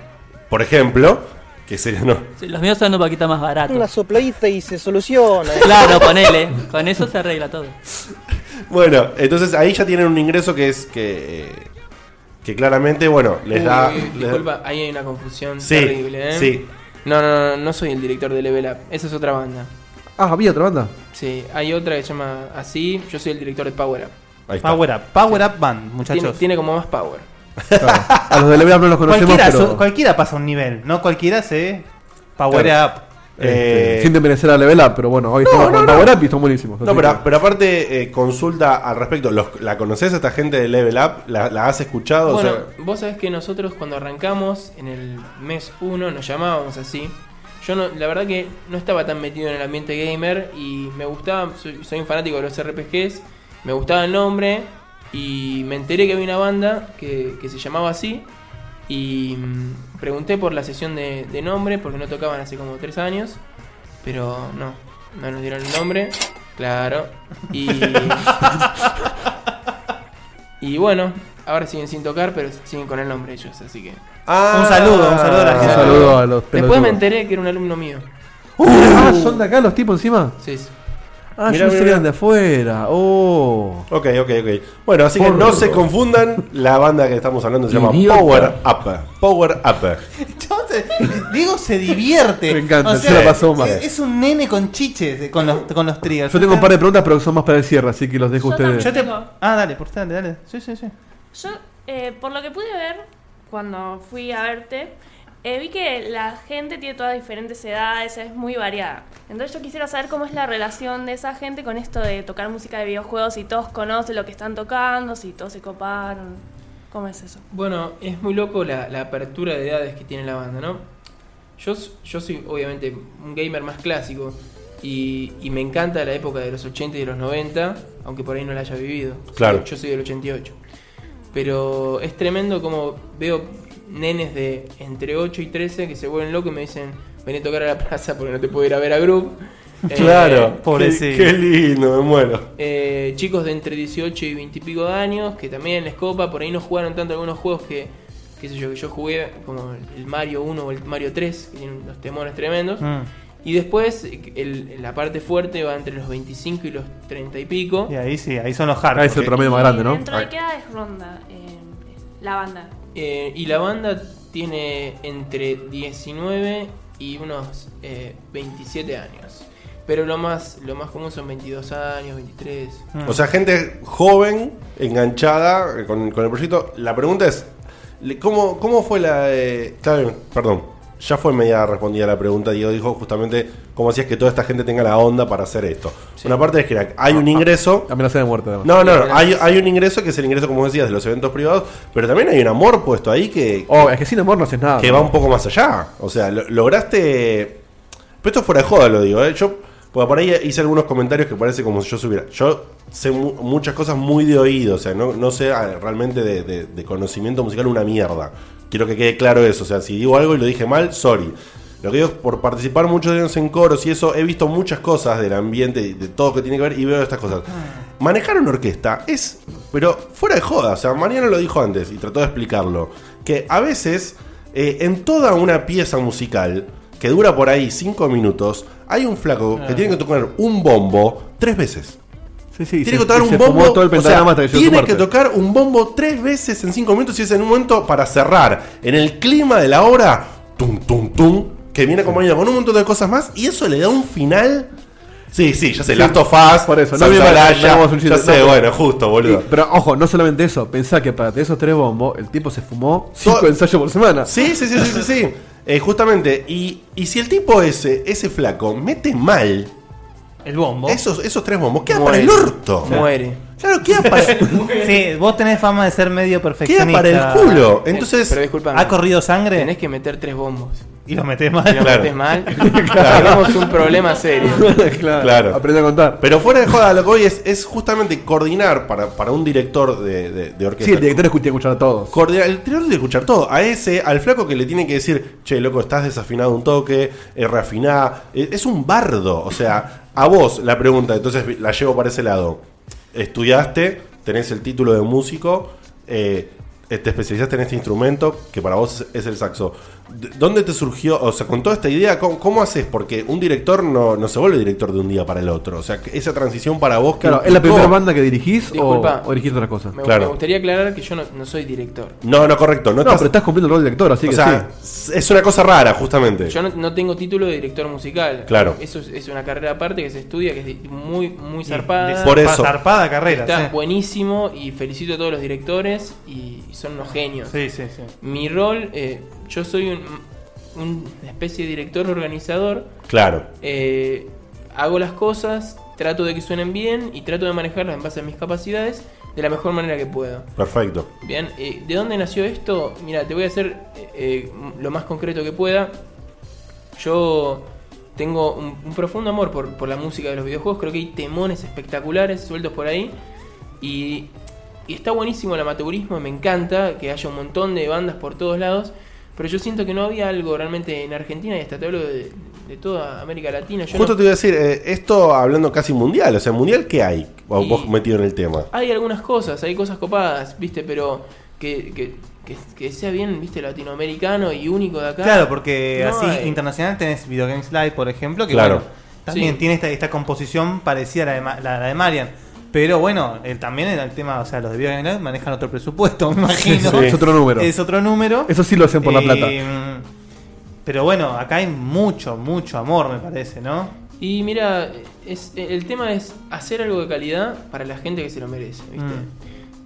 Speaker 7: Por ejemplo, que sería, no,
Speaker 2: Sí, los míos están un poquito más baratos.
Speaker 5: Una sopladita y se soluciona.
Speaker 2: Claro, ponele. Con eso se arregla todo.
Speaker 7: Bueno, entonces ahí ya tienen un ingreso que es que. eh, que claramente, bueno, les
Speaker 13: Uy,
Speaker 7: da. les da-
Speaker 13: Disculpa, ahí hay una confusión
Speaker 7: Sí,
Speaker 13: terrible, ¿eh?
Speaker 7: sí.
Speaker 13: No, no, no, no soy el director de Level Up. Esa es otra banda.
Speaker 3: Ah, había otra banda.
Speaker 13: Sí, hay otra que se llama así. Yo soy el director de Power Up.
Speaker 7: Ahí está.
Speaker 8: Power Up, Power Up Band, muchachos.
Speaker 13: Tiene, tiene como más power.
Speaker 3: A los de Level Up no los conocemos,
Speaker 8: cualquiera,
Speaker 3: pero-
Speaker 8: so- cualquiera pasa un nivel, no cualquiera se power
Speaker 7: Claro.
Speaker 8: up.
Speaker 3: Este,
Speaker 7: Eh,
Speaker 3: sin desmerecer a Level Up, pero bueno, hoy
Speaker 7: No,
Speaker 3: estamos
Speaker 7: no,
Speaker 3: con
Speaker 7: no.
Speaker 3: Power Up y están buenísimos.
Speaker 7: No,
Speaker 3: así
Speaker 7: pero, pero aparte, eh, consulta al respecto. Los- ¿La conoces a esta gente de Level Up? ¿La, la has escuchado? O
Speaker 13: Bueno,
Speaker 7: sea,
Speaker 13: vos sabés que nosotros cuando arrancamos en el mes 1 nos llamábamos así. Yo no, la verdad que no estaba tan metido en el ambiente gamer y me gustaba, soy, soy un fanático de los RPGs, me gustaba el nombre y me enteré que había una banda que, que se llamaba así y mm, pregunté por la sesión de, de nombre porque no tocaban hace como 3 años, pero no, no nos dieron el nombre, claro. Y Y bueno, ahora siguen sin tocar, pero siguen con el nombre ellos, así que.
Speaker 7: Ah,
Speaker 8: un saludo, un saludo a la
Speaker 3: un
Speaker 8: gente.
Speaker 3: saludo a los
Speaker 13: Después me
Speaker 3: pelotudos.
Speaker 13: enteré que era un alumno mío.
Speaker 3: Ah, son de acá los tipos encima.
Speaker 13: Sí, sí.
Speaker 3: Ah, yo
Speaker 7: Mirá, mirá,
Speaker 3: pensé que eran
Speaker 7: mirá.
Speaker 3: de afuera. Oh.
Speaker 7: Ok, ok, ok. Bueno, así que
Speaker 3: Por
Speaker 7: no
Speaker 3: Dios.
Speaker 7: se confundan. La banda que estamos hablando se llama
Speaker 3: Idiota.
Speaker 7: Power Up. Power Up.
Speaker 8: Eh, Diego se divierte.
Speaker 3: Me encanta, se la pasó mal.
Speaker 8: eh, Es, es un nene con chiches eh, con los, con los triggers.
Speaker 3: Yo tengo un par de preguntas, pero son más para el cierre, así que los dejo a ustedes.
Speaker 8: Yo te- Ah, dale, por dale, dale. Sí, sí, sí.
Speaker 10: Yo, eh, por lo que pude ver cuando fui a verte, eh, vi que la gente tiene todas diferentes edades, es muy variada. Entonces yo quisiera saber cómo es la relación de esa gente con esto de tocar música de videojuegos, si todos conocen lo que están tocando, si todos se coparon. ¿Cómo es eso?
Speaker 13: Bueno, es muy loco la, la apertura de edades que tiene la banda, ¿no? Yo, s- yo soy obviamente un gamer más clásico y, y me encanta la época de los 80 y de los 90, aunque por ahí no la haya vivido.
Speaker 7: Claro.
Speaker 13: Yo soy del 88. Pero es tremendo como veo nenes de entre 8 y 13 que se vuelven locos y me dicen, vení a tocar a la plaza porque no te puedo ir a ver a Group.
Speaker 7: Claro.
Speaker 8: pobrecito.
Speaker 7: Qué, qué lindo, me muero.
Speaker 13: Eh, chicos de entre 18 y 20 y pico de años que también les copa, por ahí no jugaron tanto algunos juegos que, qué sé yo, que yo jugué, como el Mario 1 o el Mario 3, que tienen unos temones tremendos.
Speaker 8: Mm.
Speaker 13: Y después eh, el- la parte fuerte va entre los 25 y los 30 y pico.
Speaker 8: Y ahí sí, ahí son los hard.
Speaker 3: Ahí es el promedio más grande, ¿no?
Speaker 10: ¿Dentro de qué edades ronda eh, la banda?
Speaker 13: Eh, y la banda tiene entre 19 y unos eh, 27 años. Pero lo más, lo más común son 22 años, 23.
Speaker 3: Ah.
Speaker 7: O sea, gente joven, enganchada eh, con, con el proyecto. La pregunta es, le- ¿cómo, cómo fue la... eh, está bien, perdón, ya fue media respondida la pregunta. Diego dijo justamente cómo hacías que toda esta gente tenga la onda para hacer esto. Una parte es que
Speaker 3: Ah,
Speaker 7: hay un ingreso...
Speaker 3: Amenaza de muerte, además.
Speaker 7: No, no, no. Hay, hay un ingreso que es el ingreso, como decías, de los eventos privados, pero también hay un amor puesto ahí que,
Speaker 3: Oh, es que sin amor no haces nada.
Speaker 7: que va un poco más allá. O sea, lo- lograste. Pero esto es fuera de joda, lo digo. ¿eh? Yo, porque por ahí hice algunos comentarios que parece como si yo supiera. Yo sé mu- muchas cosas muy de oído, o sea, no, no sé ah, realmente de, de- de conocimiento musical una mierda. Quiero que quede claro eso. O sea, si digo algo y lo dije mal, sorry. Lo que digo es por participar muchos años en coros y eso, he visto muchas cosas del ambiente, y de todo que tiene que ver, y veo estas cosas. Manejar una orquesta es, pero fuera de joda, o sea, Mariano lo dijo antes y trató de explicarlo, que a veces eh, en toda una pieza musical que dura por ahí 5 minutos, hay un flaco que tiene que tocar un bombo tres veces. tiene
Speaker 3: se-
Speaker 7: que tocar
Speaker 3: y
Speaker 7: un
Speaker 3: se
Speaker 7: bombo.
Speaker 3: fumó todo el
Speaker 7: o sea,
Speaker 3: pentagrama hasta que llegó su
Speaker 7: tiene
Speaker 3: muerte.
Speaker 7: que tocar un bombo tres veces en cinco minutos y es en un momento para cerrar. En el clima de la obra, tum, tum, tum, que viene acompañado con un montón de cosas más y eso le da un final. Sí, sí, ya sé,
Speaker 3: Sí,
Speaker 7: Last of Us,
Speaker 3: Por eso,
Speaker 7: Zombie
Speaker 3: no,
Speaker 7: Malaya,
Speaker 3: no hagamos un chiste,
Speaker 7: ya sé,
Speaker 3: no,
Speaker 7: bueno, justo, boludo.
Speaker 3: Y- pero ojo, no solamente eso, pensá que para esos tres bombos, el tipo se fumó cinco
Speaker 7: Todo-
Speaker 3: ensayos por semana.
Speaker 7: Sí, sí, sí, sí, sí. sí. Eh, justamente, y, y si el tipo ese, ese flaco, mete mal
Speaker 8: El bombo.
Speaker 7: esos, esos tres bombos, queda para el orto.
Speaker 13: Muere.
Speaker 7: Claro, queda para,
Speaker 8: sí, vos tenés fama de ser medio perfeccionista.
Speaker 7: Queda para el culo. Entonces-
Speaker 13: Eh, Pero discúlpame.
Speaker 8: ¿Ha corrido sangre?
Speaker 13: Tenés que meter tres bombos.
Speaker 8: Y los metés mal.
Speaker 13: Y los
Speaker 8: Claro.
Speaker 13: metés mal.
Speaker 8: Claro.
Speaker 13: Tenemos un problema serio.
Speaker 3: claro.
Speaker 7: Aprende
Speaker 3: a contar.
Speaker 7: Pero fuera de joda, lo que hoy es, es justamente coordinar para, para un director de, de, de orquesta.
Speaker 3: Sí, el director escucha escuchar a todos.
Speaker 7: Coordinar- el director tiene que escuchar todo. A ese, al flaco que le tiene que decir, che, loco, estás desafinado un toque, eh, reafiná. Eh, es un bardo. O sea, a vos la pregunta, entonces la llevo para ese lado. Estudiaste, tenés el título de músico, eh, eh, te especializaste en este instrumento, que para vos es- es el saxo. D- ¿Dónde te surgió? O sea, con toda esta idea, ¿cómo, cómo haces? Porque un director no, no se vuelve director de un día para el otro. O sea, que esa transición para vos que.
Speaker 3: Claro, ¿es la
Speaker 7: implicó-
Speaker 3: primera banda que dirigís o,
Speaker 13: Disculpa.
Speaker 3: o dirigís otra cosa?
Speaker 13: Me, me gustaría aclarar que yo no, no soy director.
Speaker 7: No, no, correcto. No,
Speaker 3: No, pero estás cumpliendo el rol de director, así
Speaker 7: o
Speaker 3: que
Speaker 7: sea, es una cosa rara, justamente.
Speaker 13: Yo no, no tengo título de director musical.
Speaker 7: Claro.
Speaker 13: Eso es, es una carrera aparte que se estudia, que es di- muy, muy zarpada.
Speaker 7: Por eso.
Speaker 8: zarpada carrera,
Speaker 13: Está
Speaker 8: sí.
Speaker 13: buenísimo y felicito a todos los directores y son unos genios.
Speaker 8: Sí, sí, sí.
Speaker 13: Mi rol, eh, yo soy un, una especie de director organizador.
Speaker 7: Claro.
Speaker 13: Eh, hago las cosas, trato de que suenen bien y trato de manejarlas en base a mis capacidades de la mejor manera que puedo.
Speaker 7: Perfecto.
Speaker 13: Bien, eh, ¿de dónde nació esto? Mira, te voy a hacer eh, eh, lo más concreto que pueda. Yo tengo un, un profundo amor por, por la música de los videojuegos, creo que hay temones espectaculares sueltos por ahí. Y, y está buenísimo el amateurismo, me encanta que haya un montón de bandas por todos lados. Pero yo siento que no había algo realmente en Argentina y hasta te hablo de, de toda América Latina. Yo
Speaker 7: Justo
Speaker 13: no-
Speaker 7: te iba a decir, eh, esto hablando casi mundial, o sea, mundial qué hay, O vos metido en el tema.
Speaker 13: Hay algunas cosas, hay cosas copadas, viste, pero que, que, que- que sea bien, viste, latinoamericano y único de acá.
Speaker 8: Claro, porque
Speaker 13: No
Speaker 8: así
Speaker 13: hay.
Speaker 8: internacional tenés Video Games Live, por ejemplo, que
Speaker 7: Claro.
Speaker 8: bueno, también
Speaker 13: Sí.
Speaker 8: tiene esta, esta composición parecida a la de, Ma- la, la de Marian. Pero bueno, él también en el tema, o sea, los de Video Games Live manejan otro presupuesto, me imagino.
Speaker 3: Sí. Es otro número.
Speaker 8: Es otro número. Eh,
Speaker 3: Eso sí lo hacen por la plata.
Speaker 8: Pero bueno, acá hay mucho, mucho amor, me parece, ¿no?
Speaker 13: Y mira, es, el tema es hacer algo de calidad para la gente que se lo merece, ¿viste?
Speaker 8: Mm.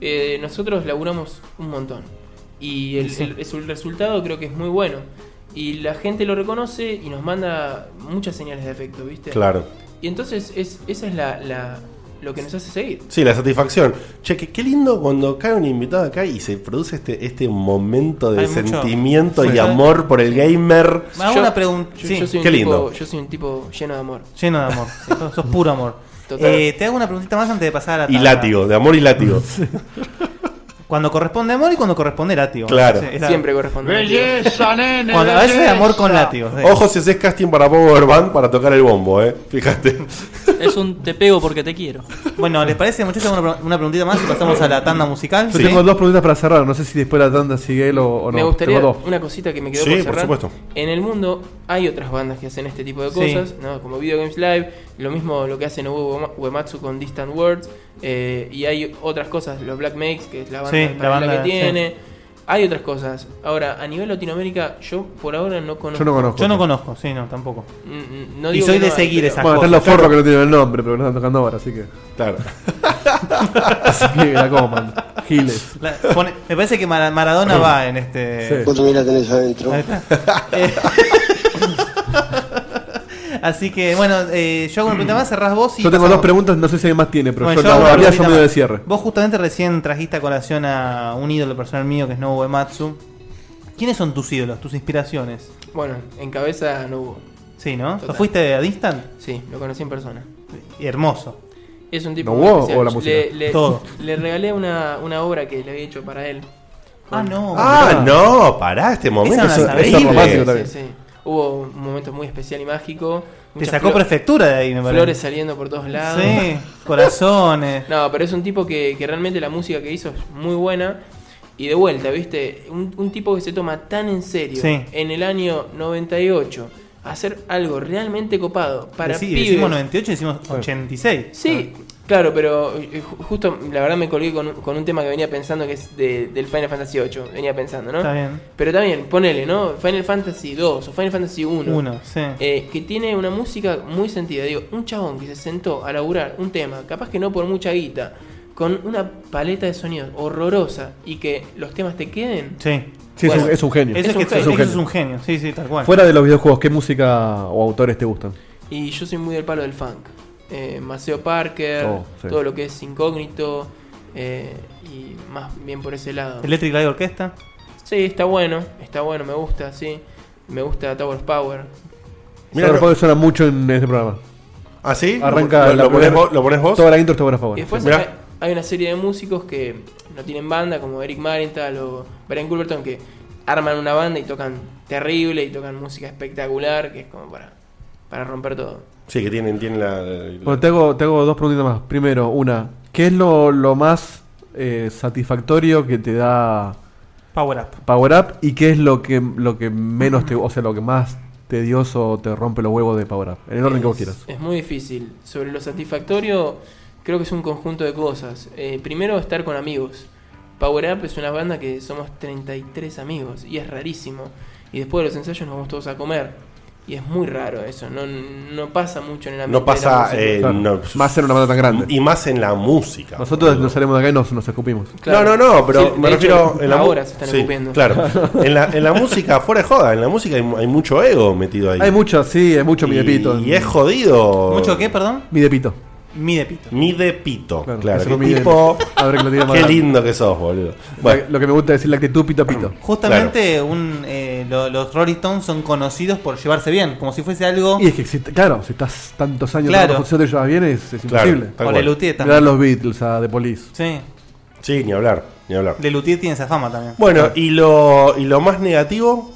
Speaker 13: Eh, nosotros laburamos un montón. Y el,
Speaker 8: Sí.
Speaker 13: el- es- el resultado creo que es muy bueno. Y la gente lo reconoce y nos manda muchas señales de efecto, ¿viste?
Speaker 7: Claro.
Speaker 13: Y entonces es, esa es la, la- lo que nos hace seguir.
Speaker 7: Sí, la satisfacción. Che, que- qué lindo cuando cae un invitado acá y se produce este, este momento de
Speaker 13: Hay mucho-
Speaker 7: sentimiento
Speaker 13: Sí.
Speaker 7: y amor por el gamer.
Speaker 8: Yo- una pregunta.
Speaker 13: Yo,
Speaker 8: Sí.
Speaker 13: yo soy un
Speaker 7: Qué
Speaker 13: tipo-
Speaker 7: lindo.
Speaker 13: yo soy un tipo lleno de amor.
Speaker 8: Lleno de amor. Sos- Sos puro amor.
Speaker 13: Total.
Speaker 8: Eh, te hago una preguntita más antes de pasar a la
Speaker 7: Y
Speaker 8: tanda.
Speaker 7: látigo, de amor y látigo.
Speaker 8: Cuando corresponde amor y cuando corresponde látigo.
Speaker 7: Claro.
Speaker 8: Sí, es la-
Speaker 13: Siempre corresponde.
Speaker 9: Belleza, nene.
Speaker 8: Cuando- a veces hay
Speaker 9: belleza.
Speaker 8: amor con eh. látigo. sí.
Speaker 7: Ojo si haces casting para Power Band para tocar el bombo, eh. Fíjate.
Speaker 2: Es un te pego porque te quiero.
Speaker 8: Bueno, ¿les parece, muchachos, una, pre- una preguntita más y pasamos a la tanda musical?
Speaker 3: Yo tengo dos preguntas para cerrar. No sé si después la tanda sigue él o, o no.
Speaker 13: Me gustaría
Speaker 3: Tengo dos.
Speaker 13: una cosita que me quedó
Speaker 3: Sí,
Speaker 13: por
Speaker 3: por
Speaker 13: cerrar.
Speaker 3: supuesto.
Speaker 13: En el mundo hay otras bandas que hacen este tipo de
Speaker 3: Sí.
Speaker 13: cosas, ¿no? como Video Games Live, lo mismo lo que hacen Uwe Uematsu con Distant Words, eh, y hay otras cosas, los Black Makes, que es la banda,
Speaker 8: Sí,
Speaker 13: paralela
Speaker 8: la
Speaker 13: que
Speaker 8: banda,
Speaker 13: tiene. Hay otras cosas. Ahora, a nivel Latinoamérica, yo por ahora no conozco.
Speaker 3: Yo no conozco.
Speaker 8: Yo no conozco, sí, no, tampoco.
Speaker 13: Mm, mm, no
Speaker 8: y
Speaker 13: digo
Speaker 8: soy
Speaker 13: que
Speaker 8: de
Speaker 13: no hay,
Speaker 8: seguir
Speaker 13: pero-
Speaker 8: esas
Speaker 3: bueno, están
Speaker 8: cosas.
Speaker 3: los forros que no tienen el nombre, pero lo están tocando ahora, así que.
Speaker 7: Claro.
Speaker 3: así que la coman. Giles.
Speaker 8: La- pone- me parece que Mara- Maradona va en este.
Speaker 3: Sí. ¿Cuánto
Speaker 8: mira tenés adentro? Así que, bueno, eh, yo hago una pregunta más, cerrás vos y.
Speaker 3: yo tengo
Speaker 8: pasamos-
Speaker 3: dos preguntas, no sé si hay más tiene, pero
Speaker 8: Bueno,
Speaker 3: yo
Speaker 8: yo hago
Speaker 3: la
Speaker 8: una
Speaker 3: habría
Speaker 8: preguntita
Speaker 3: yo medio de
Speaker 8: más.
Speaker 3: cierre.
Speaker 8: Vos justamente recién trajiste a colación a un ídolo personal mío que es Nobuo Ematsu. ¿Quiénes son tus ídolos, tus inspiraciones?
Speaker 13: Bueno, en cabeza no hubo.
Speaker 8: Sí, ¿no? ¿Lo
Speaker 13: Total.
Speaker 8: fuiste a Distant?
Speaker 13: Sí, lo conocí en persona.
Speaker 8: Y hermoso.
Speaker 13: Es un tipo
Speaker 8: ¿No
Speaker 13: muy
Speaker 8: hubo
Speaker 13: especial.
Speaker 8: o la música?
Speaker 13: Le, le-
Speaker 8: Todo.
Speaker 13: le regalé una, una obra que le había hecho para él.
Speaker 8: Ah, no.
Speaker 7: Ah, no, pará, este momento
Speaker 8: Esa
Speaker 7: es
Speaker 8: no la sabía.
Speaker 7: increíble.
Speaker 8: Esa romántico también.
Speaker 13: Sí, sí. Hubo un momento muy especial y mágico.
Speaker 8: Te
Speaker 13: Muchas
Speaker 8: sacó
Speaker 13: flo-
Speaker 8: prefectura de ahí, me parece.
Speaker 13: Flores saliendo por todos lados.
Speaker 8: Sí, corazones.
Speaker 13: No, pero es un tipo que, que realmente la música que hizo es muy buena. Y de vuelta, ¿viste? Un, un tipo que se toma tan en serio
Speaker 8: Sí.
Speaker 13: en el año 98 hacer algo realmente copado para
Speaker 8: Decí-
Speaker 13: pibes.
Speaker 8: decimos 98 y decimos 86.
Speaker 13: Sí,
Speaker 8: Ah.
Speaker 13: claro, pero eh, ju- justo la verdad me colgué con, un- con un tema que venía pensando que es de- del Final Fantasy VIII. Venía pensando, ¿no?
Speaker 8: Está bien.
Speaker 13: Pero también, ponele, ¿no? Final Fantasy 2 o Final Fantasy 1.
Speaker 8: Uno, sí.
Speaker 13: que tiene una música muy sentida. Digo, un chabón que se sentó a laburar un tema, capaz que no por mucha guita, con una paleta de sonidos horrorosa y que los temas te queden.
Speaker 8: Sí.
Speaker 3: Sí, es un- es un genio.
Speaker 8: Eso es,
Speaker 3: Es un
Speaker 8: que-
Speaker 3: genio.
Speaker 8: eso
Speaker 3: Es un
Speaker 8: es un genio. Sí, sí, tal cual.
Speaker 3: Fuera de los videojuegos, ¿qué música o autores te gustan?
Speaker 13: Y yo soy muy del palo del funk. Eh, Maceo Parker,
Speaker 3: Oh, sí.
Speaker 13: todo lo que es incógnito. eh, y más bien por ese lado.
Speaker 8: Electric Light Orquesta.
Speaker 13: Sí, está bueno, está bueno, me gusta, sí. Me gusta Tower of Power.
Speaker 3: Mira, los juegos suena mucho en este programa.
Speaker 7: ¿Ah, sí?
Speaker 3: Arranca.
Speaker 7: ¿Lo-
Speaker 3: la
Speaker 7: lo
Speaker 3: primera-
Speaker 7: ponés vos- lo ponés vos?
Speaker 3: Toda la intro está buena favor.
Speaker 13: Y después
Speaker 8: eh,
Speaker 13: hay, hay una serie de músicos que no tienen banda, como Eric Marienthal o Brian Culberton, que arman una banda y tocan terrible y tocan música espectacular, que es como para, para romper todo.
Speaker 7: Sí, que tienen, tienen la. la-
Speaker 3: Bueno, te hago, te hago dos preguntitas más. Primero, una. ¿Qué es lo, lo más eh, satisfactorio que te da
Speaker 8: Power Up.
Speaker 3: Power Up? ¿Y qué es lo que, lo que menos te... O sea, lo que más tedioso te rompe los huevos de Power Up? En el orden que vos
Speaker 13: Es-
Speaker 3: quieras.
Speaker 13: Es muy difícil. Sobre lo satisfactorio, creo que es un conjunto de cosas. Eh, primero, estar con amigos. Power Up es una banda que somos 33 amigos y es rarísimo. Y después de los ensayos nos vamos todos a comer. Y es muy raro eso, no, no pasa mucho en el ámbito.
Speaker 7: No pasa.
Speaker 13: de la música.
Speaker 7: eh,
Speaker 3: Claro.
Speaker 7: no-
Speaker 3: Más en una banda tan grande.
Speaker 7: Y más en la música.
Speaker 3: Nosotros nos salimos de acá y nos, nos escupimos.
Speaker 7: No, no, no, pero
Speaker 13: Sí,
Speaker 7: me
Speaker 13: de
Speaker 7: refiero.
Speaker 13: hecho,
Speaker 7: en la mu-
Speaker 13: ahora se están
Speaker 7: sí,
Speaker 13: escupiendo.
Speaker 7: Claro. En la, en la música, fuera de joda, en la música hay, hay mucho ego metido ahí.
Speaker 3: Hay mucho, sí, hay mucho midepito.
Speaker 7: Y es jodido.
Speaker 8: ¿Mucho qué, perdón?
Speaker 3: Midepito.
Speaker 8: Midepito.
Speaker 7: Midepito. Claro,
Speaker 3: eso
Speaker 7: qué
Speaker 3: no mide-
Speaker 7: tipo.
Speaker 3: A ver que lo tiene más
Speaker 7: qué
Speaker 3: grande.
Speaker 7: lindo que sos, boludo.
Speaker 3: Bueno. Lo que me gusta es decir la actitud pito a pito.
Speaker 8: Justamente un, eh, lo- los Rolling Stones son conocidos por llevarse bien, como si fuese algo.
Speaker 3: Y es que, si- claro, si estás tantos años
Speaker 8: Claro.
Speaker 3: en una función te llevas bien, es, es
Speaker 8: Claro,
Speaker 3: imposible.
Speaker 8: tal O cual. Lelutier también.
Speaker 3: Mirar los Beatles a The Police.
Speaker 8: Sí.
Speaker 7: Sí, ni hablar, ni hablar.
Speaker 8: De Luthier tiene esa fama también.
Speaker 7: Bueno, y lo, y lo más negativo.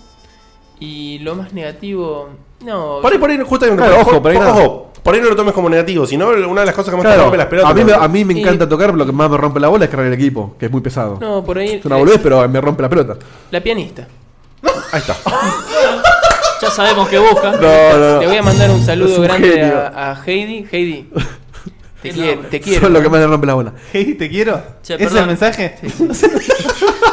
Speaker 13: Y lo más negativo. No.
Speaker 7: Por ahí, por ahí, justo hay un-
Speaker 3: Claro, ojo, por ahí nada.
Speaker 7: ojo, por ahí no lo tomes como negativo, sino una de las cosas que más te
Speaker 3: Claro,
Speaker 7: rompe las pelotas.
Speaker 3: a, mí me, a mí me
Speaker 13: Y-
Speaker 3: encanta tocar, pero lo que más me rompe la bola es cargar el equipo, que es muy pesado.
Speaker 13: No, por ahí.
Speaker 3: Es una boludez, pero me rompe la pelota.
Speaker 13: La pianista.
Speaker 7: Ahí está.
Speaker 13: Ya sabemos que busca.
Speaker 3: No, no, no.
Speaker 13: Le voy a mandar un
Speaker 3: Es
Speaker 13: saludo
Speaker 3: un
Speaker 13: grande
Speaker 3: genio.
Speaker 13: a, a Heidi. Heidi. Te quiero, te
Speaker 3: Eso
Speaker 13: quiero.
Speaker 3: es lo que más me rompe la bola.
Speaker 8: Heidi, te quiero.
Speaker 2: Che,
Speaker 8: ¿Ese es el
Speaker 2: perdón.
Speaker 8: mensaje?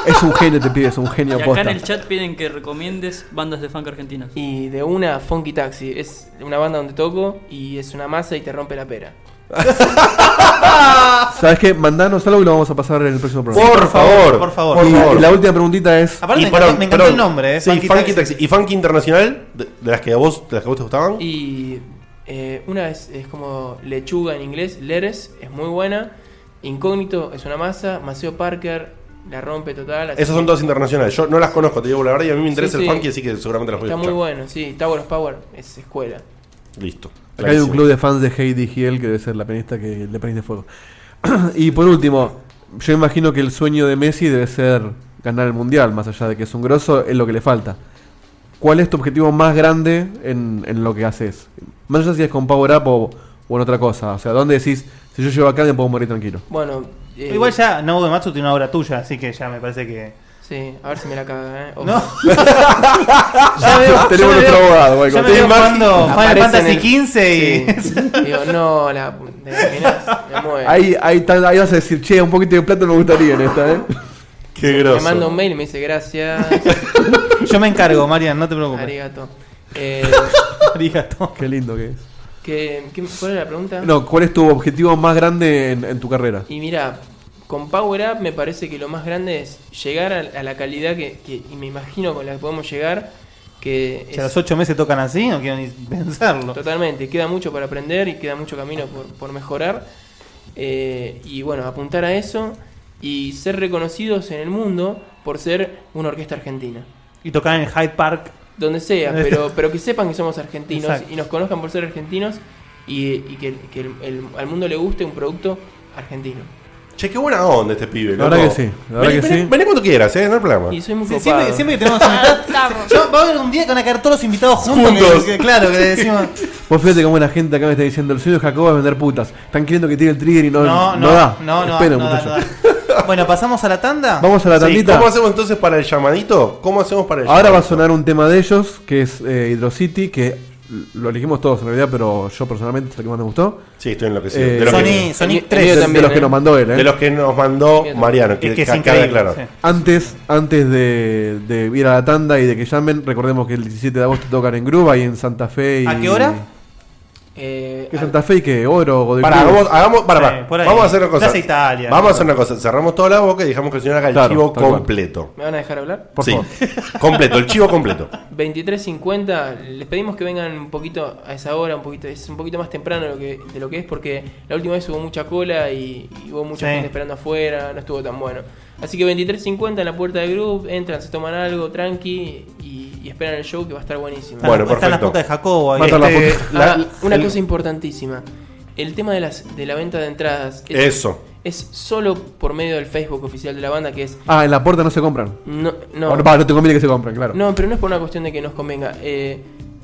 Speaker 3: Es un genio, te pides, un genio
Speaker 2: Y acá en
Speaker 3: posta.
Speaker 2: el chat piden que recomiendes bandas de funk argentinas.
Speaker 13: Y de una Funky Taxi. Es una banda donde toco y es una masa y te rompe la pera.
Speaker 3: ¿Sabes qué? Mandanos algo y lo vamos a pasar en el próximo programa.
Speaker 7: Por favor, por favor.
Speaker 3: Y
Speaker 7: por favor.
Speaker 3: la última preguntita es.
Speaker 7: Y perdón, perdón.
Speaker 8: ¿eh?
Speaker 7: Sí, Funky, Taxi. ¿Y Funky Internacional? De, de las que a vos, de las que a vos te gustaban.
Speaker 13: Y eh, una es, es como lechuga en inglés, leres, es muy buena. Incógnito es una masa. Maceo Parker la rompe total. así
Speaker 7: Esas son
Speaker 13: que
Speaker 7: todas internacionales. Yo no las conozco, te digo la verdad, y a mí me interesa
Speaker 13: Sí,
Speaker 7: el
Speaker 13: sí.
Speaker 7: funky, así que seguramente las voy a
Speaker 13: Está muy
Speaker 7: escuchar.
Speaker 13: bueno, sí. Tower of Power es escuela.
Speaker 7: Listo.
Speaker 3: Acá hay un
Speaker 7: Clarísimo.
Speaker 3: club de fans de Heidi Hiel, que debe ser la pianista que le prende fuego. y por último, yo imagino que el sueño de Messi debe ser ganar el mundial, más allá de que es un grosso, es lo que le falta. ¿Cuál es tu objetivo más grande en, en lo que haces? Más allá si es con Power Up o, o en otra cosa. O sea, ¿dónde decís, si yo llego acá me puedo morir tranquilo?
Speaker 13: Bueno, eh,
Speaker 8: Igual ya Nobu de Matsu tiene una obra tuya, así que ya me parece que.
Speaker 13: Sí, a ver si me la caga, ¿eh? O-
Speaker 8: No. Ya veo-
Speaker 3: Tenemos
Speaker 8: ya me
Speaker 3: nuestro
Speaker 8: veo-
Speaker 3: abogado, Michael.
Speaker 8: ya me veo
Speaker 3: Te
Speaker 8: jugando
Speaker 3: imagino-
Speaker 8: Final
Speaker 3: aparece
Speaker 8: Fantasy
Speaker 3: en el-
Speaker 8: XV y.
Speaker 13: Sí. Digo, no, la. ¿Te imaginas? Me muero.
Speaker 3: Ahí, ahí, tal- ahí vas a decir, che, un poquito de plata me gustaría en esta, ¿eh?
Speaker 7: Qué
Speaker 13: Me manda un mail y me dice gracias.
Speaker 8: Yo me encargo, Marian, no te preocupes.
Speaker 13: Arigato. Eh,
Speaker 8: Arigato.
Speaker 3: Qué lindo que es.
Speaker 13: ¿qué- qué- ¿Cuál era la pregunta?
Speaker 3: No, ¿cuál es tu objetivo más grande en, en tu carrera?
Speaker 13: Y mira, con Power Up me parece que lo más grande es llegar a, a la calidad que, que- y me imagino con la que podemos llegar. Que
Speaker 8: Si a
Speaker 13: es-
Speaker 8: los ocho meses tocan así, no quiero ni pensarlo.
Speaker 13: Totalmente, queda mucho para aprender y queda mucho camino por, por mejorar. Eh, y bueno, apuntar a eso y ser reconocidos en el mundo por ser una orquesta argentina.
Speaker 8: Y tocar en el Hyde Park.
Speaker 13: Donde sea, pero, pero que sepan que somos argentinos
Speaker 8: Exacto.
Speaker 13: y nos conozcan por ser argentinos y, y que, que el- el- al mundo le guste un producto argentino.
Speaker 7: Che, qué buena onda este pibe,
Speaker 3: La
Speaker 7: loco.
Speaker 3: verdad que sí, la verdad
Speaker 7: Vení-
Speaker 3: que
Speaker 7: vení-
Speaker 3: sí.
Speaker 7: vení cuando quieras, ¿eh? No hay problema.
Speaker 13: Y soy muy
Speaker 8: Sí,
Speaker 13: copado.
Speaker 8: siempre, siempre que tenemos invitados. Yo, va a haber un día que van a caer todos los invitados juntos.
Speaker 3: Juntos.
Speaker 8: que- que- claro, que le decimos.
Speaker 3: Vos fíjate cómo la gente acá me está diciendo, el sueño de Jacobo es vender putas. Están queriendo que tire el trigger y no,
Speaker 8: No, no, no,
Speaker 3: da.
Speaker 8: no, no,
Speaker 3: Esperen,
Speaker 8: no da,
Speaker 3: muchachos.
Speaker 8: no da. Bueno, pasamos a la tanda.
Speaker 3: Vamos a la
Speaker 7: Sí,
Speaker 3: tandita.
Speaker 7: ¿Cómo hacemos entonces para el llamadito? ¿Cómo hacemos para el
Speaker 3: Ahora va a
Speaker 7: llamadito?
Speaker 3: sonar un tema de ellos, que es eh, Hydrocity, que lo elegimos todos en realidad, pero yo personalmente es el que más me gustó. Eh,
Speaker 7: Sí, estoy enloquecido. De los que- Sonic
Speaker 3: de-
Speaker 7: tres.
Speaker 3: de- de,
Speaker 7: también,
Speaker 3: los que
Speaker 7: ¿eh?
Speaker 3: nos mandó él, ¿eh?
Speaker 7: De los que nos mandó Mariano, que- Es que es que acaba de increíble, aclarar. sí.
Speaker 3: Antes, antes de, de ir a la tanda y de que llamen, recordemos que el 17 de agosto tocan en Gruba y en Santa Fe. Y,
Speaker 8: ¿A qué hora?
Speaker 13: Eh,
Speaker 3: ¿Qué Santa Fe y qué? Oro, Godoy
Speaker 7: Pará,
Speaker 3: Cruz.
Speaker 7: hagamos, hagamos- pará, pará.
Speaker 3: Sí, por ahí.
Speaker 7: Vamos a hacer una cosa.
Speaker 3: Plaza Italia.
Speaker 7: Vamos a hacer una cosa. Cerramos toda la boca y dejamos que el señor haga el
Speaker 3: Claro,
Speaker 7: chivo
Speaker 3: tal cual.
Speaker 7: completo.
Speaker 13: ¿Me van a dejar hablar?
Speaker 7: sí. completo, el chivo completo.
Speaker 13: 23.50, les pedimos que vengan un poquito a esa hora, un poquito, es un poquito más temprano de lo que, de lo que es, porque la última vez hubo mucha cola y, y hubo mucha
Speaker 8: Sí.
Speaker 13: gente esperando afuera, no estuvo tan bueno. Así que 23.50 en la puerta del grupo, entran, se toman algo, tranqui, y, y esperan el show que va a estar buenísimo.
Speaker 7: Bueno, Está la- está perfecto. la puta de Jacobo ahí.
Speaker 13: Este,
Speaker 7: Mata la puta.
Speaker 13: ah,
Speaker 7: La-
Speaker 13: una
Speaker 7: el-
Speaker 13: cosa importantísima, el tema de, las, de la venta de entradas.
Speaker 7: Eso.
Speaker 13: Es solo por medio del Facebook oficial de la banda, que es
Speaker 3: Ah, en la puerta no se compran.
Speaker 13: No, no.
Speaker 3: O va, no te conviene que se compren, claro.
Speaker 13: No, pero no es por una cuestión de que nos convenga. Eh,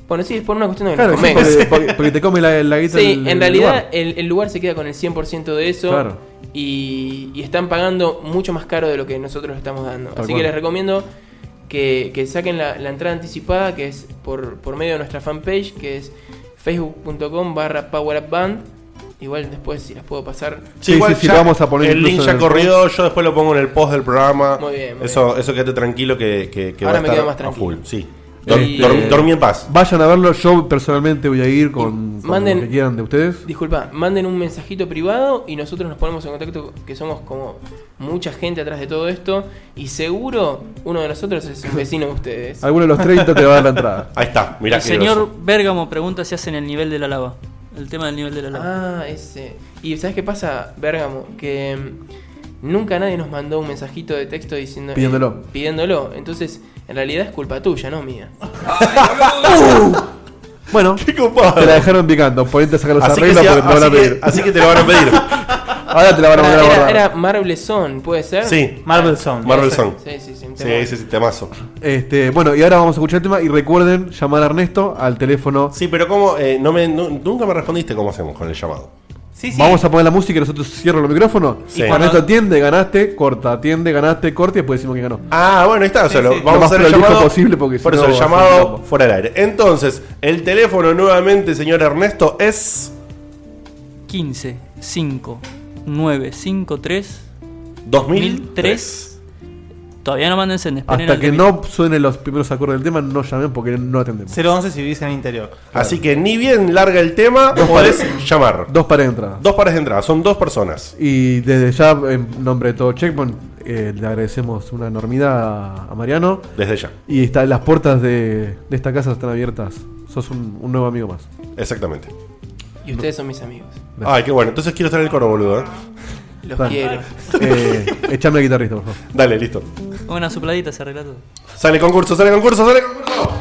Speaker 13: bueno, sí, es por una cuestión de que
Speaker 3: Claro,
Speaker 13: nos
Speaker 3: sí,
Speaker 13: convenga.
Speaker 3: porque, porque- porque te come la, la guita.
Speaker 13: Sí,
Speaker 3: el-
Speaker 13: en
Speaker 3: el
Speaker 13: realidad
Speaker 3: lugar.
Speaker 13: el, el lugar se queda con el 100% de eso
Speaker 3: Claro.
Speaker 13: y, y están pagando mucho más caro de lo que nosotros le estamos dando.
Speaker 2: Tal
Speaker 13: Así
Speaker 2: cual.
Speaker 13: que les recomiendo que, que saquen la, la entrada anticipada que es por, por medio de nuestra fanpage que es facebook.com barra powerupband. Igual después si las puedo pasar.
Speaker 7: Sí, igual ya el link ya corrió, yo después lo pongo en el post del programa.
Speaker 13: Muy bien, muy
Speaker 7: eso, eso quédate tranquilo que, que, que
Speaker 13: Ahora
Speaker 7: va
Speaker 13: me
Speaker 7: a estar
Speaker 13: quedo más
Speaker 7: a full. Sí. Dor-
Speaker 13: Y-
Speaker 7: dor- dormí en paz.
Speaker 3: Eh, Vayan a verlo, yo personalmente voy a ir con, con
Speaker 13: manden-
Speaker 3: lo que quieran de ustedes.
Speaker 13: Disculpa, manden un mensajito privado y nosotros nos ponemos en contacto, que somos como mucha gente atrás de todo esto, y seguro uno de nosotros es un vecino de ustedes.
Speaker 3: Alguno de los 30 te va a dar la entrada.
Speaker 7: Ahí está,
Speaker 2: el señor Bergamo pregunta si hacen el nivel de la lava. El tema del nivel de la lava.
Speaker 13: Ah, ese. ¿Y sabes qué pasa, Bergamo? Que mm, nunca nadie nos mandó un mensajito de texto diciendo. eh,
Speaker 3: Pidiéndolo.
Speaker 13: pidiéndolo. Entonces, en realidad es culpa tuya, no mía.
Speaker 3: Uh. Bueno, te la dejaron picando. Ponete a sacar los
Speaker 13: Así que
Speaker 3: arreglos
Speaker 13: si-
Speaker 3: porque te lo van a
Speaker 13: así que-
Speaker 3: pedir.
Speaker 13: así que te lo van a pedir.
Speaker 3: Ahora te la van a volver a
Speaker 13: Era-
Speaker 3: guardar.
Speaker 13: Era Marble Zone, ¿puede ser?
Speaker 7: Sí.
Speaker 8: Marble Zone.
Speaker 7: Marvel Song.
Speaker 13: Sí, sí, sí. un
Speaker 7: Sí,
Speaker 13: tema.
Speaker 7: ese es el temazo.
Speaker 3: Este, bueno, y ahora vamos a escuchar el tema y recuerden llamar a Ernesto al teléfono.
Speaker 7: Sí, pero ¿cómo? Eh, no me, nu- nunca me respondiste cómo hacemos con el llamado.
Speaker 3: Vamos a poner la música y nosotros cierro los micrófonos.
Speaker 7: Sí.
Speaker 3: Ernesto
Speaker 7: Cuando-
Speaker 3: atiende, ganaste, corta, atiende, ganaste, corta y después decimos que ganó.
Speaker 7: Ah, bueno, ahí está. o sea, lo-
Speaker 3: sí. Lo
Speaker 7: Vamos a
Speaker 3: más
Speaker 7: hacer el
Speaker 3: prolijo
Speaker 7: llamado
Speaker 3: posible porque si
Speaker 7: Por
Speaker 3: no
Speaker 7: eso, el
Speaker 3: va a ser un
Speaker 7: llamado
Speaker 3: quilombo.
Speaker 7: fuera del aire. Entonces, el teléfono nuevamente, señor Ernesto, es.
Speaker 2: 15, 5, 9, 5, 3,
Speaker 7: 2003.
Speaker 2: Todavía no manden sendes.
Speaker 3: Hasta que no suenen los primeros acordes del tema, no llamen porque no atendemos.
Speaker 8: 011 si vivís en el interior.
Speaker 7: Así que ni bien larga el tema, podés llamar.
Speaker 3: Dos pares de entrada.
Speaker 7: Dos pares de entrada, son dos personas.
Speaker 3: Y desde ya, en nombre de todo Checkpoint, eh, le agradecemos una enormidad a- a Mariano.
Speaker 7: Desde ya.
Speaker 3: Y está, las puertas de, de esta casa están abiertas. Sos un, un nuevo amigo más.
Speaker 7: Exactamente.
Speaker 13: Y ustedes son mis amigos.
Speaker 7: Ay, qué bueno. Entonces quiero estar en el coro, boludo. ¿eh?
Speaker 13: Los
Speaker 3: Dale.
Speaker 13: quiero.
Speaker 3: Eh, echame al guitarrista, por favor.
Speaker 7: Dale, listo.
Speaker 2: Una supladita se arregla todo.
Speaker 7: Sale concurso, sale concurso, sale concurso.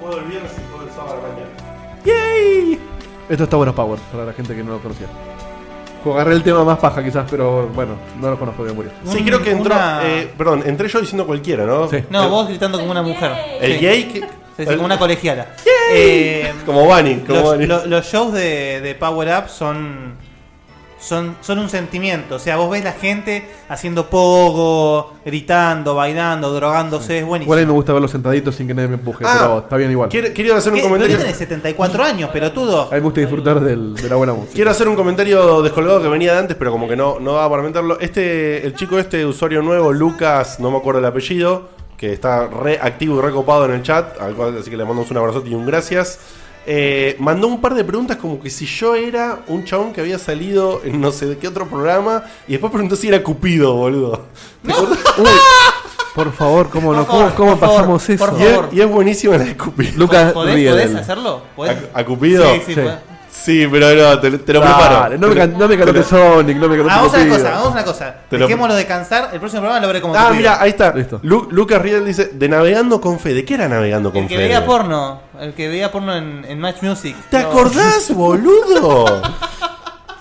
Speaker 7: Puedo el viernes y puedo el sábado mañana.
Speaker 3: ¡Yay! Esto está bueno, Power, para la gente que no lo conocía. Agarré el tema más paja, quizás, pero bueno, no lo conozco de memoria.
Speaker 7: Sí, creo que entró.
Speaker 8: Una-
Speaker 7: eh, perdón, entré yo diciendo cualquiera, ¿no?
Speaker 8: No, vos gritando como una mujer.
Speaker 7: El
Speaker 8: Sí.
Speaker 7: gay que-
Speaker 8: Sí, sí, como una colegiala. Eh,
Speaker 7: Como Bunny, como
Speaker 8: los,
Speaker 7: Bunny.
Speaker 8: lo- los shows de, de Power Up son son, son un sentimiento. O sea, vos ves la gente haciendo pogo, gritando, bailando, drogándose, es buenísimo.
Speaker 3: Igual a mí me gusta verlos sentaditos sin que nadie me empuje,
Speaker 8: Ah.
Speaker 3: pero está bien igual.
Speaker 7: Quiero- quiero hacer un
Speaker 8: ¿Qué?
Speaker 7: comentario.
Speaker 8: Pero tenés 74 años, pelotudo.
Speaker 3: A mí me gusta disfrutar del- de la buena música.
Speaker 7: Quiero hacer un comentario descolgado que venía de antes, pero como que no, no daba para meterlo. Este, el chico este, usuario nuevo, Lucas, no me acuerdo el apellido, que está re activo y recopado en el chat, al cual así que le mandamos un abrazote y un gracias. Eh, mandó un par de preguntas como que si yo era un chabón que había salido en no sé de qué otro programa y después preguntó si era Cupido, boludo. ¿Te acordás?
Speaker 3: Por favor, ¿cómo, no, ¿cómo, cómo pasamos eso?
Speaker 7: Y es- Y, es buenísimo la de Cupido.
Speaker 3: Lucas ¿Podés- ríe podés del-
Speaker 8: hacerlo? ¿Podés?
Speaker 7: ¿A, a Cupido?
Speaker 8: Sí, sí, Sí. podés.
Speaker 7: Sí, pero no, te, te lo
Speaker 3: Dale,
Speaker 7: preparo.
Speaker 3: No me,
Speaker 7: Te lo-
Speaker 3: can- no me
Speaker 7: te lo-
Speaker 3: cantes Sonic, no me cantes
Speaker 8: Hagamos una
Speaker 3: Cupido.
Speaker 8: cosa, hagamos una cosa.
Speaker 7: Te lo-
Speaker 8: Dejémoslo de cansar, el próximo programa lo veré como
Speaker 7: Ah,
Speaker 8: Cupido.
Speaker 7: mira, ahí está. Lu- Lucas Riel dice, de navegando con fe. ¿De qué era navegando con
Speaker 8: El que
Speaker 7: fe?
Speaker 8: veía porno, el que veía porno en, en Match Music.
Speaker 7: ¿Te
Speaker 8: No.
Speaker 7: acordás, boludo?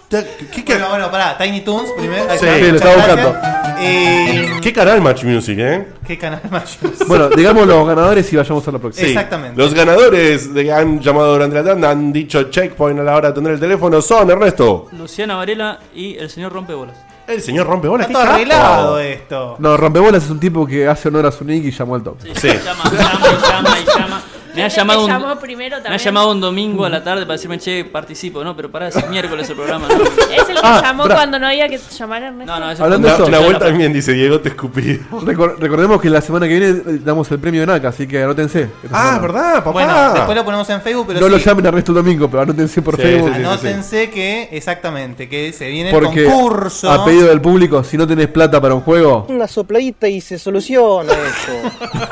Speaker 8: Bueno, bueno, pará, Tiny Toons primero. Ahí
Speaker 7: Sí,
Speaker 8: está,
Speaker 7: sí, lo
Speaker 8: muchas
Speaker 7: estaba
Speaker 8: gracias. Eh,
Speaker 7: ¿Qué canal Match Music, eh?
Speaker 8: ¿Qué canal Match Music?
Speaker 3: Bueno, digamos los ganadores y vayamos a la próxima.
Speaker 7: Sí. Los ganadores de que han llamado durante la tanda han dicho checkpoint a la hora de tener el teléfono son Ernesto.
Speaker 2: Luciana Varela y el señor Rompebolas.
Speaker 7: El señor Rompebolas,
Speaker 8: Está todo arreglado esto.
Speaker 3: No, Rompebolas es un tipo que hace honor a su nick y llamó al top.
Speaker 2: Sí. Llama, llama, y llama, y llama. Me ha
Speaker 10: Gente
Speaker 2: llamado,
Speaker 10: que
Speaker 2: un,
Speaker 10: llamó primero
Speaker 2: me ha
Speaker 10: también.
Speaker 2: llamado un domingo a la tarde para decirme, che, participo, no, pero pará, es miércoles el programa. No,
Speaker 10: Es el que
Speaker 3: Ah,
Speaker 10: llamó
Speaker 3: pará.
Speaker 10: cuando no había que llamar a Ernesto.
Speaker 2: no, no, es
Speaker 3: Hablando de eso,
Speaker 7: La vuelta también dice Diego te escupí.
Speaker 3: Recor- recordemos que la semana que viene eh, damos el premio de NACA, así que anótense.
Speaker 7: Ah,
Speaker 3: Esta semana.
Speaker 8: Bueno, después lo ponemos en Facebook, pero
Speaker 3: no lo
Speaker 8: sí.
Speaker 3: llamen a Ernesto Domingo, pero anótense por
Speaker 8: Sí,
Speaker 3: Facebook.
Speaker 8: Anótense que, exactamente, que se viene
Speaker 3: Porque
Speaker 8: el concurso.
Speaker 3: a pedido del público, si no tenés plata para un juego,
Speaker 5: Una sopladita y se soluciona eso.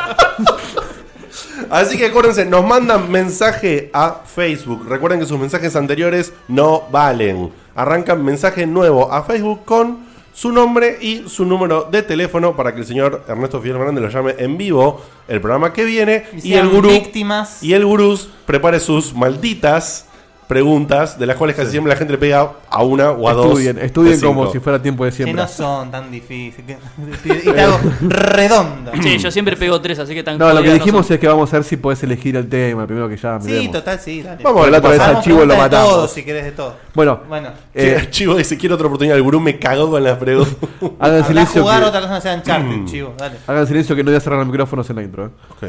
Speaker 7: Así que acuérdense, nos mandan mensaje a Facebook. Recuerden que sus mensajes anteriores no valen. Arrancan mensaje nuevo a Facebook con su nombre y su número de teléfono para que el señor Ernesto Fidel Fernández lo llame en vivo el programa que viene. Y,
Speaker 8: sean
Speaker 7: el gurú.
Speaker 8: víctimas.
Speaker 7: Y el gurú prepare sus malditas preguntas, de las cuales casi siempre la gente le pega a una o a
Speaker 3: estudien,
Speaker 7: dos. de
Speaker 3: estudien como
Speaker 7: cinco.
Speaker 3: si fuera tiempo de
Speaker 8: que
Speaker 3: siempre.
Speaker 8: no son tan difíciles. Y te hago redonda.
Speaker 2: Sí, yo siempre pego tres, así que tan
Speaker 3: No, lo que
Speaker 2: jodidas no
Speaker 3: dijimos es que vamos a ver si podés elegir el tema, primero que ya
Speaker 8: Sí,
Speaker 3: miremos.
Speaker 8: total, sí. Dale.
Speaker 3: Vamos a ver la otra vez al
Speaker 8: Pasamos
Speaker 3: chivo lo
Speaker 8: preguntas de
Speaker 3: matamos.
Speaker 8: todo, si querés, de todo.
Speaker 3: Bueno,
Speaker 8: Bueno.
Speaker 7: Eh,
Speaker 3: eh,
Speaker 7: Chivo dice, quiero otra oportunidad. El gurú me cagó con las preguntas.
Speaker 3: hagan
Speaker 8: Hablá,
Speaker 3: silencio,
Speaker 8: jugar
Speaker 3: que,
Speaker 8: otra cosa no sea Uncharted,
Speaker 7: Mm.
Speaker 8: chivo. Dale.
Speaker 3: hagan silencio que no voy a cerrar los micrófonos en la intro. eh.
Speaker 7: Ok.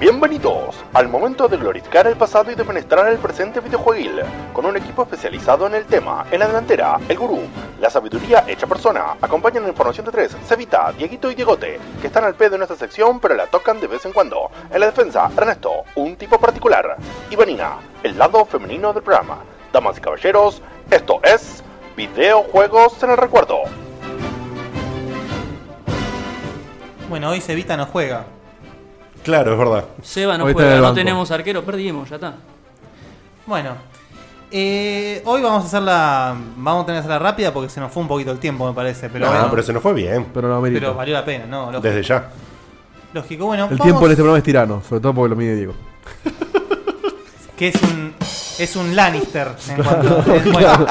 Speaker 15: Bienvenidos al momento de glorificar el pasado y de penetrar el presente videojueguil, con un equipo especializado en el tema. En la delantera, el gurú, la sabiduría hecha persona, acompañan en formación de tres, Cevita, Dieguito y Diegote, que están al pie de nuestra sección pero la tocan de vez en cuando. En la defensa, Ernesto, un tipo particular, y Vanina, el lado femenino del programa. Damas y caballeros, esto es Videojuegos en el Recuerdo.
Speaker 8: Bueno, hoy Cevita no juega.
Speaker 7: Claro, es verdad.
Speaker 2: Seba no
Speaker 8: Hoy está en
Speaker 2: juega,
Speaker 8: el
Speaker 2: no
Speaker 8: banco.
Speaker 2: tenemos arquero, perdimos, ya está.
Speaker 8: Bueno, eh, hoy vamos a hacerla. Vamos a tener que hacerla rápida porque se nos fue un poquito el tiempo, me parece. Pero,
Speaker 7: No,
Speaker 8: bueno,
Speaker 7: Ah, pero se nos fue bien.
Speaker 3: Pero no amerita.
Speaker 8: pero valió la pena, ¿no? Lógico.
Speaker 7: Desde ya.
Speaker 8: Lógico, bueno,
Speaker 3: El
Speaker 8: vamos-
Speaker 3: tiempo en este programa es tirano, sobre todo porque lo mide Diego.
Speaker 8: Que es un, es un Lannister. En cuanto, en- bueno,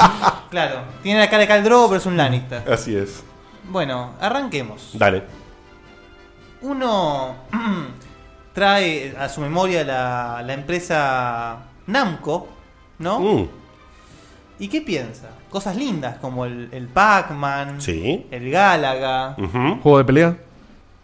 Speaker 8: claro, tiene la cara de Caldrogo, pero es un Lannister.
Speaker 7: Así es.
Speaker 8: Bueno, arranquemos.
Speaker 7: Dale.
Speaker 8: Uno trae a su memoria la, la empresa Namco, ¿no? ¿Y qué piensa? Cosas lindas como el, el Pac-Man,
Speaker 7: Sí.
Speaker 8: el Galaga,
Speaker 3: ¿Juego de pelea?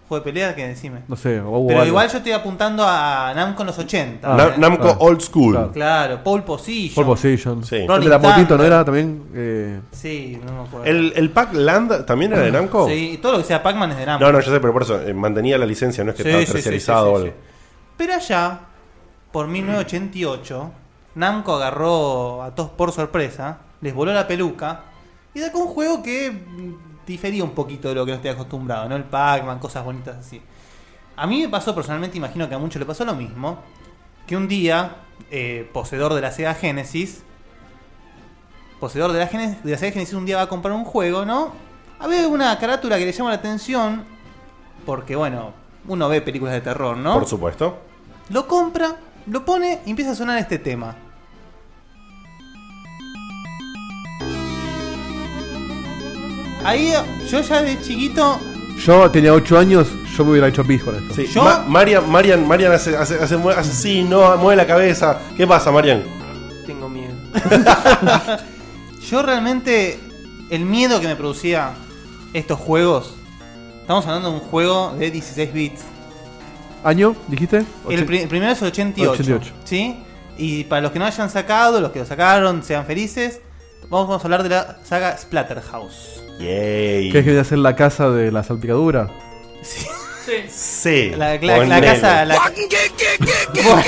Speaker 8: juego de pelea que decime.
Speaker 3: No sé, o hubo
Speaker 8: Pero
Speaker 3: algo. Ah,
Speaker 8: igual yo estoy apuntando a Namco en los 80.
Speaker 7: Na- Namco
Speaker 3: claro.
Speaker 7: Old School.
Speaker 3: Claro.
Speaker 8: Claro, Pole Position.
Speaker 3: Pole Position.
Speaker 7: Sí.
Speaker 3: El de la motito, ¿no era también? Eh,
Speaker 8: Sí, no me acuerdo.
Speaker 7: ¿El, el Pac Land también era de Namco?
Speaker 8: Sí, todo lo que sea Pac-Man es de Namco.
Speaker 7: No, no, yo sé, pero por eso eh, mantenía la licencia, no es que
Speaker 8: Sí,
Speaker 7: estaba
Speaker 8: sí, sí,
Speaker 7: tercerizado
Speaker 8: sí,
Speaker 7: o
Speaker 8: sí,
Speaker 7: algo.
Speaker 8: Pero allá, por 1988, Namco agarró a todos por sorpresa, les voló la peluca y sacó un juego que mm, difería un poquito de lo que no estoy acostumbrado, ¿no? El Pac-Man, cosas bonitas así. A mí me pasó personalmente, imagino que a muchos le pasó lo mismo, que un día, eh, poseedor de la Sega Genesis, poseedor de la, Genes- de la Sega Genesis, un día va a comprar un juego, ¿no? Había una carátula que le llama la atención, porque bueno, uno ve películas de terror, ¿no?
Speaker 7: Por supuesto.
Speaker 8: Lo compra, lo pone y empieza a sonar este tema. Ahí yo ya de chiquito
Speaker 3: Yo tenía 8 años, yo me hubiera hecho pis con esto.
Speaker 7: Sí, Ma- Marian, Marian, Marian hace, hace, hace- mueve- hace así, no, mueve la cabeza. ¿Qué pasa, Marian?
Speaker 13: Tengo miedo.
Speaker 8: Yo realmente, el miedo que me producía estos juegos, estamos hablando de un juego de 16 bits.
Speaker 3: ¿Año, dijiste?
Speaker 8: El,
Speaker 3: Ocho-
Speaker 8: pri- el primero es 88,
Speaker 3: 88.
Speaker 8: ¿sí? Y para los que no hayan sacado, los que lo sacaron, sean felices. Vamos, vamos a hablar de la saga Splatterhouse.
Speaker 7: Yay.
Speaker 3: ¿Qué es que voy a hacer la casa de la salpicadura?
Speaker 7: Sí.
Speaker 8: La, la- la casa. la- Bueno,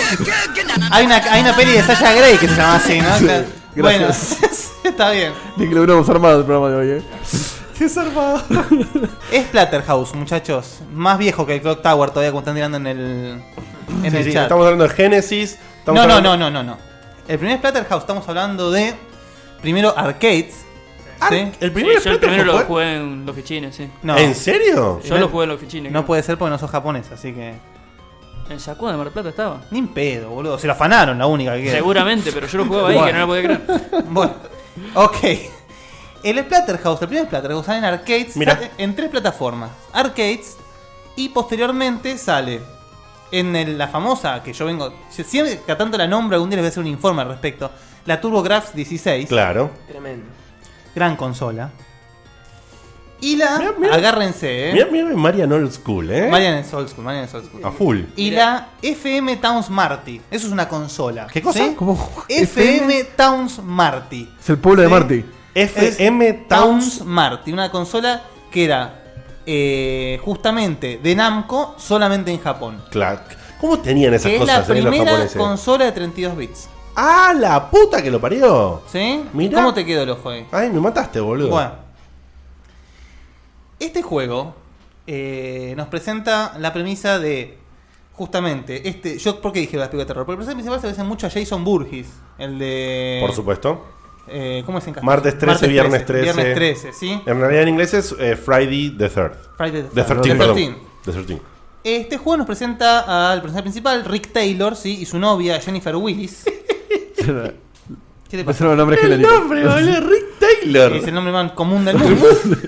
Speaker 8: hay, una, hay una peli de Sasha Grey que se llama así, ¿no?
Speaker 3: Sí,
Speaker 8: bueno,
Speaker 3: gracias.
Speaker 8: está bien.
Speaker 3: Ni que lo hubiéramos armado el programa de hoy, ¿eh?
Speaker 8: Qué zarpado. Es Splatterhouse, muchachos. Más viejo que el Clock Tower todavía, como están tirando en el, en
Speaker 7: Sí,
Speaker 8: el
Speaker 7: sí,
Speaker 8: chat.
Speaker 7: estamos hablando de Genesis.
Speaker 8: No,
Speaker 7: estamos hablando-
Speaker 8: no, no, no, no, no. El primer Splatterhouse, estamos hablando de. Primero arcades. ¿sí?
Speaker 2: Sí, Eh, yo el primero lo jugué en los fichines, sí.
Speaker 8: No.
Speaker 2: Yo lo jugué en los fichines.
Speaker 8: No puede ser porque no sos japonés, así que.
Speaker 2: ¿En Sacuda de Mar del Plata estaba?
Speaker 8: Ni en pedo, boludo. Se lo afanaron, la única que queda.
Speaker 2: Seguramente, pero yo lo jugaba ahí, que no lo podía creer.
Speaker 8: Bueno, ok. El Splatterhouse, el primer Splatterhouse sale en arcades
Speaker 2: Mirá.
Speaker 8: sale en tres plataformas. Arcades y posteriormente sale en el- la famosa que yo vengo. si- Siempre que a tanto la nombro, algún día les voy a hacer un informe al respecto. La TurboGrafx 16.
Speaker 7: Claro.
Speaker 13: Tremendo.
Speaker 8: Gran consola. Y la. Agárrense, eh.
Speaker 7: Mirá, mirá, Marian Old School, eh.
Speaker 8: Marian es old school, Marian es old school.
Speaker 7: A full.
Speaker 8: Y la FM Towns Marty. Eso es una consola.
Speaker 7: ¿Qué cosa?
Speaker 8: ¿Cómo? FM Towns Marty.
Speaker 3: Es el pueblo de
Speaker 8: Sí.
Speaker 3: Marty.
Speaker 7: FM
Speaker 8: Towns Marty. Una consola que era eh, justamente de Namco solamente en Japón.
Speaker 7: Claro. ¿Cómo tenían esas
Speaker 8: que
Speaker 7: cosas
Speaker 8: es la
Speaker 7: eh, los
Speaker 8: primera
Speaker 7: japoneses?
Speaker 8: consola de 32 bits.
Speaker 7: ¡Ah, la puta que lo parió!
Speaker 8: ¿Sí?
Speaker 7: Mirá.
Speaker 8: ¿Cómo te quedó el ojo ahí?
Speaker 7: Ay, me mataste, boludo.
Speaker 8: Bueno. Este juego eh, nos presenta la premisa de. Justamente, este. Yo, ¿por qué dije la película de terror? Porque el personaje principal se parece mucho a Jason Burgess, el de.
Speaker 7: Por supuesto.
Speaker 8: eh, ¿Cómo es en castellano?
Speaker 7: Martes 13, viernes 13.
Speaker 8: Viernes 13, ¿sí?
Speaker 7: En realidad en inglés es eh, Friday the 3rd.
Speaker 8: Friday the
Speaker 7: 13,
Speaker 8: 13th,
Speaker 7: perdón.
Speaker 8: perdón.
Speaker 7: The 13th.
Speaker 8: Este juego nos presenta al personaje principal, Rick Taylor, ¿sí? Y su novia, Jennifer Willis. ¿Qué te pasa?
Speaker 3: Pasaron los nombres El genéricos. nombre, boludo,
Speaker 7: Rick Taylor.
Speaker 8: Es el nombre más común del mundo.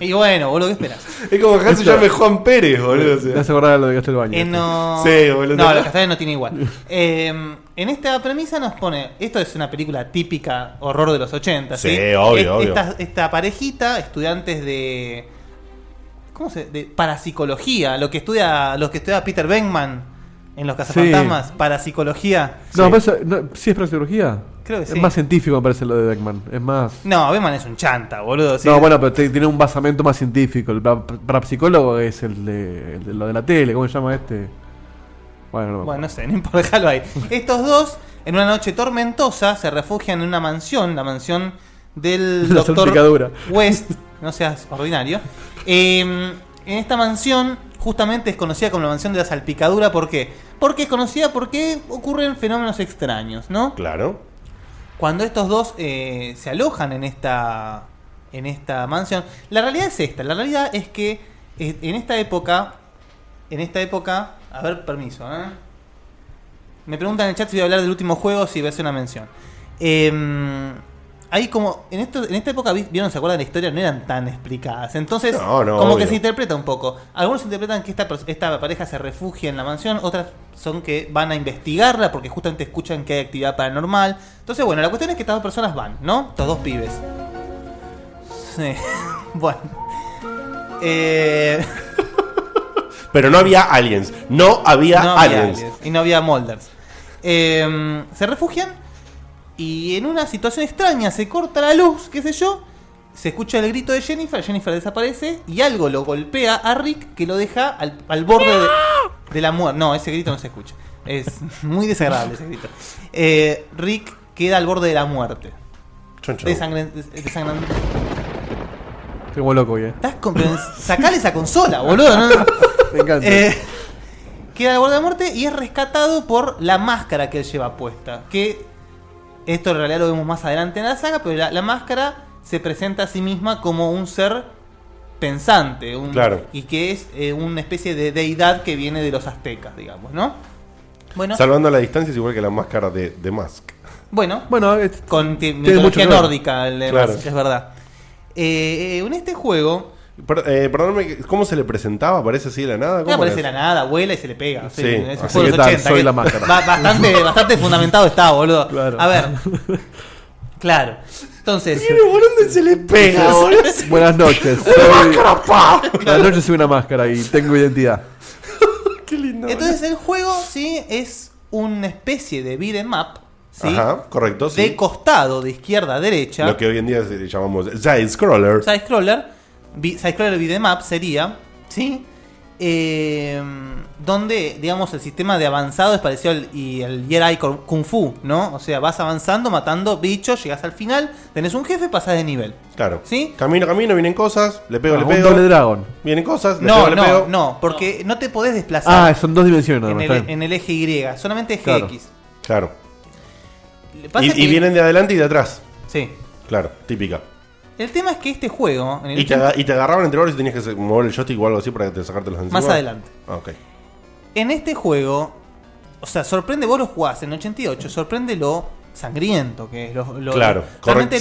Speaker 8: y bueno, boludo, ¿qué esperas?
Speaker 7: Es como que se llame Juan Pérez, boludo. o sea.
Speaker 3: Te hace acordar a lo de Castelbaño.
Speaker 8: Eh, no...
Speaker 7: Sí, boludo.
Speaker 8: No, los castellanos no tiene igual. Eh, en esta premisa nos pone. Esto es una película típica horror de los 80. Sí,
Speaker 7: Sí, obvio,
Speaker 8: Es-
Speaker 7: obvio.
Speaker 8: Esta, esta parejita, estudiantes de. ¿Cómo se.? De parapsicología. Lo que estudia, los que estudia Peter Venkman en Los Cazafantasmas. Parapsicología.
Speaker 3: No, pues- pero eso- no, ¿sí es parapsicología?
Speaker 8: Creo que sí.
Speaker 3: Es más científico, me parece, lo de Beckman. Es más.
Speaker 8: No, Venkman es un chanta, boludo. sí.
Speaker 3: No, bueno, pero te- tiene un basamento más científico. El pra- parapsicólogo es el de, el de- lo de la tele, ¿cómo se llama este? Bueno, no me
Speaker 8: Bueno, no sé, no importa, déjalo ahí. Estos dos, en una noche tormentosa, se refugian en una mansión, la mansión del
Speaker 3: La salpicadura.
Speaker 8: doctor West, no seas ordinario. Eh, en esta mansión, justamente es conocida como la mansión de la salpicadura, ¿por qué? Porque es conocida porque ocurren fenómenos extraños, ¿no?
Speaker 7: Claro.
Speaker 8: Cuando estos dos eh, se alojan en esta, en esta mansión, la realidad es esta, la realidad es que eh, en esta época, en esta época, a ver, permiso, ¿eh? Me preguntan en el chat si voy a hablar del último juego, si voy a hacer una mención. Eh, hay como. En, esto, en esta época, vi- vieron, ¿se acuerdan? La historia no eran tan explicadas. Entonces,
Speaker 7: No, no,
Speaker 8: como
Speaker 7: obvio.
Speaker 8: que se interpreta un poco. Algunos interpretan que esta, pers- esta pareja se refugia en la mansión, otras son que van a investigarla porque justamente escuchan que hay actividad paranormal. Entonces, bueno, la cuestión es que estas dos personas van, ¿no? Estos dos pibes. Sí. bueno. Eh.
Speaker 7: Pero no había aliens. No había
Speaker 8: No había
Speaker 7: aliens.
Speaker 8: aliens, y no había molders. Eh, se refugian y en una situación extraña se corta la luz, qué sé yo. Se escucha el grito de Jennifer, Jennifer desaparece y algo lo golpea a Rick que lo deja al, al borde de, de la muerte. No, ese grito no se escucha. Es muy desagradable ese grito. Eh, Rick queda al borde de la muerte.
Speaker 7: Chon, chon.
Speaker 8: Desangren- des- desangrando.
Speaker 3: acuerdo. Estoy como loco, hoy, ¿eh?
Speaker 8: Estás compren- Sacale esa
Speaker 7: Ah,
Speaker 8: consola, boludo. ¿no?
Speaker 3: Me encanta.
Speaker 8: Eh, queda al borde de la muerte y es rescatado por la máscara que él lleva puesta. Que esto en realidad lo vemos más adelante en la saga, pero la, la máscara se presenta a sí misma como un ser pensante. un-
Speaker 7: Claro.
Speaker 8: Y que es eh, una especie de deidad que viene de los aztecas, digamos, ¿no? Bueno,
Speaker 7: Salvando la distancia es igual que la máscara de, de Mask.
Speaker 8: bueno,
Speaker 3: bueno
Speaker 8: con ti-
Speaker 7: tiene mucho que
Speaker 8: mitología
Speaker 7: ver.
Speaker 8: nórdica, el de
Speaker 7: Claro.
Speaker 8: Mask, es verdad. Eh, eh, en este juego,
Speaker 7: Per- eh, perdóname, ¿cómo se le presentaba? ¿Parece así de la nada?
Speaker 8: No
Speaker 7: ¿Cómo
Speaker 8: aparece
Speaker 7: era
Speaker 8: la nada, vuela y se le pega.
Speaker 7: Sí,
Speaker 8: es
Speaker 7: así
Speaker 8: un juego
Speaker 7: que
Speaker 8: de los
Speaker 7: tal,
Speaker 8: 80,
Speaker 7: soy
Speaker 8: que
Speaker 7: la máscara.
Speaker 8: ba- Bastante, bastante fundamentado está, boludo. A ver. Claro. Entonces.
Speaker 3: se le
Speaker 8: pega, boludo.
Speaker 3: Buenas noches.
Speaker 8: máscara, pa.
Speaker 3: Buenas noches, soy una máscara y tengo identidad.
Speaker 8: Entonces el juego sí es una especie de beat'em up, ¿sí?
Speaker 7: Ajá, correcto, sí.
Speaker 8: De costado, de izquierda a derecha.
Speaker 7: Lo que hoy en día se le llamamos Side Scroller.
Speaker 8: Side Scroller, vi- Side Scroller Beat'em Up sería, ¿sí? Eh, donde, digamos, el sistema de avanzado es parecido al y el Jedi Kung Kung Fu, ¿no? O sea, vas avanzando, matando bichos, llegas al final, tenés un jefe, pasás de nivel.
Speaker 7: Claro.
Speaker 8: ¿Sí?
Speaker 7: Camino, camino, vienen cosas, le pego,
Speaker 3: Ah,
Speaker 7: le
Speaker 3: un
Speaker 7: pego.
Speaker 3: doble dragón.
Speaker 7: Vienen cosas, le
Speaker 8: No,
Speaker 7: pego, le
Speaker 8: no,
Speaker 7: pego.
Speaker 8: no, porque no te podés desplazar
Speaker 3: Ah, son dos dimensiones. nada
Speaker 8: en,
Speaker 3: más,
Speaker 8: el,
Speaker 3: está bien.
Speaker 8: en el eje Y, solamente eje
Speaker 3: Claro.
Speaker 8: X.
Speaker 7: Claro.
Speaker 8: Le pasa
Speaker 7: Y,
Speaker 8: que
Speaker 7: y vienen de adelante y de atrás.
Speaker 8: Sí.
Speaker 7: Claro, típica.
Speaker 8: El tema es que este juego, en el
Speaker 7: Y te,
Speaker 8: último-
Speaker 7: aga- y te agarraban entre varios y tenías que se- mover el joystick o algo así para que te sacártelos encima.
Speaker 8: adelante.
Speaker 7: Ah, ok.
Speaker 8: En este juego, o sea, sorprende, vos lo jugás en 88, sorprende lo sangriento que es, lo, lo-
Speaker 7: Claro,
Speaker 8: realmente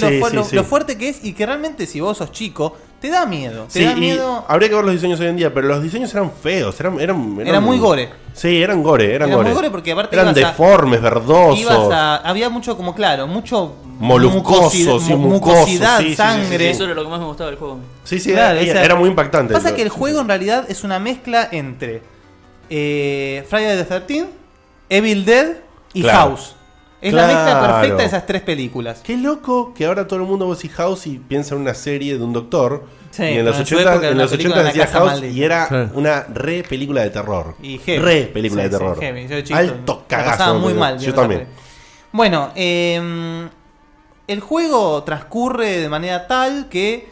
Speaker 7: correcto.
Speaker 8: lo,
Speaker 7: Sí,
Speaker 8: fu-
Speaker 7: sí,
Speaker 8: lo-
Speaker 7: sí.
Speaker 8: lo fuerte que es y que realmente si vos sos chico, te da miedo. Te
Speaker 7: Sí,
Speaker 8: da
Speaker 7: y
Speaker 8: miedo.
Speaker 7: habría que ver los diseños hoy en día, pero los diseños eran feos, eran... Eran, eran-
Speaker 8: Era muy gore.
Speaker 7: Sí, eran gore, eran,
Speaker 8: Era
Speaker 7: gore.
Speaker 8: muy gore porque aparte
Speaker 7: eran
Speaker 8: ibas a-
Speaker 7: deformes, verdosos.
Speaker 8: Ibas a, había mucho como claro, mucho
Speaker 7: Moluscosos y
Speaker 8: mucosi- mu-
Speaker 7: mucosos,
Speaker 8: mucosidad,
Speaker 7: sí, sí, sí,
Speaker 8: sangre.
Speaker 2: Eso era lo que más me gustaba del juego.
Speaker 7: Sí, sí, era- era muy impactante.
Speaker 8: Pasa que el
Speaker 7: Sí,
Speaker 8: juego en realidad es una mezcla entre eh, Friday the 13 Evil Dead y
Speaker 7: Claro.
Speaker 8: House. Es la mezcla
Speaker 7: Claro.
Speaker 8: perfecta de esas tres películas.
Speaker 7: Qué loco que ahora todo el mundo vos y House y piensa en una serie de un doctor.
Speaker 8: Sí,
Speaker 7: y en los
Speaker 8: pero en su
Speaker 7: 80
Speaker 8: época era
Speaker 7: en
Speaker 8: una
Speaker 7: los
Speaker 8: película
Speaker 7: 80
Speaker 8: de una
Speaker 7: decía
Speaker 8: casa
Speaker 7: House
Speaker 8: maldita.
Speaker 7: y era
Speaker 8: Sí.
Speaker 7: una re película de terror.
Speaker 8: Y heavy.
Speaker 7: Re película
Speaker 8: Sí,
Speaker 7: de
Speaker 8: sí,
Speaker 7: terror.
Speaker 8: heavy. Yo de chiquito
Speaker 7: Alto
Speaker 8: la
Speaker 7: cagazo.
Speaker 8: pasaba muy
Speaker 7: boludo.
Speaker 8: mal
Speaker 7: Yo
Speaker 8: viendo esa
Speaker 7: también.
Speaker 8: Bueno, eh, el juego transcurre de manera tal que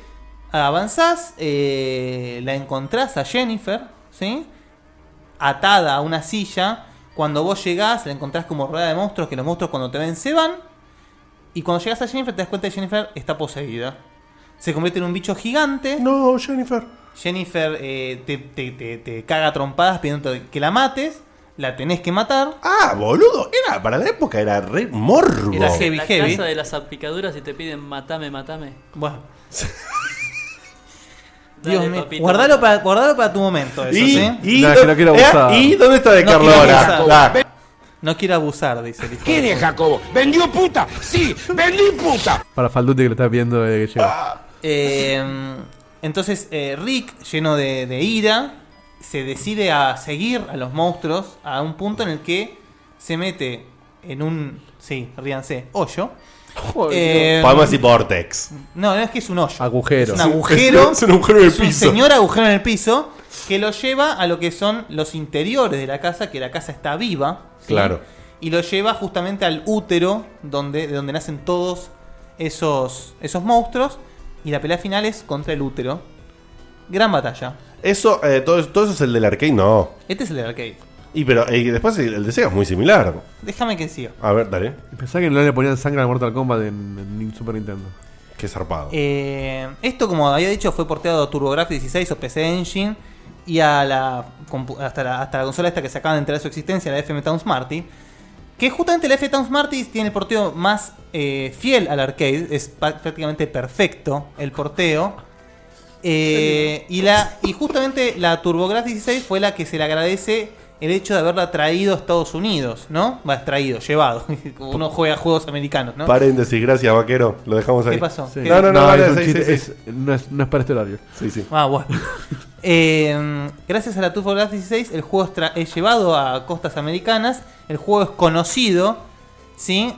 Speaker 8: avanzás, eh, la encontrás a Jennifer, ¿sí? Atada a una silla. Cuando vos llegás, la encontrás como rueda de monstruos, que los monstruos cuando te ven se van. Y cuando llegas a Jennifer, te das cuenta que Jennifer está poseída. Se convierte en un bicho gigante.
Speaker 7: No, Jennifer.
Speaker 8: Jennifer eh, te, te- te- te caga a trompadas pidiendo que la mates. La tenés que matar.
Speaker 7: Ah, boludo. Era para la época, era re morbo.
Speaker 8: Era heavy,
Speaker 2: la
Speaker 8: heavy.
Speaker 2: casa de las apicaduras y te piden matame, matame.
Speaker 8: Bueno.
Speaker 2: Dale,
Speaker 8: Dios mío.
Speaker 2: papito.
Speaker 8: Guardalo para, guardalo para tu momento. eh. Eso,
Speaker 7: Y-
Speaker 8: ¿sí?
Speaker 7: y- No, que no quiero abusar. ¿Eh? ¿Y dónde está de
Speaker 8: No
Speaker 7: Carlo
Speaker 8: quiero
Speaker 7: ahora?
Speaker 8: abusar.
Speaker 7: Da.
Speaker 8: No quiero abusar, dice el hijo.
Speaker 16: ¿Quién es Jacobo? ¿Vendió puta? Sí, vendí puta.
Speaker 3: Para Falduti que lo estás viendo desde que llega.
Speaker 8: Eh, entonces eh, Rick, lleno de, de ira, se decide a seguir a los monstruos a un punto en el que se mete en un, sí, ríanse, hoyo. Eh,
Speaker 7: Palmas y Vortex.
Speaker 8: No, no es que es un hoyo.
Speaker 3: Agujero.
Speaker 8: Es un agujero.
Speaker 7: Es un agujero en el
Speaker 8: es un
Speaker 7: piso.
Speaker 8: señor agujero en el piso que lo lleva a lo que son los interiores de la casa, que la casa está viva. ¿sí?
Speaker 7: Claro.
Speaker 8: Y lo lleva justamente al útero, donde, de donde nacen todos esos, esos monstruos. Y la pelea final es contra el útero. Gran batalla.
Speaker 7: Eso, eh, todo, todo eso es el del arcade, no.
Speaker 8: Este es el del arcade.
Speaker 7: Y pero eh, después el el de Sega es muy similar.
Speaker 8: Déjame que siga.
Speaker 7: A ver, dale.
Speaker 3: Pensaba que no le ponían sangre al Mortal Kombat en, en Super Nintendo.
Speaker 7: Qué zarpado.
Speaker 8: Eh, esto, como había dicho, fue porteado a TurboGrafx 16 o PC Engine y a la, compu- hasta, la, hasta la consola esta que se acaba de enterar de su existencia, la FM Towns Marty. Que justamente la FM Towns Marty tiene el porteo más eh, fiel al arcade, es pa- prácticamente perfecto el porteo. Eh, y, la, y justamente la TurboGrafx 16 fue la que se le agradece el hecho de haberla traído a Estados Unidos, ¿no? Va, traído, llevado. Como Uno juega juegos americanos, ¿no?
Speaker 7: Paréntesis, gracias, vaquero. Lo dejamos
Speaker 8: ¿Qué
Speaker 7: ahí.
Speaker 8: pasó?
Speaker 7: Sí.
Speaker 8: ¿Qué-
Speaker 7: No, no, no, dale,
Speaker 3: es un
Speaker 7: sí,
Speaker 3: chiste,
Speaker 7: sí, sí.
Speaker 3: es- no, es, no es para este horario.
Speaker 7: Sí, sí.
Speaker 8: Ah, bueno. Eh, gracias a la TurboGrafx 16, el juego es, tra- es llevado a costas americanas. El juego es conocido, ¿sí?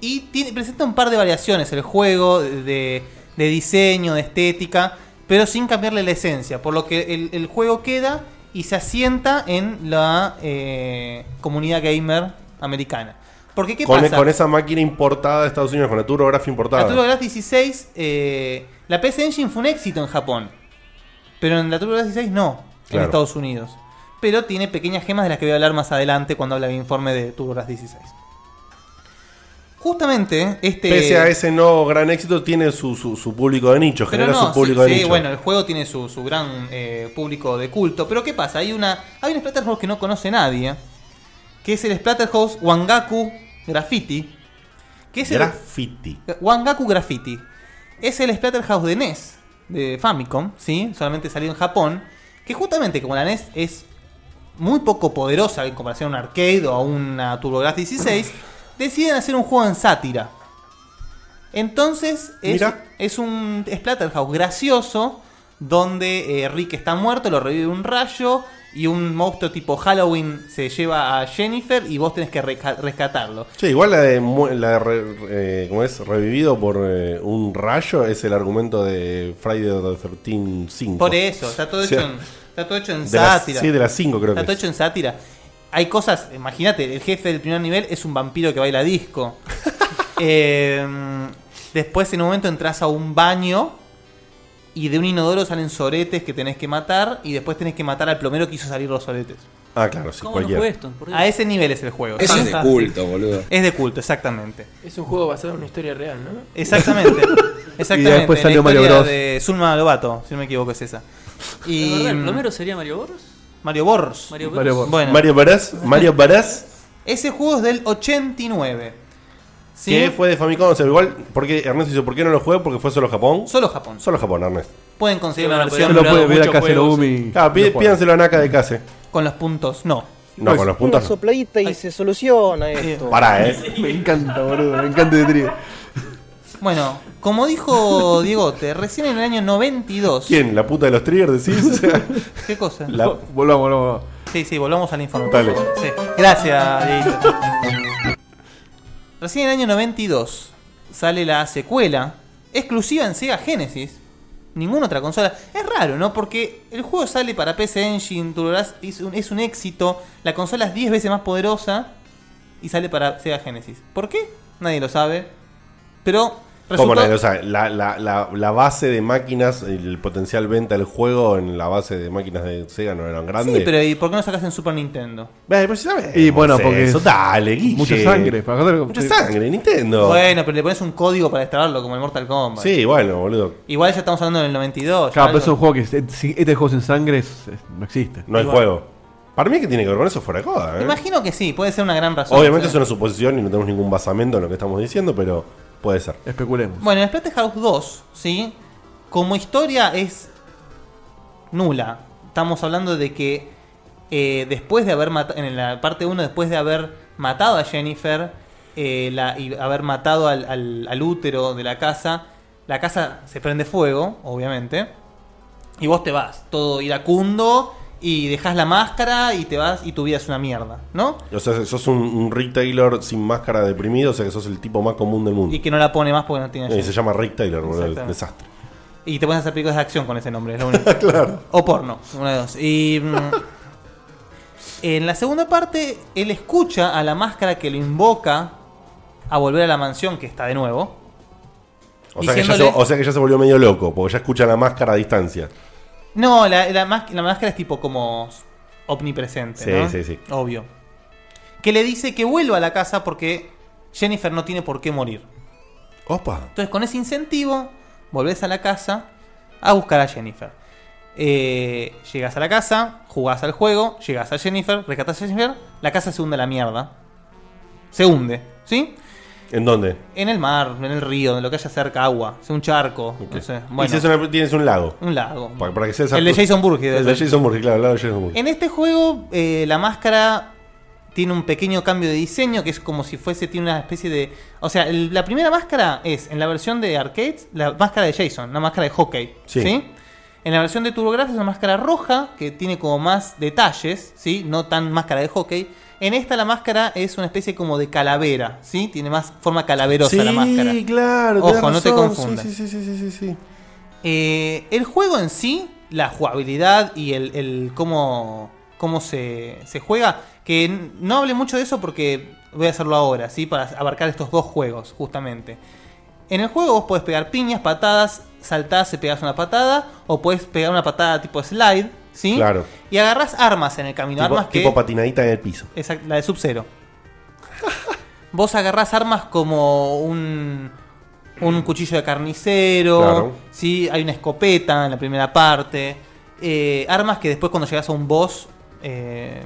Speaker 8: Y tiene, presenta un par de variaciones el juego, de, de diseño, de estética, pero sin cambiarle la esencia. Por lo que el, el juego queda y se asienta en la eh, comunidad gamer americana. Porque, ¿qué
Speaker 7: con, e-,
Speaker 8: pasa?
Speaker 7: con esa máquina importada de Estados Unidos, con la turografía importada.
Speaker 8: La TurboGrafx 16, eh, la PC Engine fue un éxito en Japón. Pero en la TurboGrafx 16 no,
Speaker 7: Claro.
Speaker 8: en Estados Unidos. Pero tiene pequeñas gemas de las que voy a hablar más adelante cuando habla mi informe de TurboGrafx 16. Justamente este...
Speaker 7: Pese a ese no gran éxito, tiene su, su, su público de nicho,
Speaker 8: Pero
Speaker 7: genera
Speaker 8: no,
Speaker 7: su público
Speaker 8: sí,
Speaker 7: de
Speaker 8: sí,
Speaker 7: nicho.
Speaker 8: bueno, el juego tiene su, su gran eh, público de culto. Pero ¿qué pasa? Hay una hay un Splatterhouse que no conoce nadie, que es el Splatterhouse Wangaku Graffiti. Que es el,
Speaker 7: Graffiti.
Speaker 8: Wangaku Graffiti. Es el Splatterhouse de NES. de Famicom, ¿sí? Solamente salió en Japón. Que justamente como la NES es muy poco poderosa en comparación a un arcade o a una TurboGrafx 16, deciden hacer un juego en sátira. Entonces es,
Speaker 7: Mira.
Speaker 8: es un Splatterhouse gracioso donde eh, Rick está muerto, lo revive un rayo y un monstruo tipo Halloween se lleva a Jennifer y vos tenés que reca- rescatarlo.
Speaker 7: Che, igual la de, mu- la de re- eh, ¿cómo es? Revivido por eh, un rayo es el argumento de Friday the 13 5.
Speaker 8: Por eso, está todo
Speaker 7: O sea,
Speaker 8: hecho en, está todo hecho en
Speaker 7: de las-
Speaker 8: sátira.
Speaker 7: sí, de las cinco creo
Speaker 8: Está
Speaker 7: que
Speaker 8: todo
Speaker 7: es.
Speaker 8: hecho en sátira. Hay cosas, imagínate, el jefe del primer nivel es un vampiro que baila disco. Eh, después en un momento entras a un baño y de un inodoro salen soretes que tenés que matar y después tenés que matar al plomero que hizo salir los soretes.
Speaker 7: Ah, claro, sí,
Speaker 13: ¿Cómo no cualquiera. fue esto? ¿Por qué?
Speaker 8: A ese nivel es el juego.
Speaker 13: Eso es de
Speaker 8: Fantástico.
Speaker 13: culto, boludo.
Speaker 8: Es de culto, exactamente.
Speaker 13: Es un juego basado en una historia real, ¿no?
Speaker 8: Exactamente. Exactamente.
Speaker 3: Y después
Speaker 8: La
Speaker 3: salió Mario
Speaker 8: historia
Speaker 3: Bros.
Speaker 8: de Zulma Lobato, si no me equivoco, es esa.
Speaker 2: ¿De
Speaker 8: Y
Speaker 2: verdad el plomero sería Mario Boros?
Speaker 8: Mario Borros.
Speaker 2: Mario Borros. Mario Borros.
Speaker 8: Bueno.
Speaker 7: Mario Barás, Mario Barás,
Speaker 8: Ese juego es del 89. ¿Sí?
Speaker 7: que fue de Famicom, o sea, igual, porque Ernesto dice, ¿por qué no lo juego? Porque fue solo Japón.
Speaker 8: Solo Japón.
Speaker 7: Solo Japón, Ernesto.
Speaker 8: Pueden conseguir una
Speaker 7: Se
Speaker 8: versión.
Speaker 7: lo puede pedir a Caselogumi. Claro, pide- pídanselo a Naka de Case.
Speaker 8: Con los puntos, no.
Speaker 7: No, con los puntos
Speaker 5: Una sopladita y se soluciona esto.
Speaker 7: Pará, eh.
Speaker 3: Me encanta, boludo. Me encanta de trío.
Speaker 8: Bueno, como dijo Diegote, recién en el año 92.
Speaker 7: ¿Quién? ¿La puta de los triggers decís? O sea,
Speaker 8: ¿Qué cosa?
Speaker 7: La-
Speaker 3: Volvamos, volvamos.
Speaker 8: Sí, sí, volvamos al informe. por
Speaker 7: Dale.
Speaker 8: favor. Sí. Gracias, Dieguito. Recién en el año 92 sale la secuela, exclusiva en Sega Genesis. Ninguna otra consola. Es raro, ¿no? Porque el juego sale para PC Engine, TurboGrafx, es un, es un éxito. La consola es 10 veces más poderosa y sale para Sega Genesis. ¿Por qué? Nadie lo sabe. Pero
Speaker 7: ¿Cómo
Speaker 8: resultó-
Speaker 7: no? O sea, la, la, la, la base de máquinas, el potencial venta del juego en la base de máquinas de Sega no eran grandes.
Speaker 8: Sí, pero ¿y por qué no sacas en Super Nintendo? pues,
Speaker 7: Y bueno, porque eso, dale, Guille.
Speaker 3: mucha sangre, para acá te lo-
Speaker 7: Mucha sangre, Nintendo.
Speaker 8: Bueno, pero le pones un código para instalarlo, como el Mortal Kombat.
Speaker 7: Sí, bueno, boludo.
Speaker 8: Igual ya estamos hablando del 92.
Speaker 3: Claro,
Speaker 8: ya
Speaker 3: pero
Speaker 8: algo-
Speaker 3: es un juego que es- si este juego sin sangre es- es- no existe.
Speaker 7: No hay juego. Para mí que tiene que ver con eso fuera de joda, ¿eh?
Speaker 8: Imagino que sí, puede ser una gran razón.
Speaker 7: Obviamente
Speaker 8: Sí.
Speaker 7: es una suposición y no tenemos ningún basamento en lo que estamos diciendo, pero puede ser.
Speaker 3: Especulemos.
Speaker 8: Bueno, en Splatterhouse 2, ¿sí? Como historia es nula. Estamos hablando de que eh, después de haber matado, en la parte 1, después de haber matado a Jennifer eh, la- y haber matado al, al- al útero de la casa, la casa se prende fuego, obviamente. Y vos te vas, todo iracundo, y dejas la máscara y te vas y tu vida es una mierda, ¿no?
Speaker 7: O sea, sos un, un Rick Taylor sin máscara deprimido, o sea que sos el tipo más común del mundo.
Speaker 8: Y que no la pone más porque no tiene
Speaker 7: Eh,
Speaker 8: Jennifer.
Speaker 7: se llama Rick Taylor, boludo, el
Speaker 8: Exactamente.
Speaker 7: desastre.
Speaker 8: Y te puedes hacer películas de acción con ese nombre, es lo único. O porno, una de dos. Y. mm, en la segunda parte, él escucha a la máscara que lo invoca a volver a la mansión, que está de nuevo.
Speaker 7: O sea, que ya se,
Speaker 8: diciéndole-
Speaker 7: o sea que ya se volvió medio loco, porque ya escucha la máscara a distancia.
Speaker 8: No, la, la más- la máscara es tipo como omnipresente.
Speaker 7: Sí,
Speaker 8: ¿no?
Speaker 7: sí, sí.
Speaker 8: Obvio. Que le dice que vuelva a la casa porque Jennifer no tiene por qué morir.
Speaker 7: Opa.
Speaker 8: Entonces, con ese incentivo, volvés a la casa a buscar a Jennifer. Eh, llegas a la casa, jugás al juego, llegas a Jennifer, rescatás a Jennifer, la casa se hunde a la mierda. Se hunde, ¿sí?
Speaker 7: ¿En dónde?
Speaker 8: En el mar, en el río, en lo que haya cerca, agua, sea un charco, no sé.
Speaker 7: Y si es una- tienes un lago.
Speaker 8: Un lago.
Speaker 7: Pa- Para, que sea esa-
Speaker 8: El de Jason Burke, debe
Speaker 7: El de
Speaker 8: ser.
Speaker 7: Jason Burke, claro, el lago de Jason Burke.
Speaker 8: En este juego, eh, la máscara tiene un pequeño cambio de diseño que es como si fuese, tiene una especie de. O sea, el- la primera máscara es, en la versión de arcades, la máscara de Jason, una máscara de hockey.
Speaker 7: Sí.
Speaker 8: Sí. En la versión de TurboGrafx es una máscara roja que tiene como más detalles, ¿sí? No tan máscara de hockey. En esta la máscara es una especie como de calavera, ¿sí? Tiene más forma calaverosa la máscara.
Speaker 7: Sí, claro.
Speaker 8: Ojo,
Speaker 7: tenés
Speaker 8: no te
Speaker 7: razón.
Speaker 8: confundas.
Speaker 7: Sí, sí, sí, sí, sí, sí.
Speaker 8: Eh, el juego en sí, la jugabilidad y el, el cómo, cómo se, se juega, que n- no hable mucho de eso porque voy a hacerlo ahora, ¿sí? Para abarcar estos dos juegos, justamente. En el juego vos podés pegar piñas, patadas, saltás, se pegas una patada, o podés pegar una patada tipo slide, ¿sí?
Speaker 7: Claro.
Speaker 8: Y agarrás armas en el camino,
Speaker 7: tipo,
Speaker 8: armas que...
Speaker 7: tipo patinadita en el piso.
Speaker 8: Exacto, la de Sub-Zero. Vos agarrás armas como un, un cuchillo de carnicero,
Speaker 7: Claro.
Speaker 8: ¿sí? hay una escopeta en la primera parte, eh, armas que después cuando llegas a un boss eh,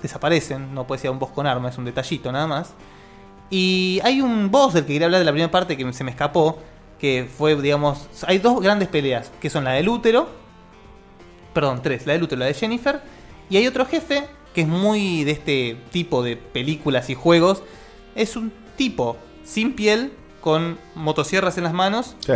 Speaker 8: desaparecen, no puedes ir a un boss con armas, es un detallito nada más. Y hay un boss del que quería hablar de la primera parte que se me escapó, que fue, digamos, hay dos grandes peleas, que son la del útero, perdón, tres, la del útero, la de Jennifer, y hay otro jefe que es muy de este tipo de películas y juegos, es un tipo sin piel, con motosierras en las manos
Speaker 7: Sí,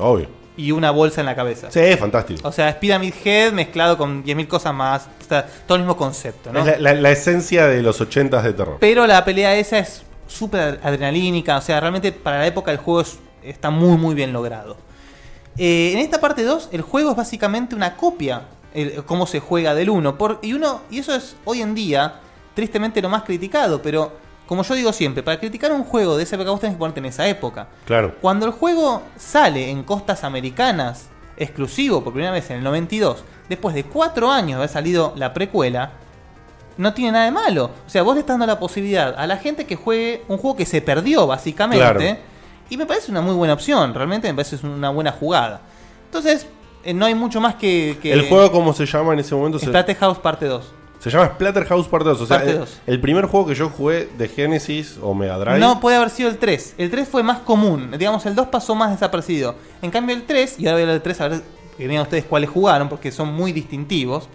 Speaker 7: obvio.
Speaker 8: y una bolsa en la cabeza.
Speaker 7: Sí, es fantástico.
Speaker 8: O sea, es Pyramid Head mezclado con 10.000 cosas más, está todo el mismo concepto, ¿no?
Speaker 7: Es la, la- la esencia de los ochentas de terror.
Speaker 8: Pero la pelea esa es súper adrenalínica. O sea, realmente para la época el juego es- está muy, muy bien logrado. Eh, en esta parte 2, el juego es básicamente una copia. el- cómo se juega del 1. Por, y, uno, y eso es hoy en día, tristemente, lo más criticado. Pero, como yo digo siempre, para criticar un juego de esa época, vos tenés que ponerte en esa época.
Speaker 7: Claro.
Speaker 8: Cuando el juego sale en costas americanas, exclusivo por primera vez en el 92, después de cuatro años de haber salido la precuela, no tiene nada de malo. O sea, vos le estás dando la posibilidad a la gente que juegue un juego que se perdió, básicamente.
Speaker 7: Claro.
Speaker 8: Y me parece una muy buena opción, realmente me parece una buena jugada. Entonces, eh, no hay mucho más que. que
Speaker 7: El juego, ¿cómo se llama en ese momento? Se-
Speaker 8: Splatterhouse parte 2.
Speaker 7: Se llama Splatterhouse Part 2. O sea,
Speaker 8: Parte
Speaker 7: el,
Speaker 8: dos.
Speaker 7: el primer juego que yo jugué de Genesis o Mega Drive.
Speaker 8: No, puede haber sido el 3. El 3 fue más común. Digamos, el 2 pasó más desapercibido. En cambio, el 3, y ahora voy a hablar del 3 a ver que vean ustedes cuáles jugaron, porque son muy distintivos.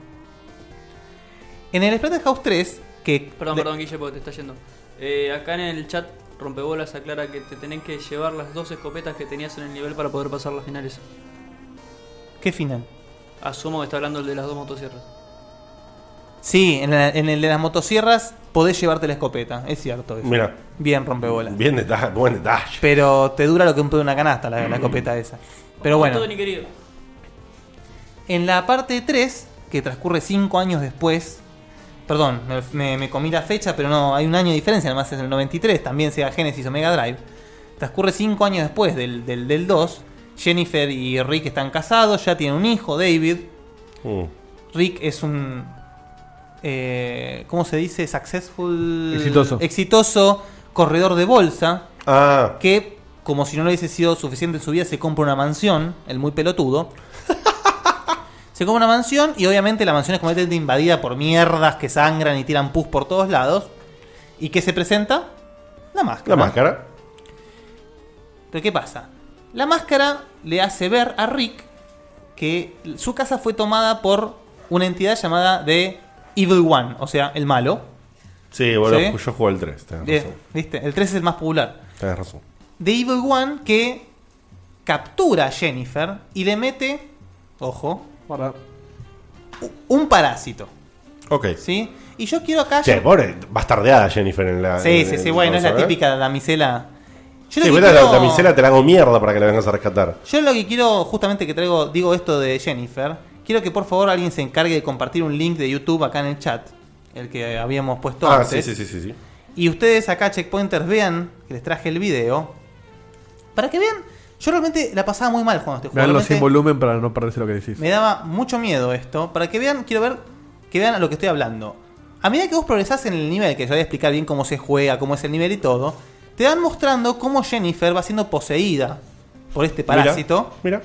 Speaker 8: En el Splatterhouse 3, que.
Speaker 2: Perdón,
Speaker 8: de-
Speaker 2: perdón, Guille, porque te está yendo. Eh, acá en el chat, Rompebolas aclara que te tenés que llevar las dos escopetas que tenías en el nivel para poder pasar las finales.
Speaker 8: ¿Qué final?
Speaker 2: Asumo que está hablando el de las dos motosierras.
Speaker 8: Sí, en, la- en el de las motosierras podés llevarte la escopeta, es cierto. eso.
Speaker 7: Mira.
Speaker 8: Bien, rompebolas.
Speaker 7: Bien detalle, buen detalle.
Speaker 8: Pero te dura lo que un pedo de una canasta la, la escopeta esa. Pero bueno,
Speaker 2: Todo ni querido.
Speaker 8: en la parte 3, que transcurre 5 años después, perdón, me, me- me comí la fecha, pero no, hay un año de diferencia, además es en el 93, también sea Genesis o Mega Drive. Transcurre 5 años después del, del, del 2, Jennifer y Rick están casados, ya tienen un hijo, David.
Speaker 7: Mm.
Speaker 8: Rick es un. eh, ¿Cómo se dice? Successful.
Speaker 3: Exitoso.
Speaker 8: Exitoso corredor de bolsa.
Speaker 7: Ah.
Speaker 8: Que, como si no le hubiese sido suficiente en su vida, se compra una mansión. El muy pelotudo. se compra una mansión y obviamente la mansión es completamente invadida por mierdas que sangran y tiran pus por todos lados. ¿Y qué se presenta? La máscara.
Speaker 7: La máscara.
Speaker 8: Pero ¿qué pasa? La máscara le hace ver a Rick que su casa fue tomada por una entidad llamada The Evil One, o sea, el malo.
Speaker 7: Sí, bueno,
Speaker 8: ¿Sí?
Speaker 7: yo jugué el 3. Tenés
Speaker 8: Bien,
Speaker 7: razón.
Speaker 8: ¿viste? El 3 es el más popular.
Speaker 7: Tenés razón.
Speaker 8: The Evil One que captura a Jennifer y le mete, ojo, u- un parásito.
Speaker 7: Ok.
Speaker 8: ¿Sí? Y yo quiero acá...
Speaker 7: Che, pobre, bastardeada Jennifer en la.
Speaker 8: sí,
Speaker 7: en- ¿eh?
Speaker 8: sí, sí,
Speaker 7: en-
Speaker 8: bueno, es la
Speaker 7: vamos a ver.
Speaker 8: típica damisela.
Speaker 7: Sí,
Speaker 8: Yo lo que
Speaker 7: bueno, la,
Speaker 8: quiero-
Speaker 7: la misela te la hago mierda para que la vengas a rescatar.
Speaker 8: Yo lo que quiero, justamente que traigo, digo esto de Jennifer, quiero que por favor alguien se encargue de compartir un link de YouTube acá en el chat, el que habíamos puesto
Speaker 7: ah, sí,
Speaker 8: antes.
Speaker 7: sí, sí, sí, sí.
Speaker 8: Y ustedes acá, checkpointers, vean que les traje el video. Para que vean, yo realmente la pasaba muy mal cuando este juego.
Speaker 3: Veanlo
Speaker 8: Realmente
Speaker 3: sin volumen para no perderse lo que decís.
Speaker 8: me daba mucho miedo esto. Para que vean, quiero ver que vean a lo que estoy hablando. A medida que vos progresás en el nivel, que yo voy a explicar bien cómo se juega, cómo es el nivel y todo, te van mostrando cómo Jennifer va siendo poseída por este
Speaker 7: Mira,
Speaker 8: parásito.
Speaker 7: Mira.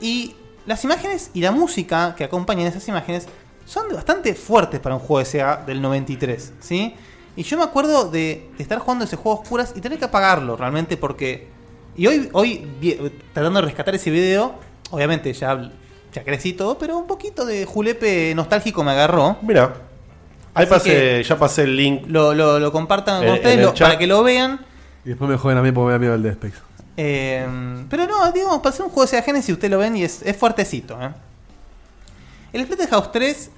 Speaker 8: Y las imágenes y la música que acompañan esas imágenes son bastante fuertes para un juego de SEA del 93, ¿sí? Y yo me acuerdo de, de estar jugando ese juego a oscuras y tener que apagarlo realmente porque... Y hoy, hoy vi- eh, tratando de rescatar ese video, obviamente ya, ya crecí y todo, pero un poquito de julepe nostálgico me agarró.
Speaker 7: Mira. Ahí
Speaker 8: Así
Speaker 7: pasé, ya pasé el link. Eh,
Speaker 8: Lo, lo, lo compartan
Speaker 7: En-
Speaker 8: con ustedes
Speaker 7: en el
Speaker 8: lo-
Speaker 7: chat.
Speaker 8: para que lo vean.
Speaker 3: Y después me joden a mí porque me da miedo el de Specs.
Speaker 8: Eh, pero no, digamos, para ser un juego de Sega Genesis, ustedes lo ven y es, es fuertecito. ¿eh? El Splatterhouse 3.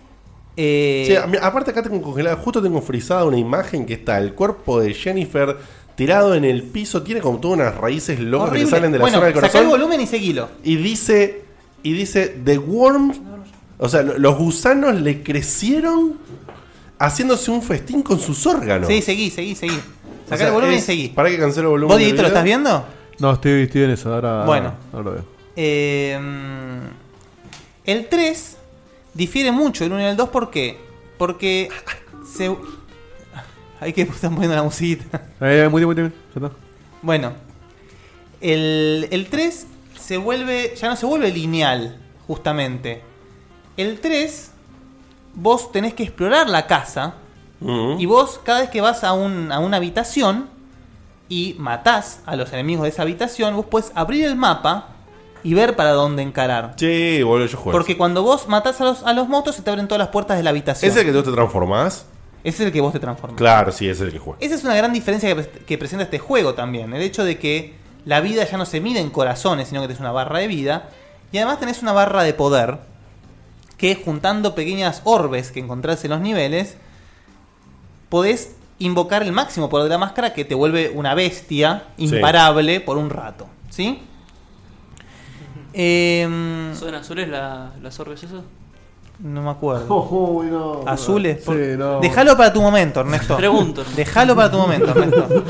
Speaker 8: eh,
Speaker 7: Sí, a mí- aparte acá tengo congelada, justo tengo frisada una imagen que está el cuerpo de Jennifer tirado en el piso, tiene como todas unas raíces locas que le
Speaker 8: horrible.
Speaker 7: salen de la
Speaker 8: bueno,
Speaker 7: zona del
Speaker 8: Sacá el
Speaker 7: corazón.
Speaker 8: volumen y seguilo.
Speaker 7: Y dice, y dice, The Worms, o sea, lo- los gusanos le crecieron haciéndose un festín con sus órganos.
Speaker 8: Sí, seguí, seguí, seguí. Sacá
Speaker 7: O sea,
Speaker 8: el volumen y
Speaker 7: es-
Speaker 8: seguí.
Speaker 7: Para que cancelo el volumen.
Speaker 8: ¿Vos,
Speaker 7: del
Speaker 8: Dieguito, lo
Speaker 7: video.
Speaker 8: estás viendo?
Speaker 3: No, estoy, estoy en eso, ahora,
Speaker 8: Bueno.
Speaker 3: ahora lo veo.
Speaker 8: Eh, el 3 difiere mucho del 1 y el 2, ¿por qué? Porque se. Hay que están poniendo la musiquita.
Speaker 3: Eh, muy bien, muy bien, ya está.
Speaker 8: Bueno, el, el 3 se vuelve, ya no se vuelve lineal, justamente. El 3, vos tenés que explorar la casa. Y vos, cada vez que vas a, un- a una habitación, y matás a los enemigos de esa habitación, vos podés abrir el mapa y ver para dónde encarar.
Speaker 7: Sí, boludo, yo juego.
Speaker 8: Porque cuando vos matás a los, a los motos, se te abren todas las puertas de la habitación.
Speaker 7: ¿Es el que tú te transformás?
Speaker 8: Es el que vos te transformás.
Speaker 7: Claro, sí, es el que juego.
Speaker 8: Esa es una gran diferencia que, pres- que presenta este juego también. El hecho de que la vida ya no se mide en corazones, sino que tenés una barra de vida. Y además tenés una barra de poder. Que juntando pequeñas orbes que encontrás en los niveles, podés invocar el máximo poder de la máscara que te vuelve una bestia
Speaker 2: Sí.
Speaker 8: imparable por un rato. ¿Sí? Eh,
Speaker 2: ¿Son azules la- las orbes esas?
Speaker 8: no me acuerdo.
Speaker 3: Uy, no.
Speaker 8: Azules.
Speaker 3: Sí,
Speaker 8: por-
Speaker 3: no.
Speaker 8: Déjalo para tu momento, Ernesto.
Speaker 3: Pregunto.
Speaker 8: Déjalo para tu momento, Ernesto.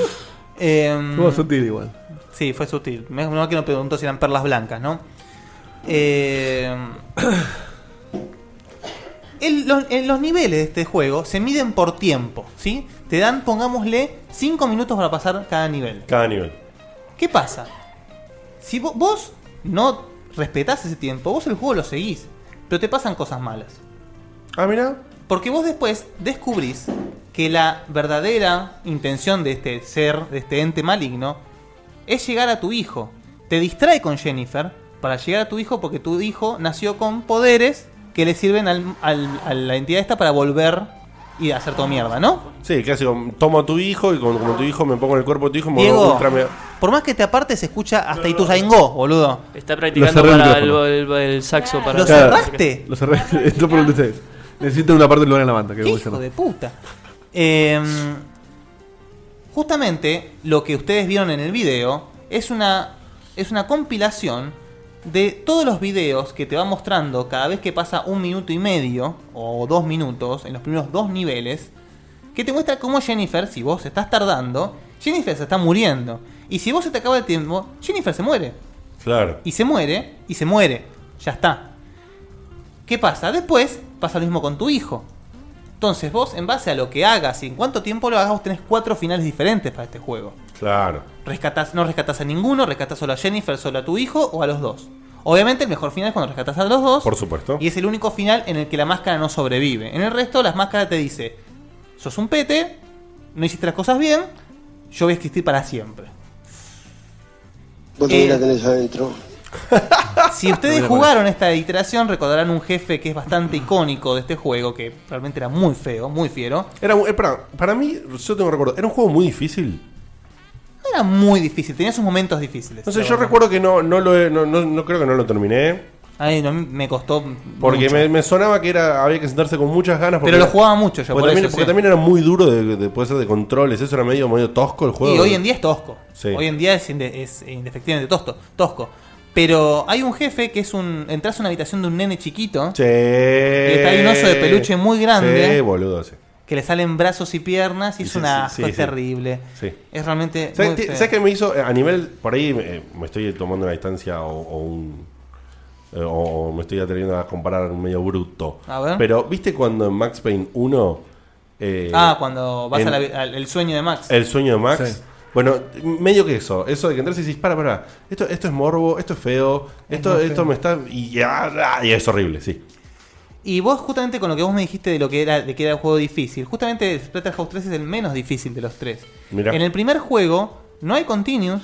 Speaker 8: Eh,
Speaker 3: Estuvo sutil igual.
Speaker 8: Sí, fue sutil. Menos mal que no preguntó si eran perlas blancas, ¿no? Eh, el- los, en los niveles de este juego se miden por tiempo, ¿sí? Te dan, pongámosle, 5 minutos para pasar cada nivel.
Speaker 7: Cada nivel.
Speaker 8: ¿Qué pasa? Si vo- vos no respetás ese tiempo, vos el juego lo seguís, pero te pasan cosas malas.
Speaker 7: Ah, mira.
Speaker 8: Porque vos después descubrís que la verdadera intención de este ser, de este ente maligno, es llegar a tu hijo. Te distrae con Jennifer para llegar a tu hijo porque tu hijo nació con poderes que le sirven al- al- a la entidad esta para volver y hacer toda mierda, ¿no?
Speaker 7: Sí, casi como, tomo a tu hijo y como, como tu hijo me pongo en el cuerpo de tu hijo y me
Speaker 8: Diego,
Speaker 7: vuelvo ultra mega-
Speaker 8: por más que te apartes, se escucha hasta Ituzaingó, boludo.
Speaker 2: Está practicando
Speaker 3: cerré el
Speaker 2: para el,
Speaker 3: micrófono.
Speaker 2: el- el saxo para.
Speaker 8: ¿Lo cerraste?
Speaker 3: Lo cerré. Esto por donde ustedes. Necesito una parte del lugar en la banda. Que
Speaker 8: ¿Qué
Speaker 3: voy a
Speaker 8: hijo
Speaker 3: cerrar.
Speaker 8: de puta? Eh, justamente lo que ustedes vieron en el video es una, es una compilación de todos los videos que te va mostrando cada vez que pasa un minuto y medio o dos minutos en los primeros dos niveles que te muestra cómo Jennifer, si vos estás tardando, Jennifer se está muriendo. Y si vos se te acaba el tiempo, Jennifer se muere.
Speaker 7: Claro.
Speaker 8: Y se muere, y se muere. Ya está. ¿Qué pasa? Después pasa lo mismo con tu hijo. Entonces vos, en base a lo que hagas y en cuánto tiempo lo hagas, vos tenés cuatro finales diferentes para este juego.
Speaker 7: Claro.
Speaker 8: Rescatás, no rescatás a ninguno, rescatás solo a Jennifer, solo a tu hijo o a los dos. Obviamente el mejor final es cuando rescatás a los dos.
Speaker 7: Por supuesto.
Speaker 8: Y es el único final en el que la máscara no sobrevive. En el resto, las máscaras te dice, sos un pete, no hiciste las cosas bien, yo voy a existir para siempre.
Speaker 17: Vos
Speaker 8: Eh.
Speaker 17: también la tenés adentro.
Speaker 8: Si ustedes jugaron esta iteración, recordarán un jefe que es bastante icónico de este juego, que realmente era muy feo, muy fiero.
Speaker 7: Era, mu- eh, para, para mí, yo tengo recuerdo, era un juego muy difícil.
Speaker 8: No era muy difícil, tenía sus momentos difíciles.
Speaker 7: No sé,
Speaker 8: la
Speaker 7: yo
Speaker 8: verdad.
Speaker 7: recuerdo que no, no lo he- no, no- no creo que no lo terminé.
Speaker 8: Ay, no, me costó.
Speaker 7: Porque
Speaker 8: mucho.
Speaker 7: me, me sonaba que era había que sentarse con muchas ganas. porque-
Speaker 8: Pero lo jugaba mucho yo,
Speaker 7: Porque,
Speaker 8: por
Speaker 7: también,
Speaker 8: eso,
Speaker 7: porque
Speaker 8: sí.
Speaker 7: también era muy duro de, de- puede ser de controles. Eso era medio, medio tosco el juego.
Speaker 8: Y hoy en día es tosco.
Speaker 7: Sí.
Speaker 8: Hoy en día es, inde- es indefectiblemente tosto, tosco. Pero hay un jefe que es un. Entras a una habitación de un nene chiquito.
Speaker 7: Che.
Speaker 8: Y está ahí un oso de peluche muy grande.
Speaker 7: Sí, Eh, boludo, sí.
Speaker 8: Que le salen brazos y piernas y es
Speaker 7: Sí,
Speaker 8: una
Speaker 7: sí, sí, sí.
Speaker 8: Ah, terrible.
Speaker 7: Sí.
Speaker 8: Es realmente.
Speaker 7: ¿Sabes,
Speaker 8: muy
Speaker 7: qué-
Speaker 8: feo.
Speaker 7: sabes qué me hizo? eh, A nivel, por ahí eh, me estoy tomando una distancia o, o un. eh, o- o me estoy atreviendo a comparar medio bruto.
Speaker 8: A ver.
Speaker 7: Pero, ¿viste cuando en Max Payne 1. eh,
Speaker 8: ah, cuando vas
Speaker 7: en-
Speaker 8: a la- al el sueño de Max.
Speaker 7: El sueño de Max.
Speaker 8: Sí.
Speaker 7: Bueno, medio que eso. Eso de que entras y dices, para, para. Esto, esto es morbo, esto es feo, esto,
Speaker 8: muy
Speaker 7: esto
Speaker 8: feo.
Speaker 7: me está. Y, ah, ah, y es horrible, sí.
Speaker 8: Y vos justamente con lo que vos me dijiste de lo que era de que era un juego difícil, justamente Splatterhouse 3 es el menos difícil de los tres.
Speaker 7: Mirá.
Speaker 8: En el primer juego no hay continues,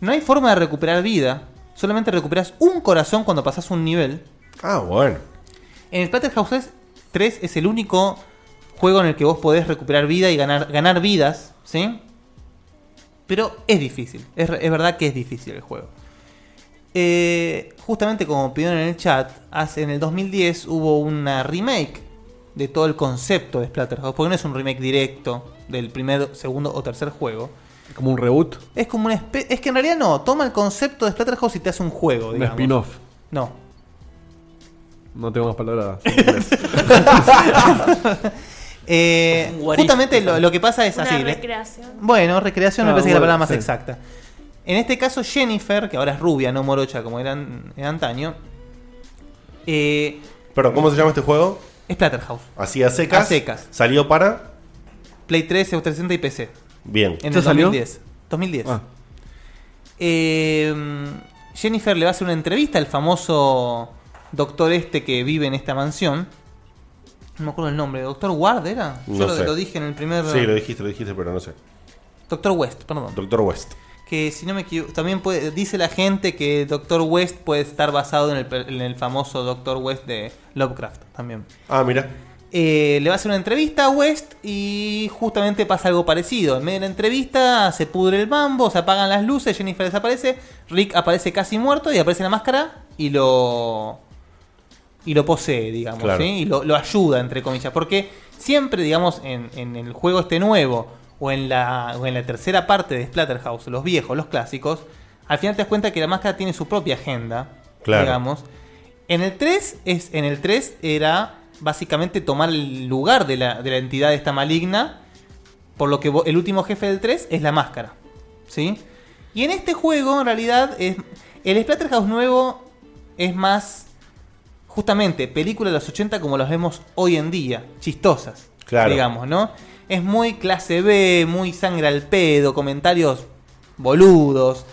Speaker 8: no hay forma de recuperar vida, solamente recuperas un corazón cuando pasas un nivel.
Speaker 7: Ah, bueno.
Speaker 8: En Splatterhouse 3, 3 es el único juego en el que vos podés recuperar vida y ganar, ganar vidas, ¿sí? Pero es difícil, es, re- es verdad que es difícil el juego. Eh, justamente como pidieron en el chat, hace, en el 2010 hubo una remake de todo el concepto de Splatterhouse, porque no es un remake directo del primer, segundo o tercer juego.
Speaker 3: Como un reboot.
Speaker 8: Es como una espe- Es que en realidad no, toma el concepto de Splatterhouse y te hace un juego,
Speaker 3: Un
Speaker 8: digamos.
Speaker 3: spin-off.
Speaker 8: No.
Speaker 3: No tengo más palabras.
Speaker 8: Eh,
Speaker 3: Un what if,
Speaker 8: justamente lo, lo que pasa es
Speaker 10: Una
Speaker 8: así. le-
Speaker 10: recreación.
Speaker 8: Bueno, recreación me
Speaker 3: Ah,
Speaker 8: parece que es la palabra
Speaker 3: bueno,
Speaker 8: más
Speaker 3: sí.
Speaker 8: exacta. En este caso, Jennifer, que ahora es rubia, no morocha como era en- en antaño. Eh,
Speaker 7: Perdón, ¿cómo se llama este juego?
Speaker 8: Splatterhouse.
Speaker 7: Así a secas.
Speaker 8: A secas.
Speaker 7: Salió para.
Speaker 8: Play 3, Xbox 360 y PC.
Speaker 7: Bien.
Speaker 8: En
Speaker 7: ¿Ya
Speaker 8: el
Speaker 7: salió?
Speaker 8: 2010. 2010.
Speaker 7: Ah.
Speaker 8: Eh, Jennifer le va a hacer una entrevista al famoso doctor este que vive en esta mansión. No me acuerdo el nombre. ¿Doctor Ward era? Yo
Speaker 7: No
Speaker 8: lo,
Speaker 7: sé.
Speaker 8: lo dije en el primer...
Speaker 7: Sí, lo dijiste, lo dijiste, pero no sé.
Speaker 8: Doctor West, perdón.
Speaker 7: Doctor West.
Speaker 8: Que si no me equivoco, también puede- dice la gente que Doctor West puede estar basado en el, pe- en el famoso Doctor West de Lovecraft también.
Speaker 7: Ah, mira.
Speaker 8: Eh, le va a hacer una entrevista a West y justamente pasa algo parecido. En medio de la entrevista se pudre el mambo, se apagan las luces, Jennifer desaparece, Rick aparece casi muerto y aparece la máscara y lo. y lo posee, digamos,
Speaker 7: Claro.
Speaker 8: ¿sí? Y lo, lo ayuda, entre comillas. Porque siempre, digamos, en, en el juego este nuevo o en, la, o en la tercera parte de Splatterhouse, los viejos, los clásicos, al final te das cuenta que la máscara tiene su propia agenda,
Speaker 7: Claro.
Speaker 8: digamos. En el 3, es, en el 3 era básicamente tomar el lugar de la, de la entidad esta maligna, por lo que vo- el último jefe del 3 es la máscara. ¿Sí? Y en este juego, en realidad, es, el Splatterhouse nuevo es más justamente películas de los 80 como las vemos hoy en día, chistosas,
Speaker 7: Claro.
Speaker 8: digamos, ¿no? Es muy clase B, muy sangre al pedo, comentarios boludos.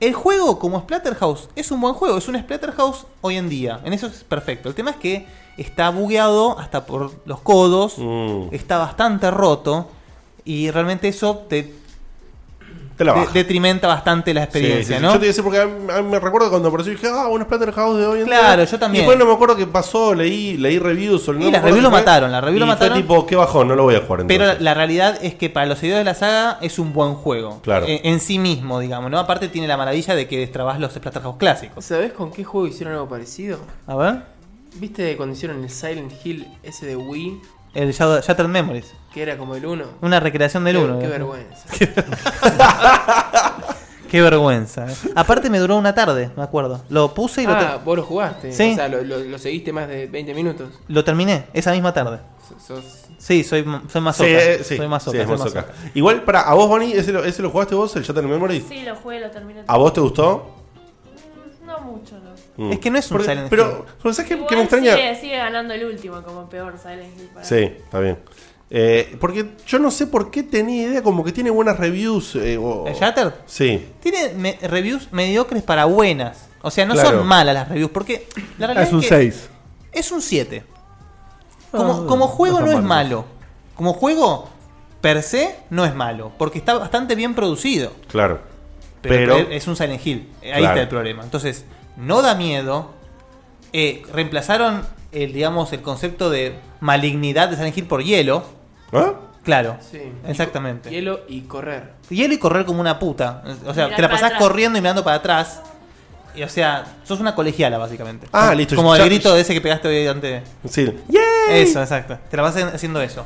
Speaker 8: El juego como Splatterhouse es un buen juego, es un Splatterhouse hoy en día, en eso es perfecto. El tema es que está bugueado hasta por los codos,
Speaker 7: Mm.
Speaker 8: está bastante roto y realmente eso te,
Speaker 7: la
Speaker 8: de-
Speaker 7: baja.
Speaker 8: detrimenta bastante la experiencia,
Speaker 7: Sí, sí, sí.
Speaker 8: ¿no?
Speaker 7: Yo te decía porque a mí- a mí me recuerdo cuando apareció y dije, ah, un Splatterhouse de hoy en día.
Speaker 8: Claro, yo también.
Speaker 7: Y después no me acuerdo qué pasó, leí, leí reviews. o no
Speaker 8: Y
Speaker 7: me
Speaker 8: las
Speaker 7: acuerdo
Speaker 8: reviews
Speaker 7: qué
Speaker 8: lo
Speaker 7: fue,
Speaker 8: mataron, las reviews
Speaker 7: y
Speaker 8: lo mataron.
Speaker 7: Fue tipo, qué bajón, no lo voy a jugar
Speaker 8: Pero
Speaker 7: entonces.
Speaker 8: la, la realidad es que para los seguidores de la saga es un buen juego.
Speaker 7: Claro.
Speaker 8: En, en sí mismo, digamos, ¿no? Aparte tiene la maravilla de que destrabas los Splatterhouse clásicos.
Speaker 13: ¿Sabés con qué juego hicieron algo parecido?
Speaker 8: A ver.
Speaker 13: ¿Viste cuando hicieron el Silent Hill ese de Wii?
Speaker 8: El Shadow- Shattered Memories.
Speaker 13: Que era como el 1.
Speaker 8: Una recreación del
Speaker 13: Qué-
Speaker 8: 1.
Speaker 13: Qué vergüenza.
Speaker 8: Qué vergüenza. eh. Aparte me duró una tarde, me acuerdo. Lo puse y lo,
Speaker 13: ah,
Speaker 8: ter-
Speaker 13: vos lo jugaste.
Speaker 8: Sí.
Speaker 13: O sea, lo, lo- lo seguiste más de 20 minutos.
Speaker 8: lo terminé esa misma tarde.
Speaker 13: S- sos-
Speaker 8: Sí, soy, m- soy más
Speaker 7: Sí, eh, sí,
Speaker 8: soy más
Speaker 7: sí, es
Speaker 8: soy
Speaker 7: masoca.
Speaker 8: masoca.
Speaker 7: Igual, para a vos, Bonnie, ¿ese lo, ese lo jugaste vos, el Shattered Memory?
Speaker 10: Sí, lo jugué, lo terminé.
Speaker 7: ¿A vos te gustó?
Speaker 10: No mucho, no.
Speaker 7: Mm.
Speaker 8: Es que no es un
Speaker 7: Porque-
Speaker 8: Silent
Speaker 7: Pero, pero ¿sabes qué,
Speaker 10: Igual
Speaker 7: qué me extraña?
Speaker 10: Sigue, sigue ganando el último como peor Silent Hill. para
Speaker 7: Sí,
Speaker 10: mí.
Speaker 7: está bien. Eh, porque yo no sé por qué tenía idea, como que tiene buenas reviews. eh, o-
Speaker 8: ¿El Shattered?
Speaker 7: Sí.
Speaker 8: Tiene me- reviews mediocres para buenas. O sea, no
Speaker 7: Claro.
Speaker 8: son malas las reviews, porque la realidad
Speaker 3: Es un
Speaker 8: que
Speaker 3: 6.
Speaker 8: Es un 7.
Speaker 3: Ah,
Speaker 8: Como, como juego
Speaker 3: no
Speaker 8: no,
Speaker 3: está
Speaker 8: es
Speaker 3: mal.
Speaker 8: malo. Como juego, per se, no es malo. Porque está bastante bien producido.
Speaker 7: Claro.
Speaker 8: Pero,
Speaker 7: Pero-
Speaker 8: es un Silent Hill. Ahí
Speaker 7: Claro.
Speaker 8: está el problema. Entonces, no da miedo. Eh, reemplazaron el, digamos, el concepto de malignidad de Silent Hill por hielo.
Speaker 7: ¿Ah?
Speaker 8: Claro.
Speaker 13: Sí.
Speaker 8: Exactamente.
Speaker 13: Hielo y correr.
Speaker 8: Hielo y correr como una puta. O sea,
Speaker 13: Mirar
Speaker 8: te
Speaker 13: para
Speaker 8: la pasás
Speaker 13: atrás.
Speaker 8: corriendo y mirando para atrás. Y, o sea, sos una colegiala, básicamente.
Speaker 7: Ah,
Speaker 8: Como-
Speaker 7: listo,
Speaker 8: Como
Speaker 7: ya-
Speaker 8: el grito ese que pegaste hoy antes.
Speaker 7: Sí.
Speaker 8: Eso, exacto. Te la vas haciendo eso.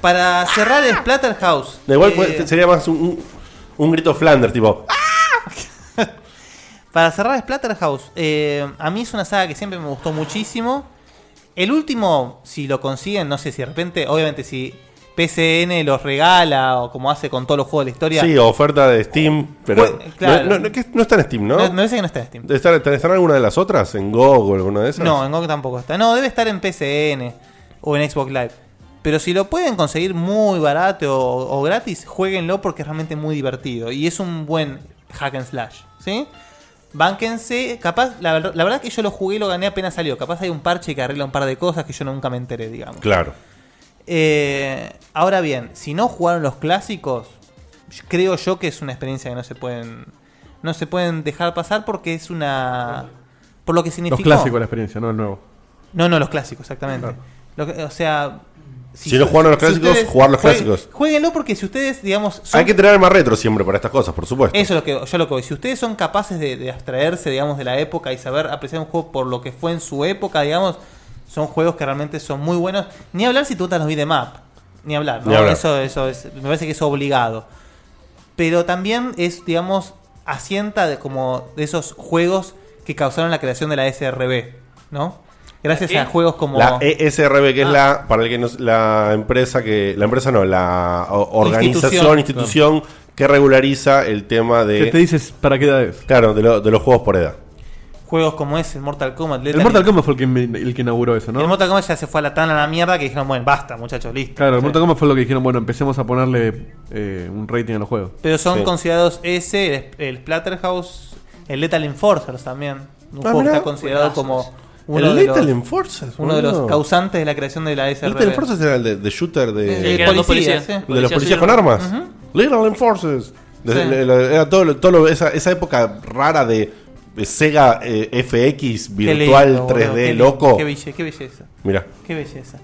Speaker 8: Para cerrar el Splatterhouse.
Speaker 7: Da igual
Speaker 8: eh,
Speaker 7: puede- sería más un, un- un grito Flanders, tipo.
Speaker 8: Para cerrar Splatterhouse, eh, a mí es una saga que siempre me gustó muchísimo. El último, si lo consiguen, no sé si de repente, obviamente si PCN los regala o como hace con todos los juegos de la historia.
Speaker 7: Sí, oferta de Steam. Pero
Speaker 8: Bueno, claro.
Speaker 7: no, no- no- que no está en Steam, ¿no?
Speaker 8: No, me parece que no está en Steam.
Speaker 7: ¿Está- está- ¿Están alguna de las otras? ¿En GOG o alguna de esas?
Speaker 8: No, en GOG tampoco está. No, debe estar en PCN o en Xbox Live. Pero si lo pueden conseguir muy barato o, o gratis, jueguenlo porque es realmente muy divertido. Y es un buen hack and slash, ¿sí? Bánquense, capaz, la, ver- la verdad que yo lo jugué y lo gané apenas salió. Capaz hay un parche que arregla un par de cosas que yo nunca me enteré, digamos.
Speaker 7: Claro.
Speaker 8: Eh, ahora bien, si no jugaron los clásicos, creo yo que es una experiencia que no se pueden no se pueden dejar pasar porque es una por lo que
Speaker 3: Los
Speaker 8: significó.
Speaker 3: clásicos la experiencia, no el nuevo.
Speaker 8: No, no, los clásicos, exactamente. Lo que- o sea,
Speaker 7: Si no jugaron los clásicos, jugar los
Speaker 8: jue-
Speaker 7: clásicos.
Speaker 8: Jueguenlo porque si ustedes, digamos, son-
Speaker 7: Hay que tener más retro siempre para estas cosas, por supuesto.
Speaker 8: eso es lo que yo lo que voy. Si ustedes son capaces de, de abstraerse, digamos, de la época y saber apreciar un juego por lo que fue en su época, digamos, son juegos que realmente son muy buenos. Ni hablar si tú estás los beat'em up. Ni hablar, ¿no?
Speaker 7: Ni hablar.
Speaker 8: Eso, eso es, me parece que es obligado. Pero también es, digamos, asienta de como de esos juegos que causaron la creación de la SRB, ¿no? Gracias
Speaker 7: ¿La
Speaker 8: a
Speaker 7: qué?
Speaker 8: juegos como Ah.
Speaker 7: La E ESRB, que es la, para el que nos- la empresa que, la empresa no, la o- organización,
Speaker 3: Institución.
Speaker 7: institución, que regulariza el tema de...
Speaker 3: Que te dices para qué edad es.
Speaker 7: Claro, de, lo- de los juegos por edad.
Speaker 8: juegos como ese, el Mortal Kombat,
Speaker 3: El Mortal Kombat fue el que, me- el que inauguró eso, ¿no?
Speaker 8: El Mortal Kombat ya se fue a la tan a la mierda que dijeron, bueno, basta, muchachos, listo.
Speaker 3: Claro, el
Speaker 8: Sí.
Speaker 3: Mortal Kombat fue lo que dijeron, bueno, empecemos a ponerle eh, un rating a los juegos.
Speaker 8: Pero son considerados ese, el, el Splatterhouse, el Lethal Enforcers también. Un
Speaker 7: Ah,
Speaker 8: juego que
Speaker 7: mirá.
Speaker 8: está considerado como uno
Speaker 7: el
Speaker 8: de
Speaker 7: Lethal
Speaker 8: los-
Speaker 7: Enforcer.
Speaker 8: Uno de los
Speaker 7: boludo.
Speaker 8: causantes de la creación de la
Speaker 7: El
Speaker 8: SRB.
Speaker 7: Lethal Enforcer era el de, de shooter de.
Speaker 8: Sí, que eran dos policías, sí.
Speaker 7: De
Speaker 8: Policías
Speaker 7: los policías con
Speaker 8: suyos.
Speaker 7: armas.
Speaker 8: Ujú.
Speaker 7: Lethal Enforcers. De-
Speaker 8: Sí.
Speaker 7: le- le- Era todo, lo- todo lo- esa, esa época rara de, de Sega eh, FX
Speaker 8: Qué
Speaker 7: virtual
Speaker 8: lindo, boludo,
Speaker 7: 3D
Speaker 8: qué lindo,
Speaker 7: loco.
Speaker 8: Qué belleza, Eh, qué belleza.
Speaker 7: Mirá.
Speaker 8: Qué belleza.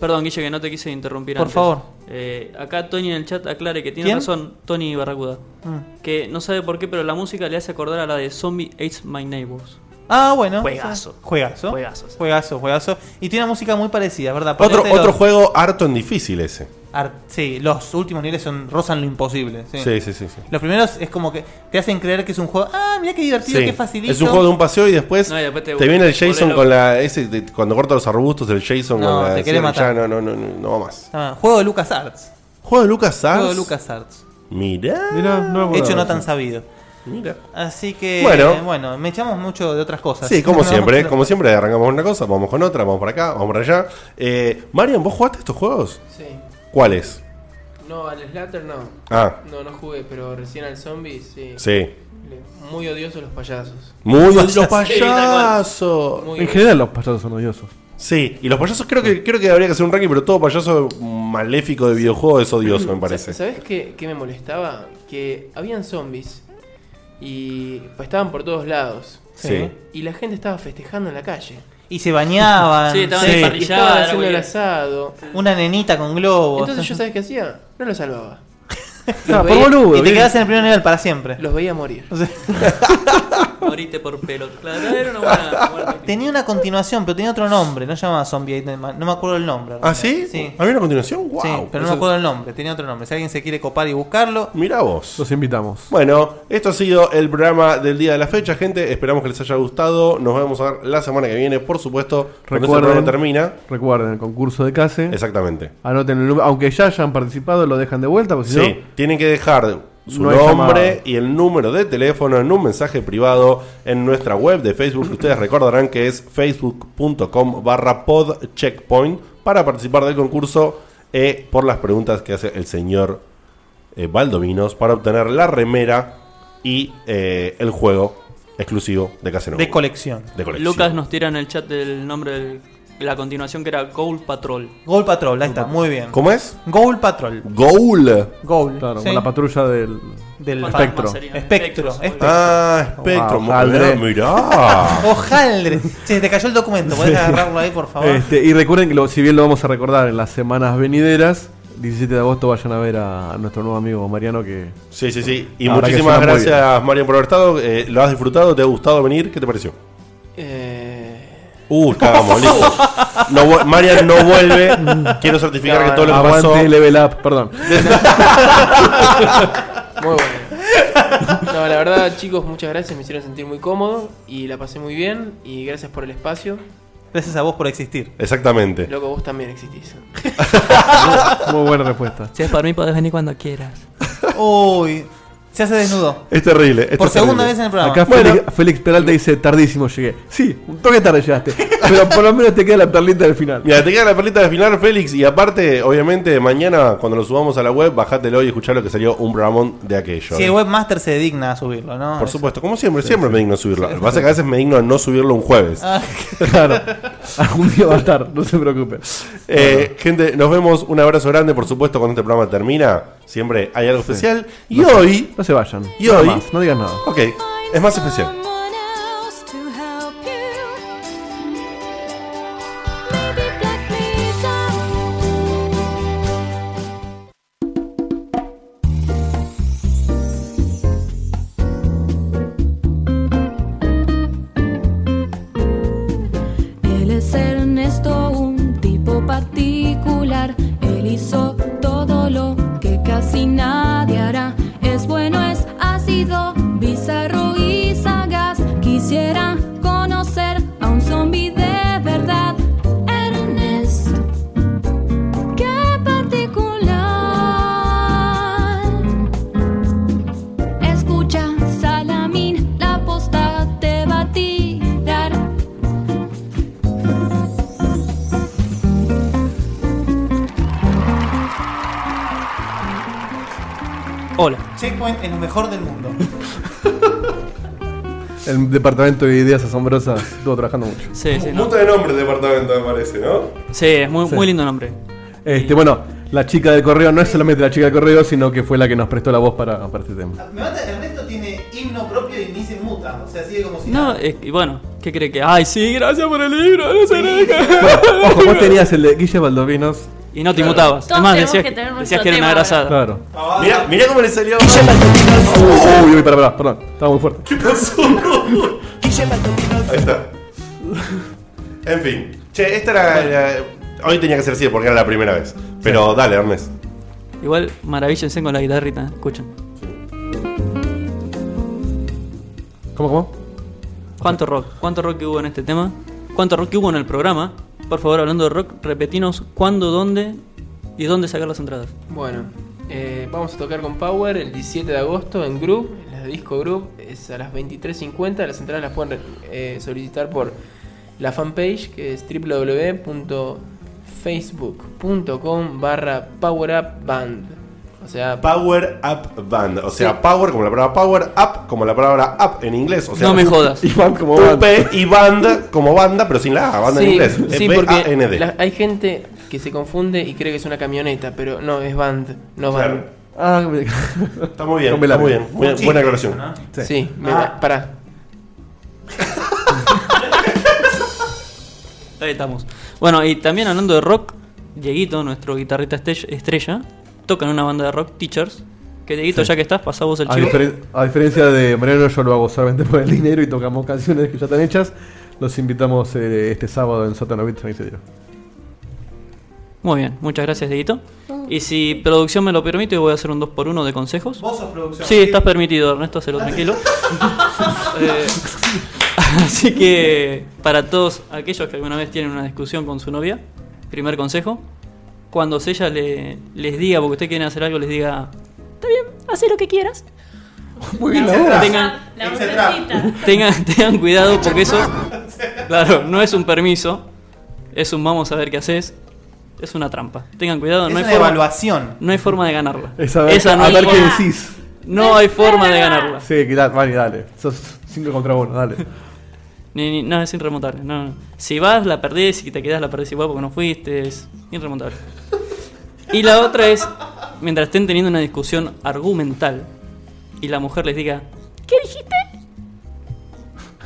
Speaker 2: Perdón, Guille, que no te quise interrumpir
Speaker 8: Por
Speaker 2: antes.
Speaker 8: favor.
Speaker 2: Eh, acá Tony en el chat aclare que tiene
Speaker 8: ¿Quién?
Speaker 2: razón, Tony Barracuda.
Speaker 8: Ah.
Speaker 2: Que no sabe por qué, pero la música le hace acordar a la de Zombie Hates My Neighbors.
Speaker 8: Ah, bueno.
Speaker 2: Juegazo.
Speaker 8: Juegazo.
Speaker 2: Juegazo,
Speaker 8: Juegazo, juegazo. Y tiene una música muy parecida, ¿verdad?
Speaker 7: Otro,
Speaker 8: Ponete
Speaker 7: otro
Speaker 8: los-
Speaker 7: juego harto en difícil ese.
Speaker 8: Ar- sí, los últimos niveles son rozan lo imposible. Sí.
Speaker 7: Sí, sí, sí, sí.
Speaker 8: Los primeros es como que te hacen creer que es un juego. Ah, mira qué divertido,
Speaker 7: Sí.
Speaker 8: qué facilito.
Speaker 7: Es un juego de un paseo y después,
Speaker 8: No, y después
Speaker 7: te,
Speaker 8: te-
Speaker 7: viene el
Speaker 8: volé
Speaker 7: Jason
Speaker 8: loco.
Speaker 7: con la. Ese, de- cuando corta los arbustos, el Jason
Speaker 8: No,
Speaker 7: con la.
Speaker 8: te quiere
Speaker 7: ya
Speaker 8: matar.
Speaker 7: No, no, no, no, no va más.
Speaker 8: Ah, juego de Lucas Arts.
Speaker 7: ¿Juego de Lucas Arts?
Speaker 8: Juego de Lucas Arts.
Speaker 7: Mirá.
Speaker 8: Hecho no tan sabido.
Speaker 7: Mira.
Speaker 8: Así que,
Speaker 7: Bueno.
Speaker 8: bueno. me echamos mucho de otras cosas.
Speaker 7: Sí, como
Speaker 8: Nos vamos
Speaker 7: siempre,
Speaker 8: con-
Speaker 7: como siempre, arrancamos una cosa, vamos con otra, vamos para acá, vamos para allá. Eh, Marian, ¿vos jugaste estos juegos?
Speaker 13: Sí.
Speaker 7: ¿Cuáles?
Speaker 13: No, al Slatter no.
Speaker 7: Ah.
Speaker 13: No, no jugué, pero recién al Zombie sí.
Speaker 7: Sí.
Speaker 13: Le- Muy odioso los payasos.
Speaker 7: Muy los
Speaker 13: Sí, tal cual.
Speaker 7: payasos.
Speaker 13: Muy
Speaker 3: En general los payasos son odiosos.
Speaker 7: Sí, y los payasos creo que creo que habría que hacer un ranking, pero todo payaso maléfico de videojuego es odioso, me parece.
Speaker 13: ¿Sabes qué, qué me molestaba? Que habían zombies y pues, estaban por todos lados.
Speaker 7: Sí.
Speaker 13: Y la gente estaba festejando en la calle.
Speaker 8: Y se bañaban.
Speaker 13: Sí, estaban
Speaker 8: Sí.
Speaker 13: Y estaban haciendo el
Speaker 8: Cualquier-
Speaker 13: asado.
Speaker 8: Una nenita con globos.
Speaker 13: Entonces yo sabes qué hacía? No lo salvaba. Los
Speaker 8: No, por
Speaker 13: veía-
Speaker 8: boludo, Y te ¿viste? quedás en el primer nivel para siempre.
Speaker 13: Los veía morir.
Speaker 2: Morite por pelo. Claro, era una buena. buena táctica.
Speaker 8: Tenía una continuación, pero tenía otro nombre. No se llamaba Zombie Eight Night Man, No me acuerdo el nombre.
Speaker 7: ¿Ah, sí?
Speaker 8: Sí.
Speaker 7: ¿Había una continuación? Wow.
Speaker 8: Sí, pero no
Speaker 7: Eso-
Speaker 8: me acuerdo el nombre. Tenía otro nombre. Si alguien se quiere copar y buscarlo.
Speaker 7: Mira vos.
Speaker 3: Los invitamos.
Speaker 7: Bueno, esto ha sido el programa del día de la fecha, gente. Esperamos que les haya gustado. Nos vemos a ver la semana que viene, por supuesto. cuando este
Speaker 3: Recuerden,
Speaker 7: programa termina.
Speaker 3: recuerden el concurso de CASE.
Speaker 7: Exactamente.
Speaker 3: Anoten el número. Aunque ya hayan participado, lo dejan de vuelta. Porque si
Speaker 7: Sí,
Speaker 3: no,
Speaker 7: tienen que dejar su
Speaker 3: No hay
Speaker 7: nombre y el número de teléfono en un mensaje privado en nuestra web de Facebook. que Ustedes recordarán que es facebook.com barra podcheckpoint para participar del concurso eh, por las preguntas que hace el señor eh, Valdovinos para obtener la remera y eh, el juego exclusivo de Casenova.
Speaker 8: De colección.
Speaker 7: De colección.
Speaker 2: Lucas nos tira en el chat el nombre del- de la continuación que era Gold Patrol.
Speaker 8: Goal Patrol, ahí está, muy bien.
Speaker 7: ¿Cómo es?
Speaker 8: Goal Patrol.
Speaker 7: Goal.
Speaker 8: Goal.
Speaker 3: Claro,
Speaker 8: sí.
Speaker 3: con la patrulla del,
Speaker 8: Del
Speaker 3: espectro.
Speaker 8: Espectro. espectro.
Speaker 7: Ah, Spectrum.
Speaker 3: Wow, Jaldre.
Speaker 7: mirá.
Speaker 8: Ojaldre. Se te cayó el documento. Podés agarrarlo ahí, por favor.
Speaker 3: Este, y recuerden que lo- si bien lo vamos a recordar en las semanas venideras, 17 de agosto vayan a ver a, a nuestro nuevo amigo Mariano que...
Speaker 7: Sí, sí, sí. Y
Speaker 3: La verdad que
Speaker 7: muchísimas
Speaker 3: suena muy
Speaker 7: gracias, Mario, por haber estado. Eh, ¿Lo has disfrutado? ¿Te ha gustado venir? ¿Qué te pareció?
Speaker 13: eh,
Speaker 7: Uh, cagamos, listo. No, vu- Marian no vuelve. Quiero certificar que todo lo que
Speaker 3: Aguante
Speaker 7: pasó.
Speaker 3: Level Up, perdón.
Speaker 13: Muy bueno. No, la verdad, chicos, muchas gracias. Me hicieron sentir muy cómodo y la pasé muy bien. Y gracias por el espacio.
Speaker 8: Gracias a vos por existir.
Speaker 7: Exactamente.
Speaker 13: Loco, vos también existís.
Speaker 3: Muy buena respuesta.
Speaker 2: Si es para mí, podés venir cuando quieras.
Speaker 8: Uy. Se hace desnudo.
Speaker 7: Es terrible. es
Speaker 8: Por
Speaker 7: terrible.
Speaker 8: segunda
Speaker 7: Ah,
Speaker 8: vez en el programa.
Speaker 3: Acá Félix, Félix Peralta dice, tardísimo llegué. Sí, un toque tarde llegaste. pero por lo menos te queda la perlita del final.
Speaker 7: Mira, te queda la perlita de final, Félix. Y aparte, obviamente, mañana cuando lo subamos a la web, bajátelo y escuchá lo que salió un Ramón de aquello.
Speaker 8: Si el webmaster se digna a subirlo, ¿no?
Speaker 7: Por
Speaker 8: Eso.
Speaker 7: supuesto, como siempre, siempre me digno subirlo. Lo que pasa es que a veces me digno a no subirlo un jueves.
Speaker 8: Ah.
Speaker 3: Claro. Algún día va a estar, no se preocupen.
Speaker 7: Eh, Gente, nos vemos. Un abrazo grande, por supuesto, cuando este programa termina. Siempre hay algo especial. Y
Speaker 3: No se-
Speaker 7: hoy.
Speaker 3: No se vayan.
Speaker 7: Y
Speaker 3: Nada
Speaker 7: hoy-
Speaker 3: más, no digas nada.
Speaker 7: Ok, es más especial.
Speaker 17: Él es Ernesto, un tipo particular. Él hizo todo lo que casi nadie hará. Es bueno, es ácido, bizarro y sagaz. Quisiera conocer a un zombi de verdad. Ernest, qué particular. Escucha, Salamín, la posta te va a tirar.
Speaker 2: Hola.
Speaker 8: Checkpoint es lo mejor del mundo.
Speaker 3: El departamento de ideas asombrosas estuvo trabajando mucho.
Speaker 2: Sí, sí, no.
Speaker 7: Puta de nombre el departamento, me parece, ¿no?
Speaker 2: Sí, es muy,
Speaker 3: Sí.
Speaker 2: muy lindo nombre.
Speaker 3: Este, bueno, la chica del correo no es solamente la chica del correo, sino que fue la que nos prestó la voz para, para este tema.
Speaker 8: Me mata que el resto tiene himno propio y ni se muta. O sea, sigue como si.
Speaker 2: No, es- y bueno, ¿qué cree que? Ay, sí, gracias por el libro, no sé
Speaker 3: Bueno,
Speaker 2: nada.
Speaker 3: ojo, vos tenías el de Guille Baldovinos.
Speaker 2: Y no te inmutabas.
Speaker 10: Todos
Speaker 2: Es más,
Speaker 10: tenemos
Speaker 2: decías
Speaker 10: que
Speaker 2: que,
Speaker 10: tener
Speaker 2: decías
Speaker 10: nuestro
Speaker 2: que era una
Speaker 10: tema,
Speaker 2: grasada.
Speaker 3: Claro.
Speaker 7: Mirá, mirá cómo le salió.
Speaker 3: Uy, uy, pará, pará, perdón. Estaba muy fuerte.
Speaker 7: ¿Qué pasó? Ahí está. En fin. Che, esta era, era- Hoy tenía que ser así porque era la primera vez. Pero dale, Ernest.
Speaker 2: Igual, maravíllense con la guitarrita, escuchen.
Speaker 3: ¿Cómo, cómo?
Speaker 2: ¿Cuánto rock? ¿Cuánto rock que hubo en este tema? ¿Cuánto rock que hubo en el programa? Por favor, hablando de rock, repetinos cuándo, dónde y dónde sacar las entradas.
Speaker 13: Bueno, eh, vamos a tocar con Power el 17 de agosto en Group, en la Disco Group, es a las 23.50. Las entradas las pueden eh, solicitar por la fanpage que es www.facebook.com barra Power Up Band. O sea,
Speaker 7: Power Up Band. O sea, power como la palabra power, up como la palabra up en inglés. O sea,
Speaker 2: No me jodas.
Speaker 3: Y van como
Speaker 7: UP y band como banda, pero sin la A, banda en
Speaker 13: Sí,
Speaker 7: inglés.
Speaker 13: sí,
Speaker 7: B
Speaker 13: porque
Speaker 7: A N D.
Speaker 13: la- hay gente que se confunde y cree que es una camioneta, pero no, es band, no
Speaker 7: Claro.
Speaker 13: band.
Speaker 3: Ah, me-
Speaker 7: Está muy bien,
Speaker 3: Con Belardo.
Speaker 7: está muy bien. Buena,
Speaker 13: Sí.
Speaker 7: buena aclaración.
Speaker 13: Sí,
Speaker 7: Sí.
Speaker 13: me
Speaker 2: Ah.
Speaker 13: da- pará.
Speaker 2: Ahí estamos. Bueno, y también hablando de rock, Dieguito, nuestro guitarrista este- estrella, toca en una banda de rock, Teachers. Que Dieguito,
Speaker 3: Sí.
Speaker 2: ya que estás, pasamos el
Speaker 3: A,
Speaker 2: chivo.
Speaker 3: diferen- a diferencia de Mariano, yo lo hago solamente por el dinero y tocamos canciones que ya están hechas. Los invitamos eh, este sábado en Sótano Beat 32.
Speaker 2: Muy bien, muchas gracias, Dieguito. Y si producción me lo permite, voy a hacer un 2x1 de consejos.
Speaker 8: Vos sos producción.
Speaker 2: Sí, estás permitido, Ernesto, hacelo tranquilo. Eh, así que, para todos aquellos que alguna vez tienen una discusión con su novia, primer consejo: cuando ella le, les diga, porque ustedes quieren hacer algo, les diga, Haz lo que quieras.
Speaker 3: Muy
Speaker 2: bien, la obra. Tengan-
Speaker 10: La
Speaker 8: Etcétera.
Speaker 10: vocecita.
Speaker 2: tengan, tengan cuidado porque eso, claro, no es un permiso, es un vamos a ver qué haces, es una trampa. Tengan cuidado,
Speaker 8: Es
Speaker 2: no hay
Speaker 8: una
Speaker 2: forma,
Speaker 8: evaluación.
Speaker 2: No hay forma de ganarla.
Speaker 3: Es a ver,
Speaker 2: Esa no
Speaker 3: a
Speaker 2: hay
Speaker 3: ver qué
Speaker 2: forma-
Speaker 3: decís.
Speaker 2: No hay forma de ganarla.
Speaker 3: Sí, que da- Vani, dale. Sos 5 contra 1, dale.
Speaker 2: Ni- ni- no, es irremontable. No, no. Si vas, la perdés. Si te quedás, la perdés igual porque no fuiste. Es irremontable. Y la otra es, mientras estén teniendo una discusión argumental y la mujer les diga, ¿qué dijiste?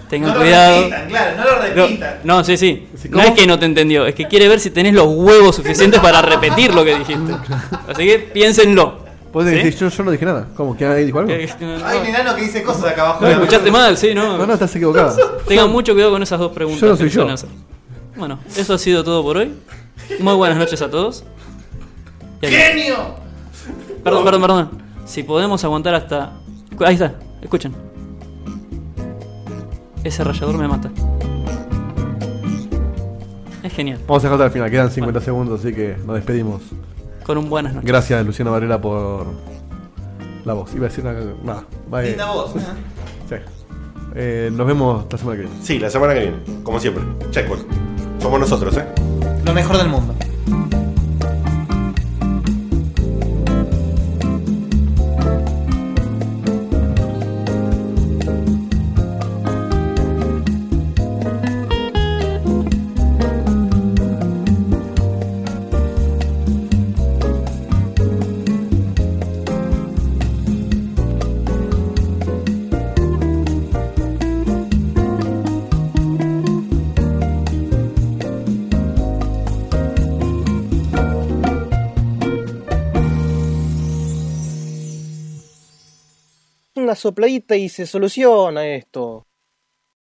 Speaker 2: Tengan
Speaker 8: No lo
Speaker 2: cuidado.
Speaker 8: repitan, claro, no lo repitan.
Speaker 2: No, no, sí, sí. No
Speaker 8: ¿cómo?
Speaker 2: es que no te entendió, es que quiere ver si tenés los huevos suficientes para repetir lo que dijiste. Así que piénsenlo.
Speaker 3: Vos
Speaker 2: ¿Sí?
Speaker 3: decís, yo, yo no dije nada. ¿Cómo? ¿Que nadie dijo algo?
Speaker 2: Que- que-
Speaker 8: Hay un enano que dice cosas acá abajo.
Speaker 2: No, escuchaste mal, sí, no.
Speaker 3: No, no, estás equivocado.
Speaker 2: Tengan mucho cuidado con esas dos preguntas.
Speaker 3: Yo no soy
Speaker 2: que les van
Speaker 3: yo.
Speaker 2: a hacer. Bueno, eso ha sido todo por hoy. Muy buenas noches a todos. Y aquí-
Speaker 8: ¡Genio!
Speaker 2: Perdón, perdón, perdón. Si podemos aguantar hasta. Ahí está, escuchen. Ese rayador me mata. Es genial.
Speaker 3: Vamos a dejar hasta el final, quedan 50 segundos, así que nos despedimos.
Speaker 2: Con un buenas noches.
Speaker 3: Gracias, Luciano Varela, por la voz. Iba a decir una. Nada, va, eh.
Speaker 8: Linda voz, ¿eh?
Speaker 3: Sí. Eh, nos vemos la semana que viene.
Speaker 7: Sí, la semana que viene, como siempre. Checkpoint. Somos nosotros, ¿eh?
Speaker 8: Lo mejor del mundo.
Speaker 5: Una sopladita y se soluciona esto.